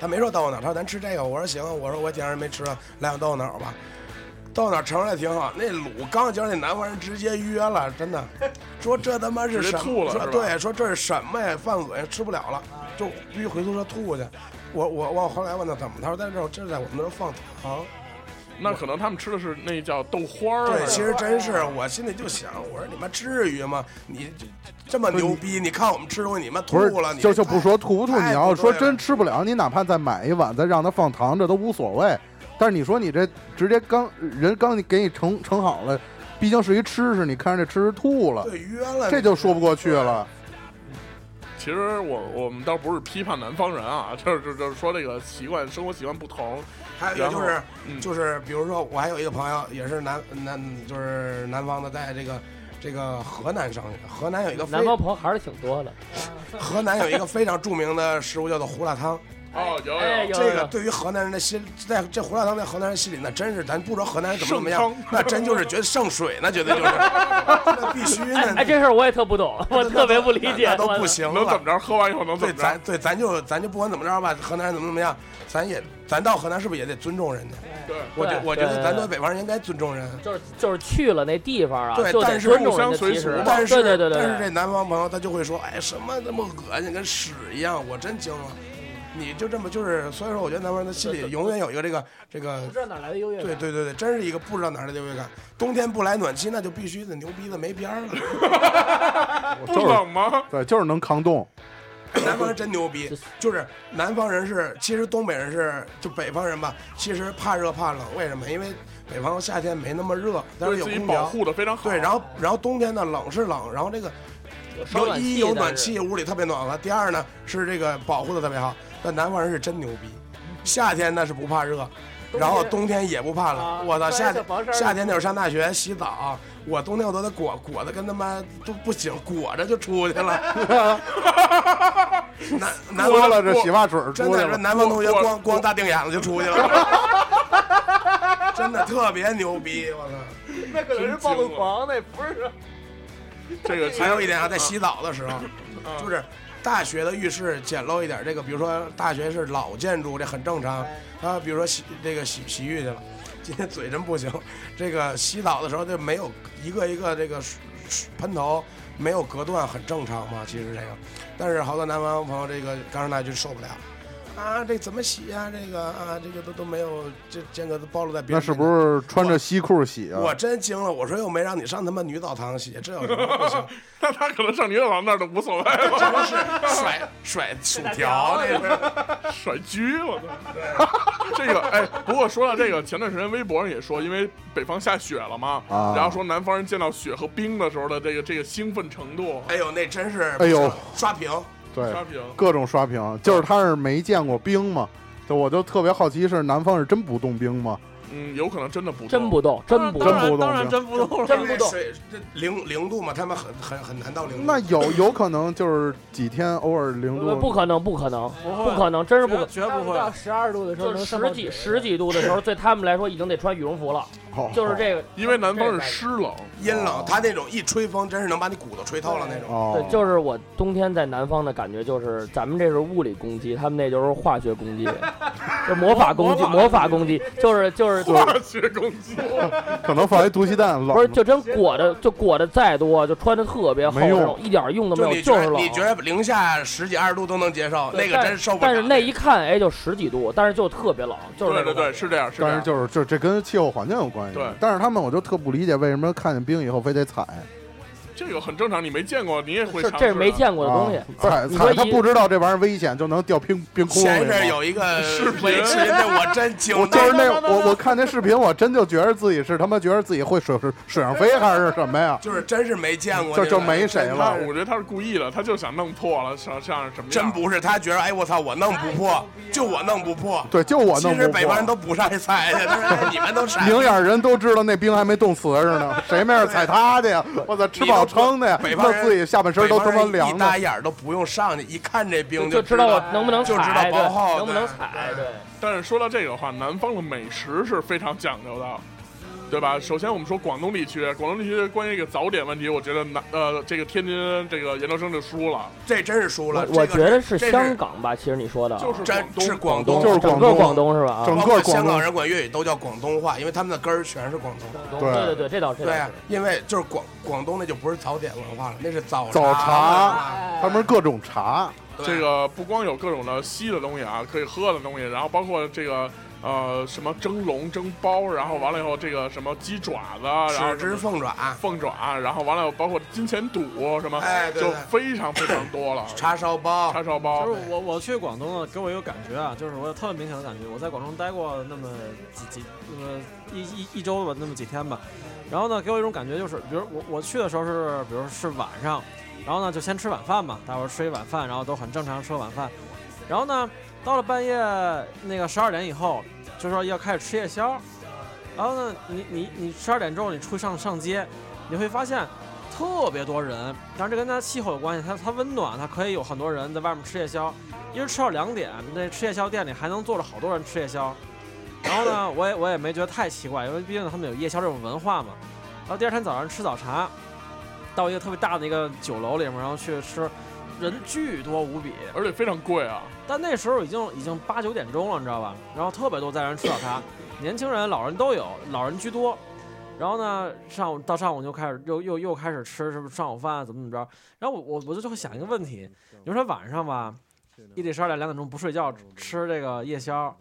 [SPEAKER 5] 他没说豆脑，他说咱吃这个。我说行，我说我点上没吃，来碗豆脑吧。豆脑盛出来挺好，那卤刚教那南方人直接约了，真的，说这他妈是
[SPEAKER 4] 直接
[SPEAKER 5] 什么？
[SPEAKER 4] 吐了
[SPEAKER 5] 说
[SPEAKER 4] 是吧
[SPEAKER 5] 对，说这是什么呀？犯恶心，吃不了了，就必须回宿舍吐去。我我我后来问他怎么，他说在这儿这在我们那儿放糖。
[SPEAKER 4] 那可能他们吃的是那叫豆花
[SPEAKER 10] 嗯
[SPEAKER 4] 儿。啊
[SPEAKER 5] 对，其实真是，我心里就想，我说你们至于吗？你这这么牛逼，你看我们吃东西，你们吐
[SPEAKER 3] 不是
[SPEAKER 5] 了，你哎
[SPEAKER 3] 就就不说吐不吐，
[SPEAKER 5] 太
[SPEAKER 3] 你要说
[SPEAKER 5] 太不对了
[SPEAKER 3] 真吃不了，你哪怕再买一碗，再让他放糖，这都无所谓。但是你说你这直接刚人刚给你盛盛好了，毕竟是一吃食，你看着这吃食吐了，
[SPEAKER 5] 对冤了，
[SPEAKER 3] 这就说不过去了。
[SPEAKER 4] 其实我我们倒不是批判南方人啊， 就是就是就是说这个习惯生活习惯不同。
[SPEAKER 5] 还有一个就
[SPEAKER 4] 然
[SPEAKER 5] 是
[SPEAKER 4] 后，嗯
[SPEAKER 5] 就是比如说，我还有一个朋友也是南南，就是南方的，在这个这个河南上学。河南有一个非
[SPEAKER 6] 南方朋友还是挺多的，
[SPEAKER 5] 河南有一个非常著名的食物叫做胡辣汤。
[SPEAKER 4] 哦，有
[SPEAKER 10] 哎
[SPEAKER 4] 有，
[SPEAKER 10] 有
[SPEAKER 5] 这个对于河南人的心，在这胡辣汤在河南人心里，那真是咱不说河南人怎么怎么样
[SPEAKER 4] 圣汤，
[SPEAKER 5] 那真就是觉得圣水，那绝对 就是，那必须
[SPEAKER 10] 哎哎，
[SPEAKER 5] 呢，
[SPEAKER 10] 这事儿我也特不懂，我特别不理解。
[SPEAKER 5] 那都
[SPEAKER 10] 我
[SPEAKER 5] 不行
[SPEAKER 4] 能怎
[SPEAKER 5] 了
[SPEAKER 4] 么。着？喝完以后能怎
[SPEAKER 5] 对，
[SPEAKER 4] 么着
[SPEAKER 5] 咱？对咱就咱就不管怎么着吧，河南人怎么怎么样，咱也咱到河南是不是也得尊重人家？
[SPEAKER 4] 对，
[SPEAKER 5] 我觉
[SPEAKER 6] 对
[SPEAKER 5] 我觉得
[SPEAKER 6] 对
[SPEAKER 5] 咱作为北方人应该尊重人。
[SPEAKER 6] 就是就是去了那地方啊，
[SPEAKER 5] 对
[SPEAKER 6] 就
[SPEAKER 5] 但
[SPEAKER 6] 得
[SPEAKER 5] 是
[SPEAKER 6] 尊重人
[SPEAKER 4] 互
[SPEAKER 6] 家
[SPEAKER 4] 相随
[SPEAKER 6] 其实啊
[SPEAKER 4] 俗嘛，
[SPEAKER 5] 但是
[SPEAKER 6] 对对对对，
[SPEAKER 5] 但是这南方朋友他就会说，哎，什么那么恶心，跟屎一样，我真惊了。你就这么就是，所以说我觉得南方人他心里永远有一个这个这个
[SPEAKER 8] 不知道哪儿来的优越感。
[SPEAKER 5] 对对对对，真是一个不知道哪儿来的优越感。冬天不来暖气，那就必须得牛逼的没边儿了。
[SPEAKER 4] 不冷吗？
[SPEAKER 3] 对，就是能抗冻。
[SPEAKER 5] 南方人真牛逼，就是南方人是，其实东北人是，就北方人吧，其实怕热怕冷，为什么？因为北方夏天没那么热，但是
[SPEAKER 4] 对
[SPEAKER 5] 有
[SPEAKER 4] 自己
[SPEAKER 5] 空
[SPEAKER 4] 保
[SPEAKER 5] 调。
[SPEAKER 4] 护的非常好。啊
[SPEAKER 5] 对，然后然后冬天呢冷是冷，然后这个
[SPEAKER 6] 烧
[SPEAKER 5] 有
[SPEAKER 6] 暖
[SPEAKER 5] 一
[SPEAKER 6] 气
[SPEAKER 5] 有
[SPEAKER 6] 但
[SPEAKER 5] 暖
[SPEAKER 6] 是
[SPEAKER 5] 气，屋里特别暖和。第二呢是这个保护的特别好，但南方人是真牛逼，夏天呢是不怕热，然后冬天也不怕冷。我操，夏天
[SPEAKER 8] 天
[SPEAKER 5] 夏天那会儿上大学洗澡，我冬天我都得裹裹的跟他妈都不行，裹着就出去了。南南
[SPEAKER 3] 脱
[SPEAKER 5] 方
[SPEAKER 3] 了这
[SPEAKER 5] 我
[SPEAKER 3] 洗发水儿
[SPEAKER 5] 真
[SPEAKER 3] 出来
[SPEAKER 5] 的是
[SPEAKER 3] 了，
[SPEAKER 5] 南方同学
[SPEAKER 4] 我我
[SPEAKER 5] 光光大腚眼子就出去了，真的特别牛逼，我操！
[SPEAKER 8] 那可能是暴露狂，那不是
[SPEAKER 4] 这个
[SPEAKER 5] 还有一点啊，在洗澡的时候，就是大学的浴室简陋一点，这个比如说大学是老建筑，这很正常。然后比如说洗这个洗洗浴去了，今天嘴真不行，这个洗澡的时候就没有一个一个这个水水喷头没有隔断，很正常嘛。其实这个，但是好多南方朋友这个刚上大学就受不了。啊，这怎么洗呀、这个啊，这个都都没有，这间隔都暴露在别人。
[SPEAKER 3] 那是不是穿着西裤洗啊？
[SPEAKER 5] 我真惊了，我说又没让你上他妈女澡堂洗，这有什么不行？
[SPEAKER 4] 那他可能上女澡堂那儿都无所谓了，
[SPEAKER 5] 这不 是甩甩薯条，这是
[SPEAKER 4] 甩狙了都。这个哎，不过说到这个，前段时间微博上也说，因为北方下雪了嘛，
[SPEAKER 3] 啊
[SPEAKER 4] 然后说南方人见到雪和冰的时候的这个这个兴奋程度，
[SPEAKER 5] 哎呦，那真是，
[SPEAKER 3] 哎呦，
[SPEAKER 5] 刷屏，
[SPEAKER 3] 对，
[SPEAKER 4] 刷屏。
[SPEAKER 3] 各种刷屏，就是他是没见过冰嘛，就我就特别好奇，是南方是真不冻冰吗？
[SPEAKER 4] 嗯，有可能真的不
[SPEAKER 6] 真
[SPEAKER 4] 不
[SPEAKER 6] 不动，真不
[SPEAKER 7] 当然
[SPEAKER 6] 动，
[SPEAKER 3] 不动
[SPEAKER 7] 当然真不动了，
[SPEAKER 6] 真不动。
[SPEAKER 5] 水这零零度嘛，他们很很很难到零
[SPEAKER 3] 那
[SPEAKER 5] 度。
[SPEAKER 3] 有有可能就是几天偶尔零
[SPEAKER 6] 呃不
[SPEAKER 3] 度，
[SPEAKER 6] 不可能，不可能，
[SPEAKER 7] 不
[SPEAKER 6] 不
[SPEAKER 7] 会，
[SPEAKER 6] 可能，真是不可
[SPEAKER 7] 绝
[SPEAKER 6] 能。
[SPEAKER 7] 绝不
[SPEAKER 8] 到
[SPEAKER 7] 会。
[SPEAKER 8] 十二度的时候
[SPEAKER 6] 就
[SPEAKER 8] 能
[SPEAKER 6] 是
[SPEAKER 8] 上报
[SPEAKER 6] 十
[SPEAKER 8] 纸
[SPEAKER 6] 几十几度的时候，对他们来说已经得穿羽绒服了。
[SPEAKER 5] 哦
[SPEAKER 3] 好
[SPEAKER 6] 就是这个，
[SPEAKER 4] 因为南方是湿冷，
[SPEAKER 5] 阴冷，他那种一吹风，真是能把你骨头吹透了那种。
[SPEAKER 3] 哦
[SPEAKER 6] 对，，就是我冬天在南方的感觉，就是咱们这是物理攻击，他们那就是化学攻击，就魔法攻击，魔法攻击，就是就是
[SPEAKER 4] 化学攻击。
[SPEAKER 3] 可能放一毒鸡蛋冷
[SPEAKER 6] 不是就真裹的就裹的再多，就穿的特别厚，
[SPEAKER 3] 没用
[SPEAKER 6] 那种一点用都没
[SPEAKER 5] 就
[SPEAKER 6] 有，
[SPEAKER 5] 你觉
[SPEAKER 6] 就是
[SPEAKER 5] 得
[SPEAKER 6] 冷
[SPEAKER 5] 你。觉得零下十几二十度都能接受，那
[SPEAKER 6] 对
[SPEAKER 5] 个
[SPEAKER 6] 但
[SPEAKER 5] 真受不了。
[SPEAKER 6] 但是那一看，哎，就十几度，但是就特别冷，就是
[SPEAKER 4] 对
[SPEAKER 6] 那
[SPEAKER 4] 对
[SPEAKER 6] 种
[SPEAKER 4] 对，是这样，是这
[SPEAKER 3] 但是
[SPEAKER 4] 样。
[SPEAKER 3] 就是就这跟气候环境有关系。
[SPEAKER 4] 对
[SPEAKER 3] 但是他们我就特不理解，为什么看见冰以后非得踩？
[SPEAKER 4] 这个很正常，你没见过，你也会
[SPEAKER 6] 是
[SPEAKER 4] 尝试
[SPEAKER 6] 这
[SPEAKER 4] 的。
[SPEAKER 6] 是没见过的东西
[SPEAKER 3] 啊。
[SPEAKER 6] 不
[SPEAKER 3] 踩
[SPEAKER 6] 是，你说
[SPEAKER 3] 踩他
[SPEAKER 6] 一
[SPEAKER 3] 不知道这玩意儿危险，就能掉冰冰窟窿
[SPEAKER 5] 前一
[SPEAKER 3] 里吗
[SPEAKER 5] 阵有一个
[SPEAKER 4] 视频
[SPEAKER 5] 围棋，那我真惊了。
[SPEAKER 3] 我就是那我我看那视频，我真就觉得自己是他妈觉得自己会水水水上飞还是什么呀？
[SPEAKER 5] 就是真是没见过，
[SPEAKER 3] 就
[SPEAKER 5] 那种
[SPEAKER 3] 就没谁了
[SPEAKER 4] 他，我觉得他是故意的，他就想弄破了，想想什么样？
[SPEAKER 5] 真不是，他觉得哎我操，我弄不破，就我弄不破。
[SPEAKER 3] 对，就我弄
[SPEAKER 5] 其
[SPEAKER 3] 不
[SPEAKER 5] 实
[SPEAKER 3] 过。
[SPEAKER 5] 北方人都不上去猜去，但哎是你们都傻逼。
[SPEAKER 3] 明眼人都知道那冰还没冻瓷实 呢，谁没事踩它去呀？我操，吃饱撑的呀，
[SPEAKER 5] 北方
[SPEAKER 3] 那
[SPEAKER 5] 人
[SPEAKER 3] 自己下半身都他妈
[SPEAKER 5] 北方人
[SPEAKER 3] 凉
[SPEAKER 5] 一大
[SPEAKER 3] 的。
[SPEAKER 5] 眼儿都不用上去，一看这
[SPEAKER 6] 就
[SPEAKER 5] 冰
[SPEAKER 6] 就
[SPEAKER 5] 知
[SPEAKER 6] 知道我能不能
[SPEAKER 5] 就知道
[SPEAKER 6] 踩，对
[SPEAKER 5] 薄厚，
[SPEAKER 6] 能不
[SPEAKER 5] 对
[SPEAKER 6] 能踩，对。
[SPEAKER 4] 但是说到这个的话，南方的美食是非常讲究的，对吧？首先我们说广东地区，广东地区关于这个早点问题，我觉得南呃这个天津这个研究生就输了，
[SPEAKER 5] 这真是输了。
[SPEAKER 6] 我我
[SPEAKER 5] 这
[SPEAKER 6] 觉
[SPEAKER 5] 个
[SPEAKER 6] 得是
[SPEAKER 5] 这
[SPEAKER 6] 香港吧，其实你说的啊
[SPEAKER 4] 就是
[SPEAKER 5] 真
[SPEAKER 4] 广
[SPEAKER 5] 是
[SPEAKER 4] 东。
[SPEAKER 5] 广东，
[SPEAKER 3] 就是
[SPEAKER 6] 整
[SPEAKER 3] 广
[SPEAKER 6] 个
[SPEAKER 3] 东
[SPEAKER 6] 广东是吧？啊
[SPEAKER 3] 整
[SPEAKER 5] 包
[SPEAKER 3] 个
[SPEAKER 5] 括
[SPEAKER 3] 广
[SPEAKER 5] 香港
[SPEAKER 3] 东
[SPEAKER 5] 人管粤语都叫广东话，因为他们的根儿全是广东。
[SPEAKER 3] 对
[SPEAKER 6] 对对对，这倒是。这倒
[SPEAKER 5] 对啊
[SPEAKER 6] 是，
[SPEAKER 5] 因为就是广广东那就不是早点文化了，那是早
[SPEAKER 3] 早
[SPEAKER 5] 茶
[SPEAKER 3] 茶
[SPEAKER 5] 文化。
[SPEAKER 3] 他们是各种茶，
[SPEAKER 5] 对啊
[SPEAKER 4] 这个不光有各种的稀的东西啊，可以喝的东西，然后包括这个呃什么蒸笼、蒸包，然后完了以后这个什么鸡爪子，啊然后
[SPEAKER 5] 豉
[SPEAKER 4] 什么
[SPEAKER 5] 汁凤爪、
[SPEAKER 4] 凤爪，然后完了包括金钱肚什么，
[SPEAKER 5] 哎对
[SPEAKER 4] 就
[SPEAKER 5] 对
[SPEAKER 4] 非常非常多了。
[SPEAKER 5] 叉烧包
[SPEAKER 4] 叉，烧包
[SPEAKER 7] 就是我我去广东啊，给我一个感觉啊，就是我有特别明显的感觉，我在广东待过那么几几那么一一一周吧，那么几天吧，然后呢，给我一种感觉就是，比如我我去的时候是，比如是晚上，然后呢就先吃晚饭嘛，大伙儿吃一晚饭，然后都很正常吃晚饭，然后呢到了半夜那个十二点以后，就说要开始吃夜宵，然后呢你你你十二点之后你出去上上街，你会发现。特别多人，然后这跟它气候有关系，它它温暖，它可以有很多人在外面吃夜宵，一直吃到两点，那吃夜宵店里还能坐着好多人吃夜宵。然后呢，我也我也没觉得太奇怪，因为毕竟他们有夜宵这种文化嘛。然后第二天早上吃早茶，到一个特别大的一个酒楼里面，然后去吃，人巨多无比。
[SPEAKER 4] 而且非常贵啊，
[SPEAKER 7] 但那时候已经已经八九点钟了，你知道吧？然后特别多在那儿吃早 茶，年轻人、老人都有，老人居多。然后呢，上午到上午就开始又又又开始吃什么上午饭啊，怎么怎么着？然后我我我就就会想一个问题，你说晚上吧，一点十二点两点钟不睡觉吃这个夜宵，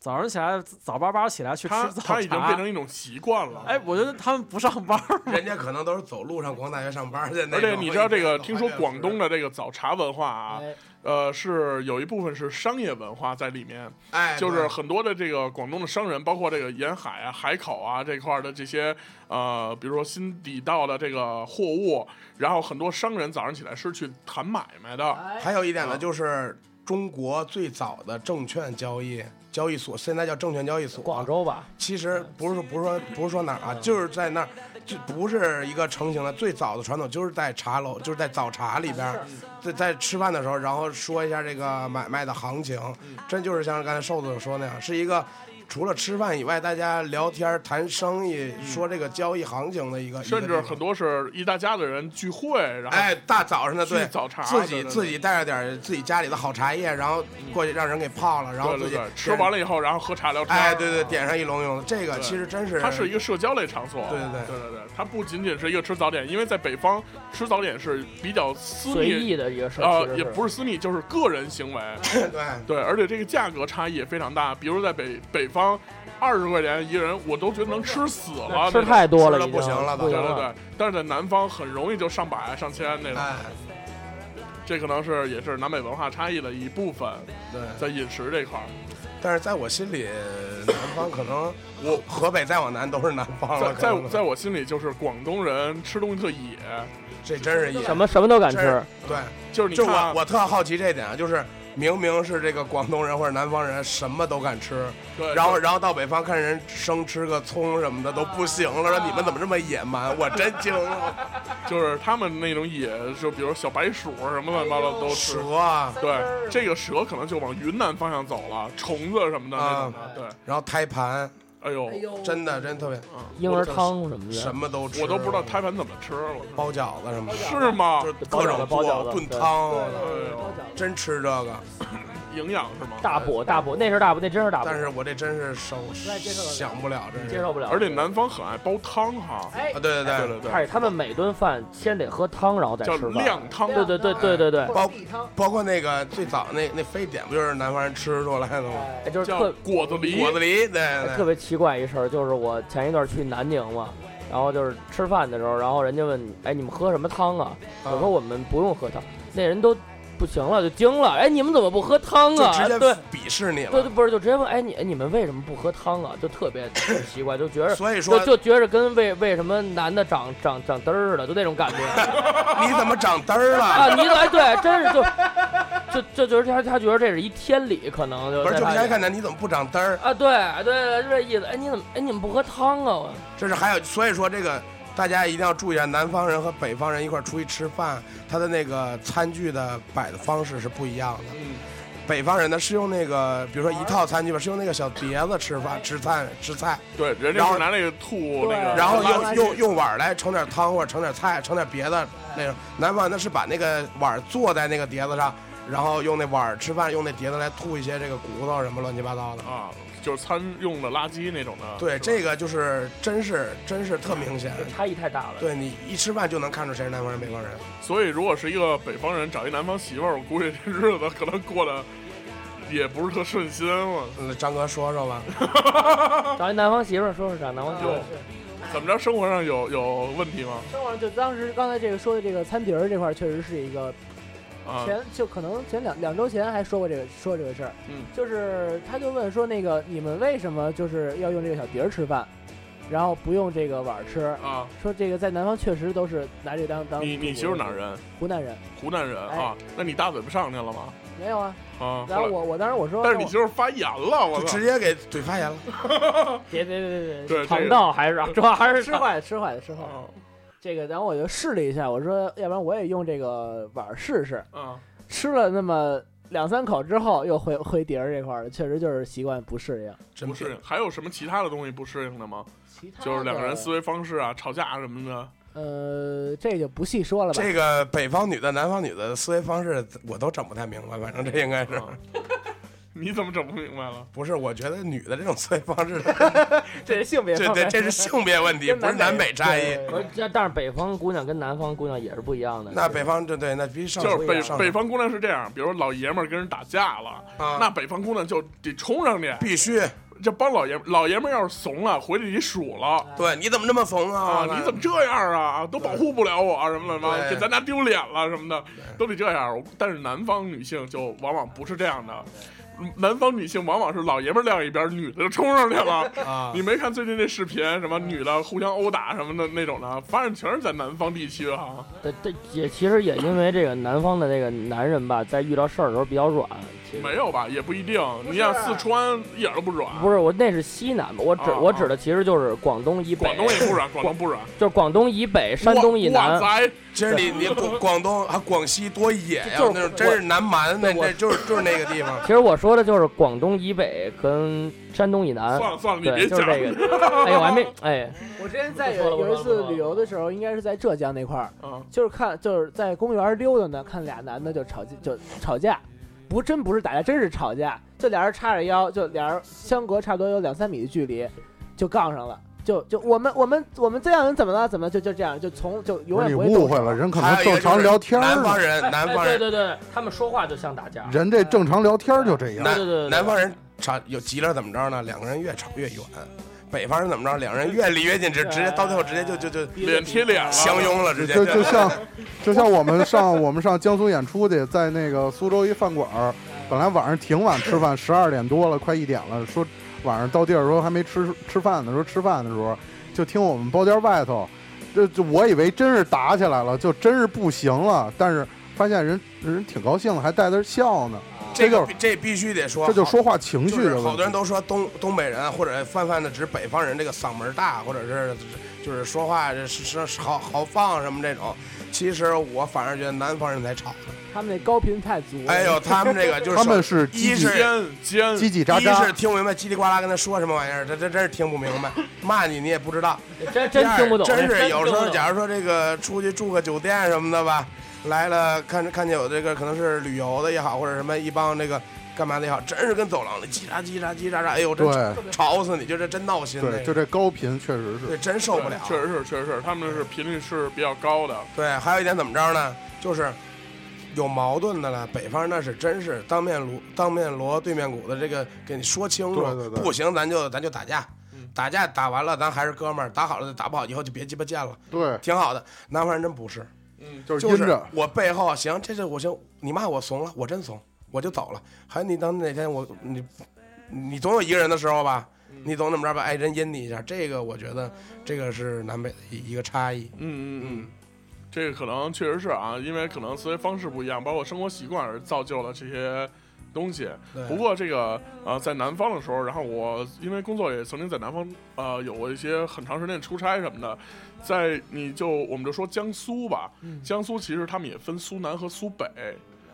[SPEAKER 7] 早上起来早巴巴起来去吃
[SPEAKER 4] 他
[SPEAKER 7] 早茶，
[SPEAKER 4] 他已经变成一种习惯了。
[SPEAKER 7] 哎，我觉得他们不上班儿，
[SPEAKER 5] 人家可能都是走路上广大学上班去。那
[SPEAKER 4] 而且
[SPEAKER 5] 种
[SPEAKER 4] 你知道这个，听说
[SPEAKER 5] 早
[SPEAKER 4] 广东
[SPEAKER 5] 的，
[SPEAKER 4] 的这个早茶文化啊，
[SPEAKER 7] 哎
[SPEAKER 4] 呃，是有一部分是商业文化在里面，
[SPEAKER 5] 哎，
[SPEAKER 4] 就是
[SPEAKER 5] 对
[SPEAKER 4] 很多的这个广东的商人，包括这个沿海啊、海口啊这块儿的这些呃，比如说新抵到的这个货物，然后很多商人早上起来是去谈买卖的，
[SPEAKER 7] 哎
[SPEAKER 6] 哎
[SPEAKER 4] 啊
[SPEAKER 5] 还有一点呢，就是中国最早的证券交易交易所，现在叫证券交易所。
[SPEAKER 6] 广州嗯吧，
[SPEAKER 5] 其实不是说不是说不是说哪儿啊，就是在那儿，就不是一个成型的。最早的传统就是在茶楼，就是在早茶里边儿，
[SPEAKER 6] 啊
[SPEAKER 5] 在在吃饭的时候，然后说一下这个买卖的行情，
[SPEAKER 6] 嗯
[SPEAKER 5] 真就是像刚才瘦子说那样，是一个。除了吃饭以外，大家聊天谈生意，
[SPEAKER 6] 嗯
[SPEAKER 5] 说这个交易行情的一个，一个
[SPEAKER 4] 甚
[SPEAKER 5] 地
[SPEAKER 4] 至
[SPEAKER 5] 方
[SPEAKER 4] 很多是一大家的人聚会，然后
[SPEAKER 5] 哎，大早上的
[SPEAKER 4] 去
[SPEAKER 5] 对，
[SPEAKER 4] 早茶
[SPEAKER 5] 自己
[SPEAKER 4] 啊对对对
[SPEAKER 5] 自己带着点儿自己家里的好茶叶，然后过去让人给泡了，然后
[SPEAKER 4] 对
[SPEAKER 5] 自
[SPEAKER 4] 对
[SPEAKER 5] 己
[SPEAKER 4] 对，吃完
[SPEAKER 5] 了，
[SPEAKER 4] 了以后，然后喝茶聊天。啊
[SPEAKER 5] 哎，对对，，点上一笼一笼的，这个
[SPEAKER 4] 对
[SPEAKER 5] 其实真是
[SPEAKER 4] 它是一个社交类场所。
[SPEAKER 5] 对对对
[SPEAKER 4] 对对对，它不仅仅是一个吃早点，因为在北方吃早点是比较私
[SPEAKER 6] 随
[SPEAKER 4] 密，
[SPEAKER 6] 意的一个事
[SPEAKER 5] 啊
[SPEAKER 6] 儿，
[SPEAKER 4] 呃
[SPEAKER 6] 其，实
[SPEAKER 4] 也不是私密，就是个人行 为。
[SPEAKER 5] 对。
[SPEAKER 4] 对，而且这个价格差异也非常大，比如在北北方，二十块钱一人，我都觉得能吃死了，
[SPEAKER 6] 吃太多
[SPEAKER 5] 啊吃
[SPEAKER 6] 了已
[SPEAKER 5] 了
[SPEAKER 6] 经，
[SPEAKER 5] 不行了都
[SPEAKER 6] 不
[SPEAKER 4] 对
[SPEAKER 6] 行
[SPEAKER 4] 对
[SPEAKER 6] 了。
[SPEAKER 4] 对，但是在南方很容易就上百、上千那种，
[SPEAKER 5] 哎，
[SPEAKER 4] 这可能是也是南北文化差异的一部分，
[SPEAKER 5] 对，
[SPEAKER 4] 在饮食这块儿。
[SPEAKER 5] 但是在我心里，南方可能我河北再往南都是南方
[SPEAKER 4] 在
[SPEAKER 5] 了，
[SPEAKER 4] 在
[SPEAKER 5] 可
[SPEAKER 4] 我
[SPEAKER 5] 能
[SPEAKER 4] 在我心里，就是广东人吃东西特野，
[SPEAKER 5] 这真是一
[SPEAKER 6] 什么什么都敢
[SPEAKER 5] 这
[SPEAKER 6] 吃
[SPEAKER 5] 儿，对，
[SPEAKER 4] 就是你
[SPEAKER 5] 就
[SPEAKER 4] 看
[SPEAKER 5] 我
[SPEAKER 4] 啊，
[SPEAKER 5] 我特好奇这点啊，就是明明是这个广东人或者南方人什么都敢吃，
[SPEAKER 4] 哎对，
[SPEAKER 5] 然后
[SPEAKER 4] 就
[SPEAKER 5] 然后到北方看人生吃个葱什么的都不行了，
[SPEAKER 4] 啊
[SPEAKER 5] 说你们怎么这么野蛮？我真惊了，
[SPEAKER 4] 就是他们那种野，就比如小白鼠什么乱七八糟都吃。
[SPEAKER 5] 蛇啊，
[SPEAKER 4] 对，这个蛇可能就往云南方向走了，虫子什么的那种
[SPEAKER 5] 啊
[SPEAKER 4] 的。对，
[SPEAKER 5] 然后胎盘，
[SPEAKER 4] 哎呦，
[SPEAKER 5] 真的真特别，
[SPEAKER 6] 婴儿汤什么的，
[SPEAKER 5] 什么都吃，
[SPEAKER 4] 我都不知道胎盘怎么吃，我
[SPEAKER 5] 包饺子什么的，
[SPEAKER 4] 是吗
[SPEAKER 5] 就？是各种
[SPEAKER 6] 包饺子包饺嗯
[SPEAKER 5] 做
[SPEAKER 6] 子
[SPEAKER 5] 炖汤，啊
[SPEAKER 4] 哎
[SPEAKER 8] 包
[SPEAKER 4] 呦，
[SPEAKER 8] 饺子
[SPEAKER 5] 真吃这个。
[SPEAKER 4] 营养是吗？
[SPEAKER 6] 大补大补，那是大补，那真是大补，
[SPEAKER 5] 但是我这真是受
[SPEAKER 8] 太接受得了
[SPEAKER 5] 想不了，真
[SPEAKER 6] 接
[SPEAKER 5] 是啊，
[SPEAKER 6] 受不了。
[SPEAKER 4] 而且南方很爱煲汤哈，
[SPEAKER 8] 哎
[SPEAKER 5] 对，对
[SPEAKER 4] 对
[SPEAKER 5] 对，
[SPEAKER 4] 对对，
[SPEAKER 6] 而且他们每顿饭先得喝汤，然后再
[SPEAKER 4] 叫
[SPEAKER 6] 吃饭。
[SPEAKER 4] 靓汤，
[SPEAKER 6] 对对对对对对，
[SPEAKER 5] 包
[SPEAKER 8] 或者米汤，
[SPEAKER 5] 包括那个最早那那非典不就是南方人吃出来的吗？
[SPEAKER 8] 哎
[SPEAKER 6] 哎就是
[SPEAKER 4] 叫
[SPEAKER 6] 特
[SPEAKER 4] 果子狸，
[SPEAKER 5] 果子狸，对
[SPEAKER 6] 哎
[SPEAKER 5] 对
[SPEAKER 6] 特
[SPEAKER 5] 对，
[SPEAKER 6] 别奇怪一事儿，就是我前一段去南宁嘛，然后就是吃饭的时候，然后人家问，哎，你们喝什么汤啊？我说我们不用喝汤，那人都不行了，就惊了，哎，你们怎么不喝汤
[SPEAKER 5] 就
[SPEAKER 6] 啊？
[SPEAKER 5] 直接
[SPEAKER 6] 对。
[SPEAKER 5] 鄙视你了
[SPEAKER 6] 对对，。不是，就直接问，哎，你哎你们为什么不喝汤啊？就特别奇怪，就觉着，
[SPEAKER 5] 所以说
[SPEAKER 6] 就就觉着跟为为什么男的长长长嘚儿似的，就那种感觉
[SPEAKER 5] 你怎么长嘚儿了？
[SPEAKER 6] 啊！你哎，对，真是就就就觉得他他觉得这是一天理，可能就
[SPEAKER 5] 不是，
[SPEAKER 6] 在
[SPEAKER 5] 就
[SPEAKER 6] 他
[SPEAKER 5] 该
[SPEAKER 6] 眼
[SPEAKER 5] 看的你怎么不长嘚儿？
[SPEAKER 6] 啊，对对，就这意思。哎，你怎么哎你们不喝汤啊？我
[SPEAKER 5] 这是还有，所以说这个大家一定要注意啊，南方人和北方人一块儿出去吃饭，他的那个餐具的摆的方式是不一样的。北方人呢是用那个，比如说一套餐具吧，是用那个小碟子吃饭、吃菜、吃菜，
[SPEAKER 4] 对，人
[SPEAKER 5] 然
[SPEAKER 4] 家
[SPEAKER 5] 后
[SPEAKER 4] 是拿那个吐那个，
[SPEAKER 5] 然后
[SPEAKER 8] 又
[SPEAKER 5] 用用用碗儿来盛点汤或者盛点菜、盛点别的那种。南方呢是把那个碗儿坐在那个碟子上，然后用那碗儿吃饭，用那碟子来吐一些这个骨头什么乱七八糟的。
[SPEAKER 4] 啊，就是餐用的垃圾那种的。
[SPEAKER 5] 对，
[SPEAKER 4] 是吧
[SPEAKER 5] 这个就是真是真是特明显。
[SPEAKER 6] 差异太大了。
[SPEAKER 5] 对你一吃饭就能看出谁是南方人、北方人。
[SPEAKER 4] 所以如果是一个北方人找一南方媳妇儿，我估计这日子可能过得也不是特顺心嘛。
[SPEAKER 5] 嗯，张哥说说吧，嗯
[SPEAKER 6] 找一南方媳妇儿说说找南
[SPEAKER 8] 啊
[SPEAKER 6] 方媳妇儿
[SPEAKER 4] 有怎么着，生活上有有问题吗？
[SPEAKER 8] 生活上就当时刚才这个说的这个餐碟儿这块，确实是一个
[SPEAKER 4] 啊，
[SPEAKER 8] 前就可能前两两周前还说过这个说这个事儿，
[SPEAKER 4] 嗯，
[SPEAKER 8] 就是他就问说那个你们为什么就是要用这个小碟儿吃饭，然后不用这个碗儿吃？
[SPEAKER 4] 啊，
[SPEAKER 8] 说这个在南方确实都是拿这个当当。
[SPEAKER 4] 你你媳妇儿哪儿？人？
[SPEAKER 8] 湖南人。
[SPEAKER 4] 湖南人啊？那你大嘴巴上去了吗？
[SPEAKER 8] 没有啊，
[SPEAKER 4] 啊，
[SPEAKER 8] 哎然
[SPEAKER 4] 后
[SPEAKER 8] 后
[SPEAKER 4] 来
[SPEAKER 8] 我我当时我说，
[SPEAKER 4] 但是你媳妇儿发炎了，我
[SPEAKER 5] 就
[SPEAKER 4] 操
[SPEAKER 5] 直！接给怼发言了。
[SPEAKER 6] 别别别别
[SPEAKER 4] 对这个
[SPEAKER 6] 别，肠道还是主要还
[SPEAKER 8] 那我
[SPEAKER 6] 是
[SPEAKER 8] 吃坏了吃坏了吃坏了
[SPEAKER 4] 啊
[SPEAKER 8] 这个，然后我就试了一下，我说要不然我也用这个碗儿试试，
[SPEAKER 4] 啊，
[SPEAKER 8] 吃了那么两三口之后，又回回碟儿这块儿了，确实就是习惯不适应。
[SPEAKER 5] 真
[SPEAKER 4] 不适应。还有什么其他的东西不适应的吗？
[SPEAKER 8] 其他
[SPEAKER 4] 就是两个人
[SPEAKER 8] 的
[SPEAKER 4] 思维方式啊，吵架什么的。
[SPEAKER 8] 呃，这就不细说了吧。
[SPEAKER 5] 这个北方女的、南方女的思维方式，我都整不太明白。反正这应该是
[SPEAKER 4] 啊你怎么整不明白了？
[SPEAKER 5] 不是？我觉得女的这种思维方 式，
[SPEAKER 8] 这是性别
[SPEAKER 5] 这
[SPEAKER 8] 方
[SPEAKER 5] 这
[SPEAKER 8] 面，
[SPEAKER 5] 这是性别问题，
[SPEAKER 8] 跟
[SPEAKER 5] 不是南北差异。
[SPEAKER 8] 对
[SPEAKER 6] 不是，这但是北方姑娘跟南方姑娘也是不一样的。
[SPEAKER 5] 那北方这对，那必须上
[SPEAKER 4] 就是北
[SPEAKER 5] 上
[SPEAKER 4] 北方姑娘是这样，比如老爷们儿跟人打架了，
[SPEAKER 5] 啊
[SPEAKER 4] 那北方姑娘就得冲上去，
[SPEAKER 5] 必须。
[SPEAKER 4] 就帮老爷们老爷们儿要是怂了，回去得数了
[SPEAKER 5] 对，你怎么这么怂
[SPEAKER 4] 啊
[SPEAKER 5] 啊？！
[SPEAKER 4] 你怎么这样啊？都保护不了我啊什么的吗？
[SPEAKER 5] 对
[SPEAKER 4] 给咱家丢脸了什么的，都得这样。但是南方女性就往往不是这样的，南方女性往往是老爷们儿晾一边，女的就冲上去了。
[SPEAKER 5] 啊
[SPEAKER 4] 你没看最近那视频，什么女的互相殴打什么的那种的，发现全是在南方地区哈、
[SPEAKER 6] 对对，也其实也因为这个南方的这个男人吧，在遇到事儿的时候比较软。其实
[SPEAKER 4] 没有吧？也不一定。你像四川一点都不软，
[SPEAKER 6] 不是我那是西南吧，我指
[SPEAKER 4] 啊
[SPEAKER 6] 我指的其实就是广东以
[SPEAKER 4] 广
[SPEAKER 6] 北，
[SPEAKER 4] 东也不软，广东不软，
[SPEAKER 6] 就是广东以北、山东以
[SPEAKER 4] 哇
[SPEAKER 6] 南。
[SPEAKER 4] 塞，
[SPEAKER 5] 其实你你广广东还广西多野呀，
[SPEAKER 6] 就是
[SPEAKER 5] 那种真是南蛮，那那就是就是那个地方。
[SPEAKER 6] 其实我说的就是广东以北跟山东以南。
[SPEAKER 4] 算了算了，你
[SPEAKER 6] 啊对，
[SPEAKER 4] 别
[SPEAKER 6] 就
[SPEAKER 4] 讲
[SPEAKER 6] 是
[SPEAKER 4] 了。
[SPEAKER 6] 这个。哎呦，我 还没哎，
[SPEAKER 8] 我之前在有有一次旅游的时候，应该是在浙江那块儿，
[SPEAKER 4] 嗯
[SPEAKER 8] 就是看就是在公园溜达呢，看俩男的就吵架，就吵架，不真不是打架，真是吵架，就俩人叉着腰，就俩人相隔差不多有两三米的距离，就杠上了。就就我们我们我们这样人怎么了？怎么就就这样？就从就
[SPEAKER 3] 不
[SPEAKER 8] 永
[SPEAKER 3] 是你
[SPEAKER 8] 远不会动
[SPEAKER 3] 误会了，人可能
[SPEAKER 5] 还有一个
[SPEAKER 3] 正常聊天
[SPEAKER 5] 哎就是
[SPEAKER 3] 儿
[SPEAKER 5] 南方人，南方
[SPEAKER 6] 对
[SPEAKER 5] 人，
[SPEAKER 6] 对对，他们说话就像打架。
[SPEAKER 3] 人这正常聊天儿就这样。
[SPEAKER 6] 对对对对
[SPEAKER 5] 南南方人吵有急了怎么着呢？两个人越吵越远。北方人怎么着？两个人越离越近，直直接到最后直接就就就
[SPEAKER 4] 脸贴脸了，
[SPEAKER 5] 相拥了，直接
[SPEAKER 3] 就就像，就像我们上我们上江苏演出去，在那个苏州一饭馆儿，本来晚上挺晚吃饭，十二点多了，快一点了，说晚上到地儿说还没吃吃饭呢，说吃饭的时候就听我们包间外头，这这我以为真是打起来了，就真是不行了，但是发现人人挺高兴的，还带着笑呢，
[SPEAKER 5] 这
[SPEAKER 3] 这
[SPEAKER 5] 个
[SPEAKER 3] 就
[SPEAKER 5] 这必须得说，
[SPEAKER 3] 这就说话情绪
[SPEAKER 5] 就是
[SPEAKER 3] 的
[SPEAKER 5] 好
[SPEAKER 3] 问
[SPEAKER 5] 多
[SPEAKER 3] 题。
[SPEAKER 5] 人都说东东北人啊或者泛泛的指北方人这个嗓门大，或者是就是说话是是是豪豪放什么这种。其实我反而觉得南方人才吵呢。
[SPEAKER 8] 他们那高频太足。
[SPEAKER 5] 哎呦，他们这个就是
[SPEAKER 3] 他们是
[SPEAKER 5] 一
[SPEAKER 3] 叽叽
[SPEAKER 5] 是
[SPEAKER 4] 尖尖
[SPEAKER 3] 叽叽喳
[SPEAKER 5] 一是
[SPEAKER 3] 喳，
[SPEAKER 5] 听不明白叽里呱啦跟他说什么玩意儿，这这真是听不明 白，骂你你也不知道。
[SPEAKER 6] 真真听不懂，
[SPEAKER 5] 真是
[SPEAKER 6] 听
[SPEAKER 5] 有
[SPEAKER 6] 不
[SPEAKER 5] 时候，
[SPEAKER 6] 懂
[SPEAKER 5] 假如说这个出去住个酒店什么的吧，来了看看见有这个可能是旅游的也好，或者什么一帮这个干嘛的也好，真是跟走廊里叽喳叽喳叽喳喳，哎呦，这
[SPEAKER 3] 对
[SPEAKER 5] 吵死你，就这真闹心，那
[SPEAKER 3] 对，
[SPEAKER 5] 个
[SPEAKER 3] 就这高频确实是。
[SPEAKER 5] 对真受不了。啊
[SPEAKER 4] 确实是，确实是，他们是频率是比较高的。
[SPEAKER 5] 对，还有一点怎么着呢？就是有矛盾的了，北方那是真是当面锣当面锣对面鼓的，这个给你说清楚，
[SPEAKER 3] 对对对
[SPEAKER 5] 不行咱就咱就打架。打架打完了，咱还是哥们儿；打好了就打不好，以后就别鸡巴见了，
[SPEAKER 3] 对，
[SPEAKER 5] 挺好的。南方人真不是，
[SPEAKER 4] 嗯
[SPEAKER 3] 就是
[SPEAKER 5] 嗯就
[SPEAKER 3] 阴
[SPEAKER 5] 是
[SPEAKER 3] 着。
[SPEAKER 5] 我背后行，这是我行，你骂我怂了，我真怂，我就走了。还有你等哪天我你你总有一个人的时候吧，
[SPEAKER 4] 嗯
[SPEAKER 5] 你总怎么着吧，哎，人阴你一下。这个我觉得这个是南北的一一个差异。
[SPEAKER 4] 嗯嗯嗯，这个可能确实是啊，因为可能思维方式不一样，包括生活习惯而造就了这些东西。
[SPEAKER 5] 对
[SPEAKER 4] 不过这个呃，在南方的时候，然后我因为工作也曾经在南方呃有过一些很长时间的出差什么的，在你就我们就说江苏吧，
[SPEAKER 5] 嗯
[SPEAKER 4] 江苏其实他们也分苏南和苏北。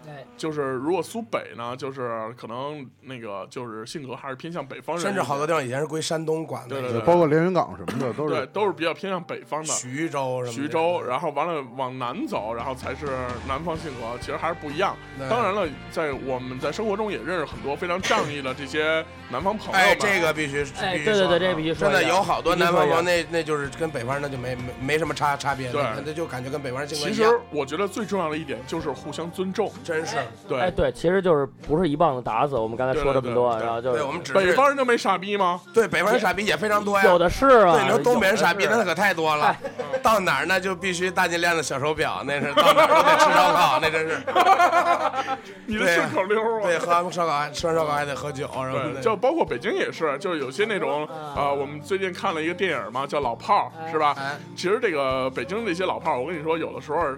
[SPEAKER 6] 哎
[SPEAKER 4] 就是如果苏北呢，就是可能那个就是性格还是偏向北方人一点，
[SPEAKER 5] 甚至好多地方以前是归山东管的，
[SPEAKER 4] 对对
[SPEAKER 3] 对包括连云港什么的都
[SPEAKER 4] 对
[SPEAKER 3] 是。
[SPEAKER 4] 都是比较偏向北方的。
[SPEAKER 5] 徐州什么的。
[SPEAKER 4] 徐州，然后完了往南走，然后才是南方性格，其实还是不一样。
[SPEAKER 5] 对
[SPEAKER 4] 当然了，在我们在生活中也认识很多非常仗义的这些南方朋友们。
[SPEAKER 5] 哎，这个必须，
[SPEAKER 6] 哎，
[SPEAKER 5] 必须
[SPEAKER 6] 对对
[SPEAKER 5] 说啊
[SPEAKER 6] 对，这必须说
[SPEAKER 5] 真
[SPEAKER 6] 一下。
[SPEAKER 5] 的有好多
[SPEAKER 6] 必须
[SPEAKER 5] 南
[SPEAKER 6] 说
[SPEAKER 5] 方
[SPEAKER 6] 一
[SPEAKER 5] 朋
[SPEAKER 6] 下
[SPEAKER 5] 友，那那就是跟北方人那就没没没什么差差别，
[SPEAKER 4] 对
[SPEAKER 5] 那就感觉跟北方人性格
[SPEAKER 4] 其
[SPEAKER 5] 一
[SPEAKER 4] 实
[SPEAKER 5] 样，
[SPEAKER 4] 我觉得最重要的一点就是互相尊重。
[SPEAKER 5] 真是。
[SPEAKER 4] 对，
[SPEAKER 6] 哎，对，其实就是不是一棒子打死。我们刚才说这么多，啊
[SPEAKER 4] 对对对对
[SPEAKER 6] 然后就
[SPEAKER 5] 对，
[SPEAKER 6] 是
[SPEAKER 5] 我们只是
[SPEAKER 4] 北方人就没傻逼吗？
[SPEAKER 5] 对北方人傻逼也非常多呀，
[SPEAKER 6] 有的是哎啊。
[SPEAKER 5] 对，你说东北人傻逼
[SPEAKER 6] 有的
[SPEAKER 5] 那
[SPEAKER 6] 是
[SPEAKER 5] 可太多了，到哪儿那就必须大金链子、小手表，那是到哪儿都得吃烧烤，那真是。
[SPEAKER 4] 你的
[SPEAKER 5] 对呀
[SPEAKER 4] 顺口溜啊。
[SPEAKER 5] 对，喝完烧烤还吃完烧烤还得喝酒什么
[SPEAKER 4] 对，
[SPEAKER 5] 的。
[SPEAKER 4] 就包括北京也是，就是有些那种啊，我们最近看了一个电影嘛，叫《老炮儿》，是吧
[SPEAKER 5] 嗯哎？
[SPEAKER 4] 其实这个北京这些老炮儿，我跟你说，有的时候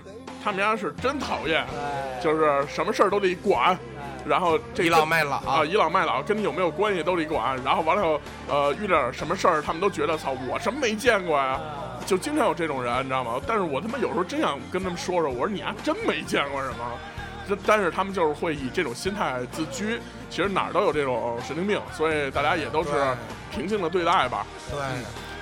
[SPEAKER 4] 他们家是真讨厌，
[SPEAKER 5] 哎
[SPEAKER 4] 就是什么事儿都得管，然后这
[SPEAKER 5] 倚
[SPEAKER 4] 个
[SPEAKER 5] 老卖老
[SPEAKER 4] 啊，倚老卖老，跟你有没有关系都得管。然后完了以后，呃，遇点什么事儿，他们都觉得操，我什么没见过呀。
[SPEAKER 5] 啊
[SPEAKER 4] 就经常有这种人，你知道吗？但是我他妈有时候真想跟他们说说，我说你还真没见过什么。这但是他们就是会以这种心态自居，其实哪儿都有这种神经病，所以大家也都是
[SPEAKER 5] 对
[SPEAKER 4] 平静的对待吧。
[SPEAKER 5] 对。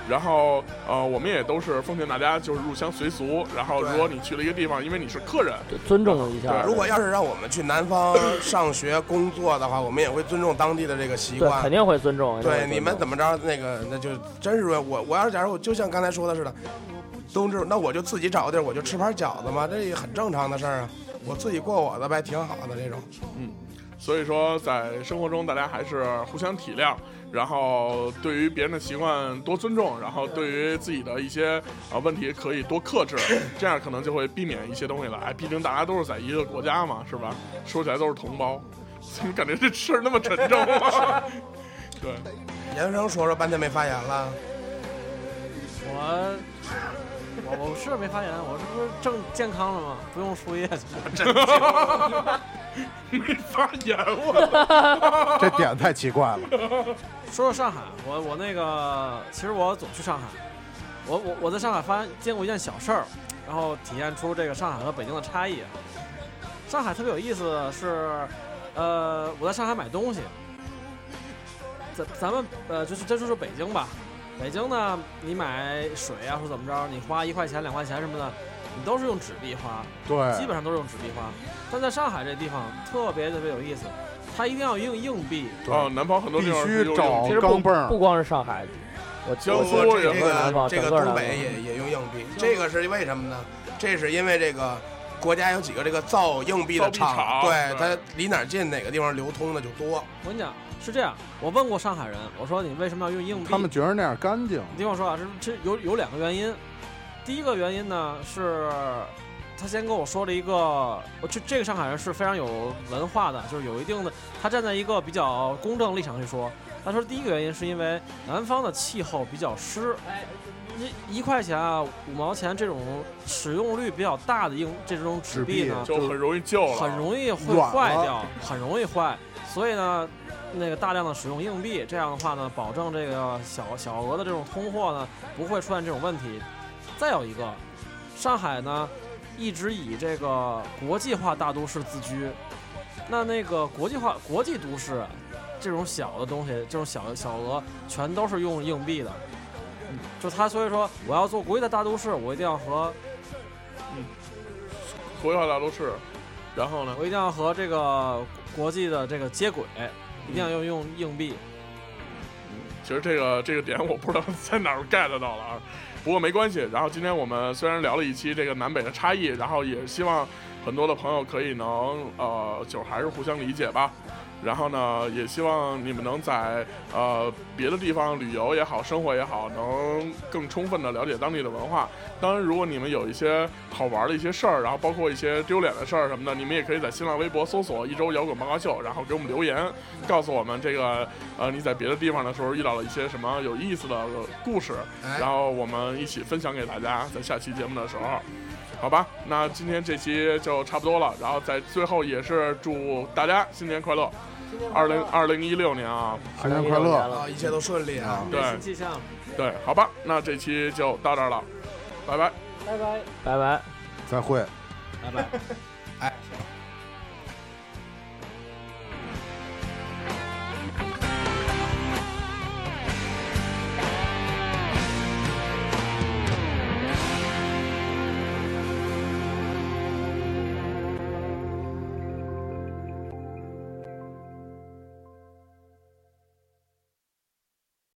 [SPEAKER 4] 然后呃，我们也都是奉劝大家就是入乡随俗。然后
[SPEAKER 5] 对
[SPEAKER 4] 如果你去了一个地方，因为你是客人，
[SPEAKER 6] 对尊重一下。
[SPEAKER 5] 如果要是让我们去南方上学工作的话，我们也会尊重当地的这个习
[SPEAKER 6] 对，
[SPEAKER 5] 惯
[SPEAKER 6] 肯。定会尊重。
[SPEAKER 5] 对，你们怎
[SPEAKER 6] 么？
[SPEAKER 5] 么着？那个，那就真是我，我要是假如我就像刚才说的似的，冬至那我就自己找个地儿，我就吃盘饺子嘛，这也很正常的事儿啊。我自己过我的呗，挺好的这种。
[SPEAKER 4] 所以说，在生活中大家还是互相体谅，然后对于别人的习惯多尊重，然后对于自己的一些呃问题可以多克制，这样可能就会避免一些东西来。毕竟大家都是在一个国家嘛，是吧？说起来都是同胞。怎么感觉这事儿那么沉重啊？对，
[SPEAKER 5] 研究生说说半天没发言了，
[SPEAKER 7] 我我我是没发言，我这不是正健康了吗？不用输液去。
[SPEAKER 4] 没发言我。
[SPEAKER 3] 这点太奇怪了。
[SPEAKER 7] 说说上海，我我那个，其实我总去上海，我我我在上海发见过一件小事儿，然后体验出这个上海和北京的差异。上海特别有意思的是，呃，我在上海买东西，咱咱们呃就是真说说北京吧，北京呢，你买水啊或者怎么着，你花一块钱两块钱什么的，你都是用纸币花，基
[SPEAKER 3] 对，
[SPEAKER 7] 本上都是用纸币花。但在上海这地方特别特别有意思，它一定要用硬币，
[SPEAKER 4] 哦，南方很多
[SPEAKER 3] 必
[SPEAKER 4] 地方
[SPEAKER 3] 须
[SPEAKER 4] 有
[SPEAKER 3] 找
[SPEAKER 6] 其实不
[SPEAKER 3] 钢镚儿
[SPEAKER 6] 不。光是上海，我
[SPEAKER 4] 江
[SPEAKER 6] 我
[SPEAKER 4] 苏
[SPEAKER 5] 我说这
[SPEAKER 4] 也
[SPEAKER 5] 这
[SPEAKER 4] 会
[SPEAKER 6] 南
[SPEAKER 5] 个
[SPEAKER 6] 方
[SPEAKER 5] 这个
[SPEAKER 6] 整个
[SPEAKER 5] 东北
[SPEAKER 6] 南方
[SPEAKER 5] 也也用硬币，这个是为什么呢？这是因为这个国家有几个这个造硬币的
[SPEAKER 4] 造币厂
[SPEAKER 5] 对
[SPEAKER 4] 对
[SPEAKER 5] 它离哪儿近哪个地方流通的就多。
[SPEAKER 7] 我跟你讲，是这样，我问过上海人，我说你为什么要用硬币？
[SPEAKER 3] 他们觉得那样干净，
[SPEAKER 7] 你听我说啊，是这有有两个原因。第一个原因呢是，他先跟我说了一个，我这这个上海人是非常有文化的，就是有一定的，他站在一个比较公正立场去说。他说第一个原因是因为南方的气候比较湿，一一块钱啊五毛钱这种使用率比较大的硬这种纸币呢，
[SPEAKER 4] 就很容易旧了，
[SPEAKER 7] 很容易会
[SPEAKER 3] 软了
[SPEAKER 7] 坏掉，很容易坏。所以呢，那个大量的使用硬币，这样的话呢，保证这个小小额的这种通货呢不会出现这种问题。再有一个，上海呢一直以这个国际化大都市自居，那那个国际化国际都市这种小的东西，这种小小额全都是用硬币的。嗯就他所以说，我要做国际的大都市，我一定要和
[SPEAKER 4] 国际化大都市。然后呢？
[SPEAKER 7] 我一定要和这个国际的这个接轨，一定要用用硬币。
[SPEAKER 4] 其实这个这个点我不知道在哪儿 get 到了啊，不过没关系。然后今天我们虽然聊了一期这个南北的差异，然后也希望很多的朋友可以能呃，就是还是互相理解吧。然后呢，也希望你们能在呃别的地方旅游也好，生活也好，能更充分的了解当地的文化。当然，如果你们有一些好玩的一些事儿，然后包括一些丢脸的事儿什么的，你们也可以在新浪微博搜索“一周摇滚八卦秀”，然后给我们留言，告诉我们这个呃，你在别的地方的时候遇到了一些什么有意思的故事，
[SPEAKER 5] 哎
[SPEAKER 4] 然后我们一起分享给大家，在下期节目的时候，好吧？那今天这期就差不多了，然后在最后也是祝大家新年快乐，二零二零一六年啊，
[SPEAKER 3] 新年快乐！
[SPEAKER 5] 啊，一切都顺利啊！
[SPEAKER 4] 对
[SPEAKER 7] 新气象。
[SPEAKER 4] 对，好吧，那这期就到这儿了，拜拜。
[SPEAKER 6] 拜拜。
[SPEAKER 3] 再会。
[SPEAKER 5] 哎，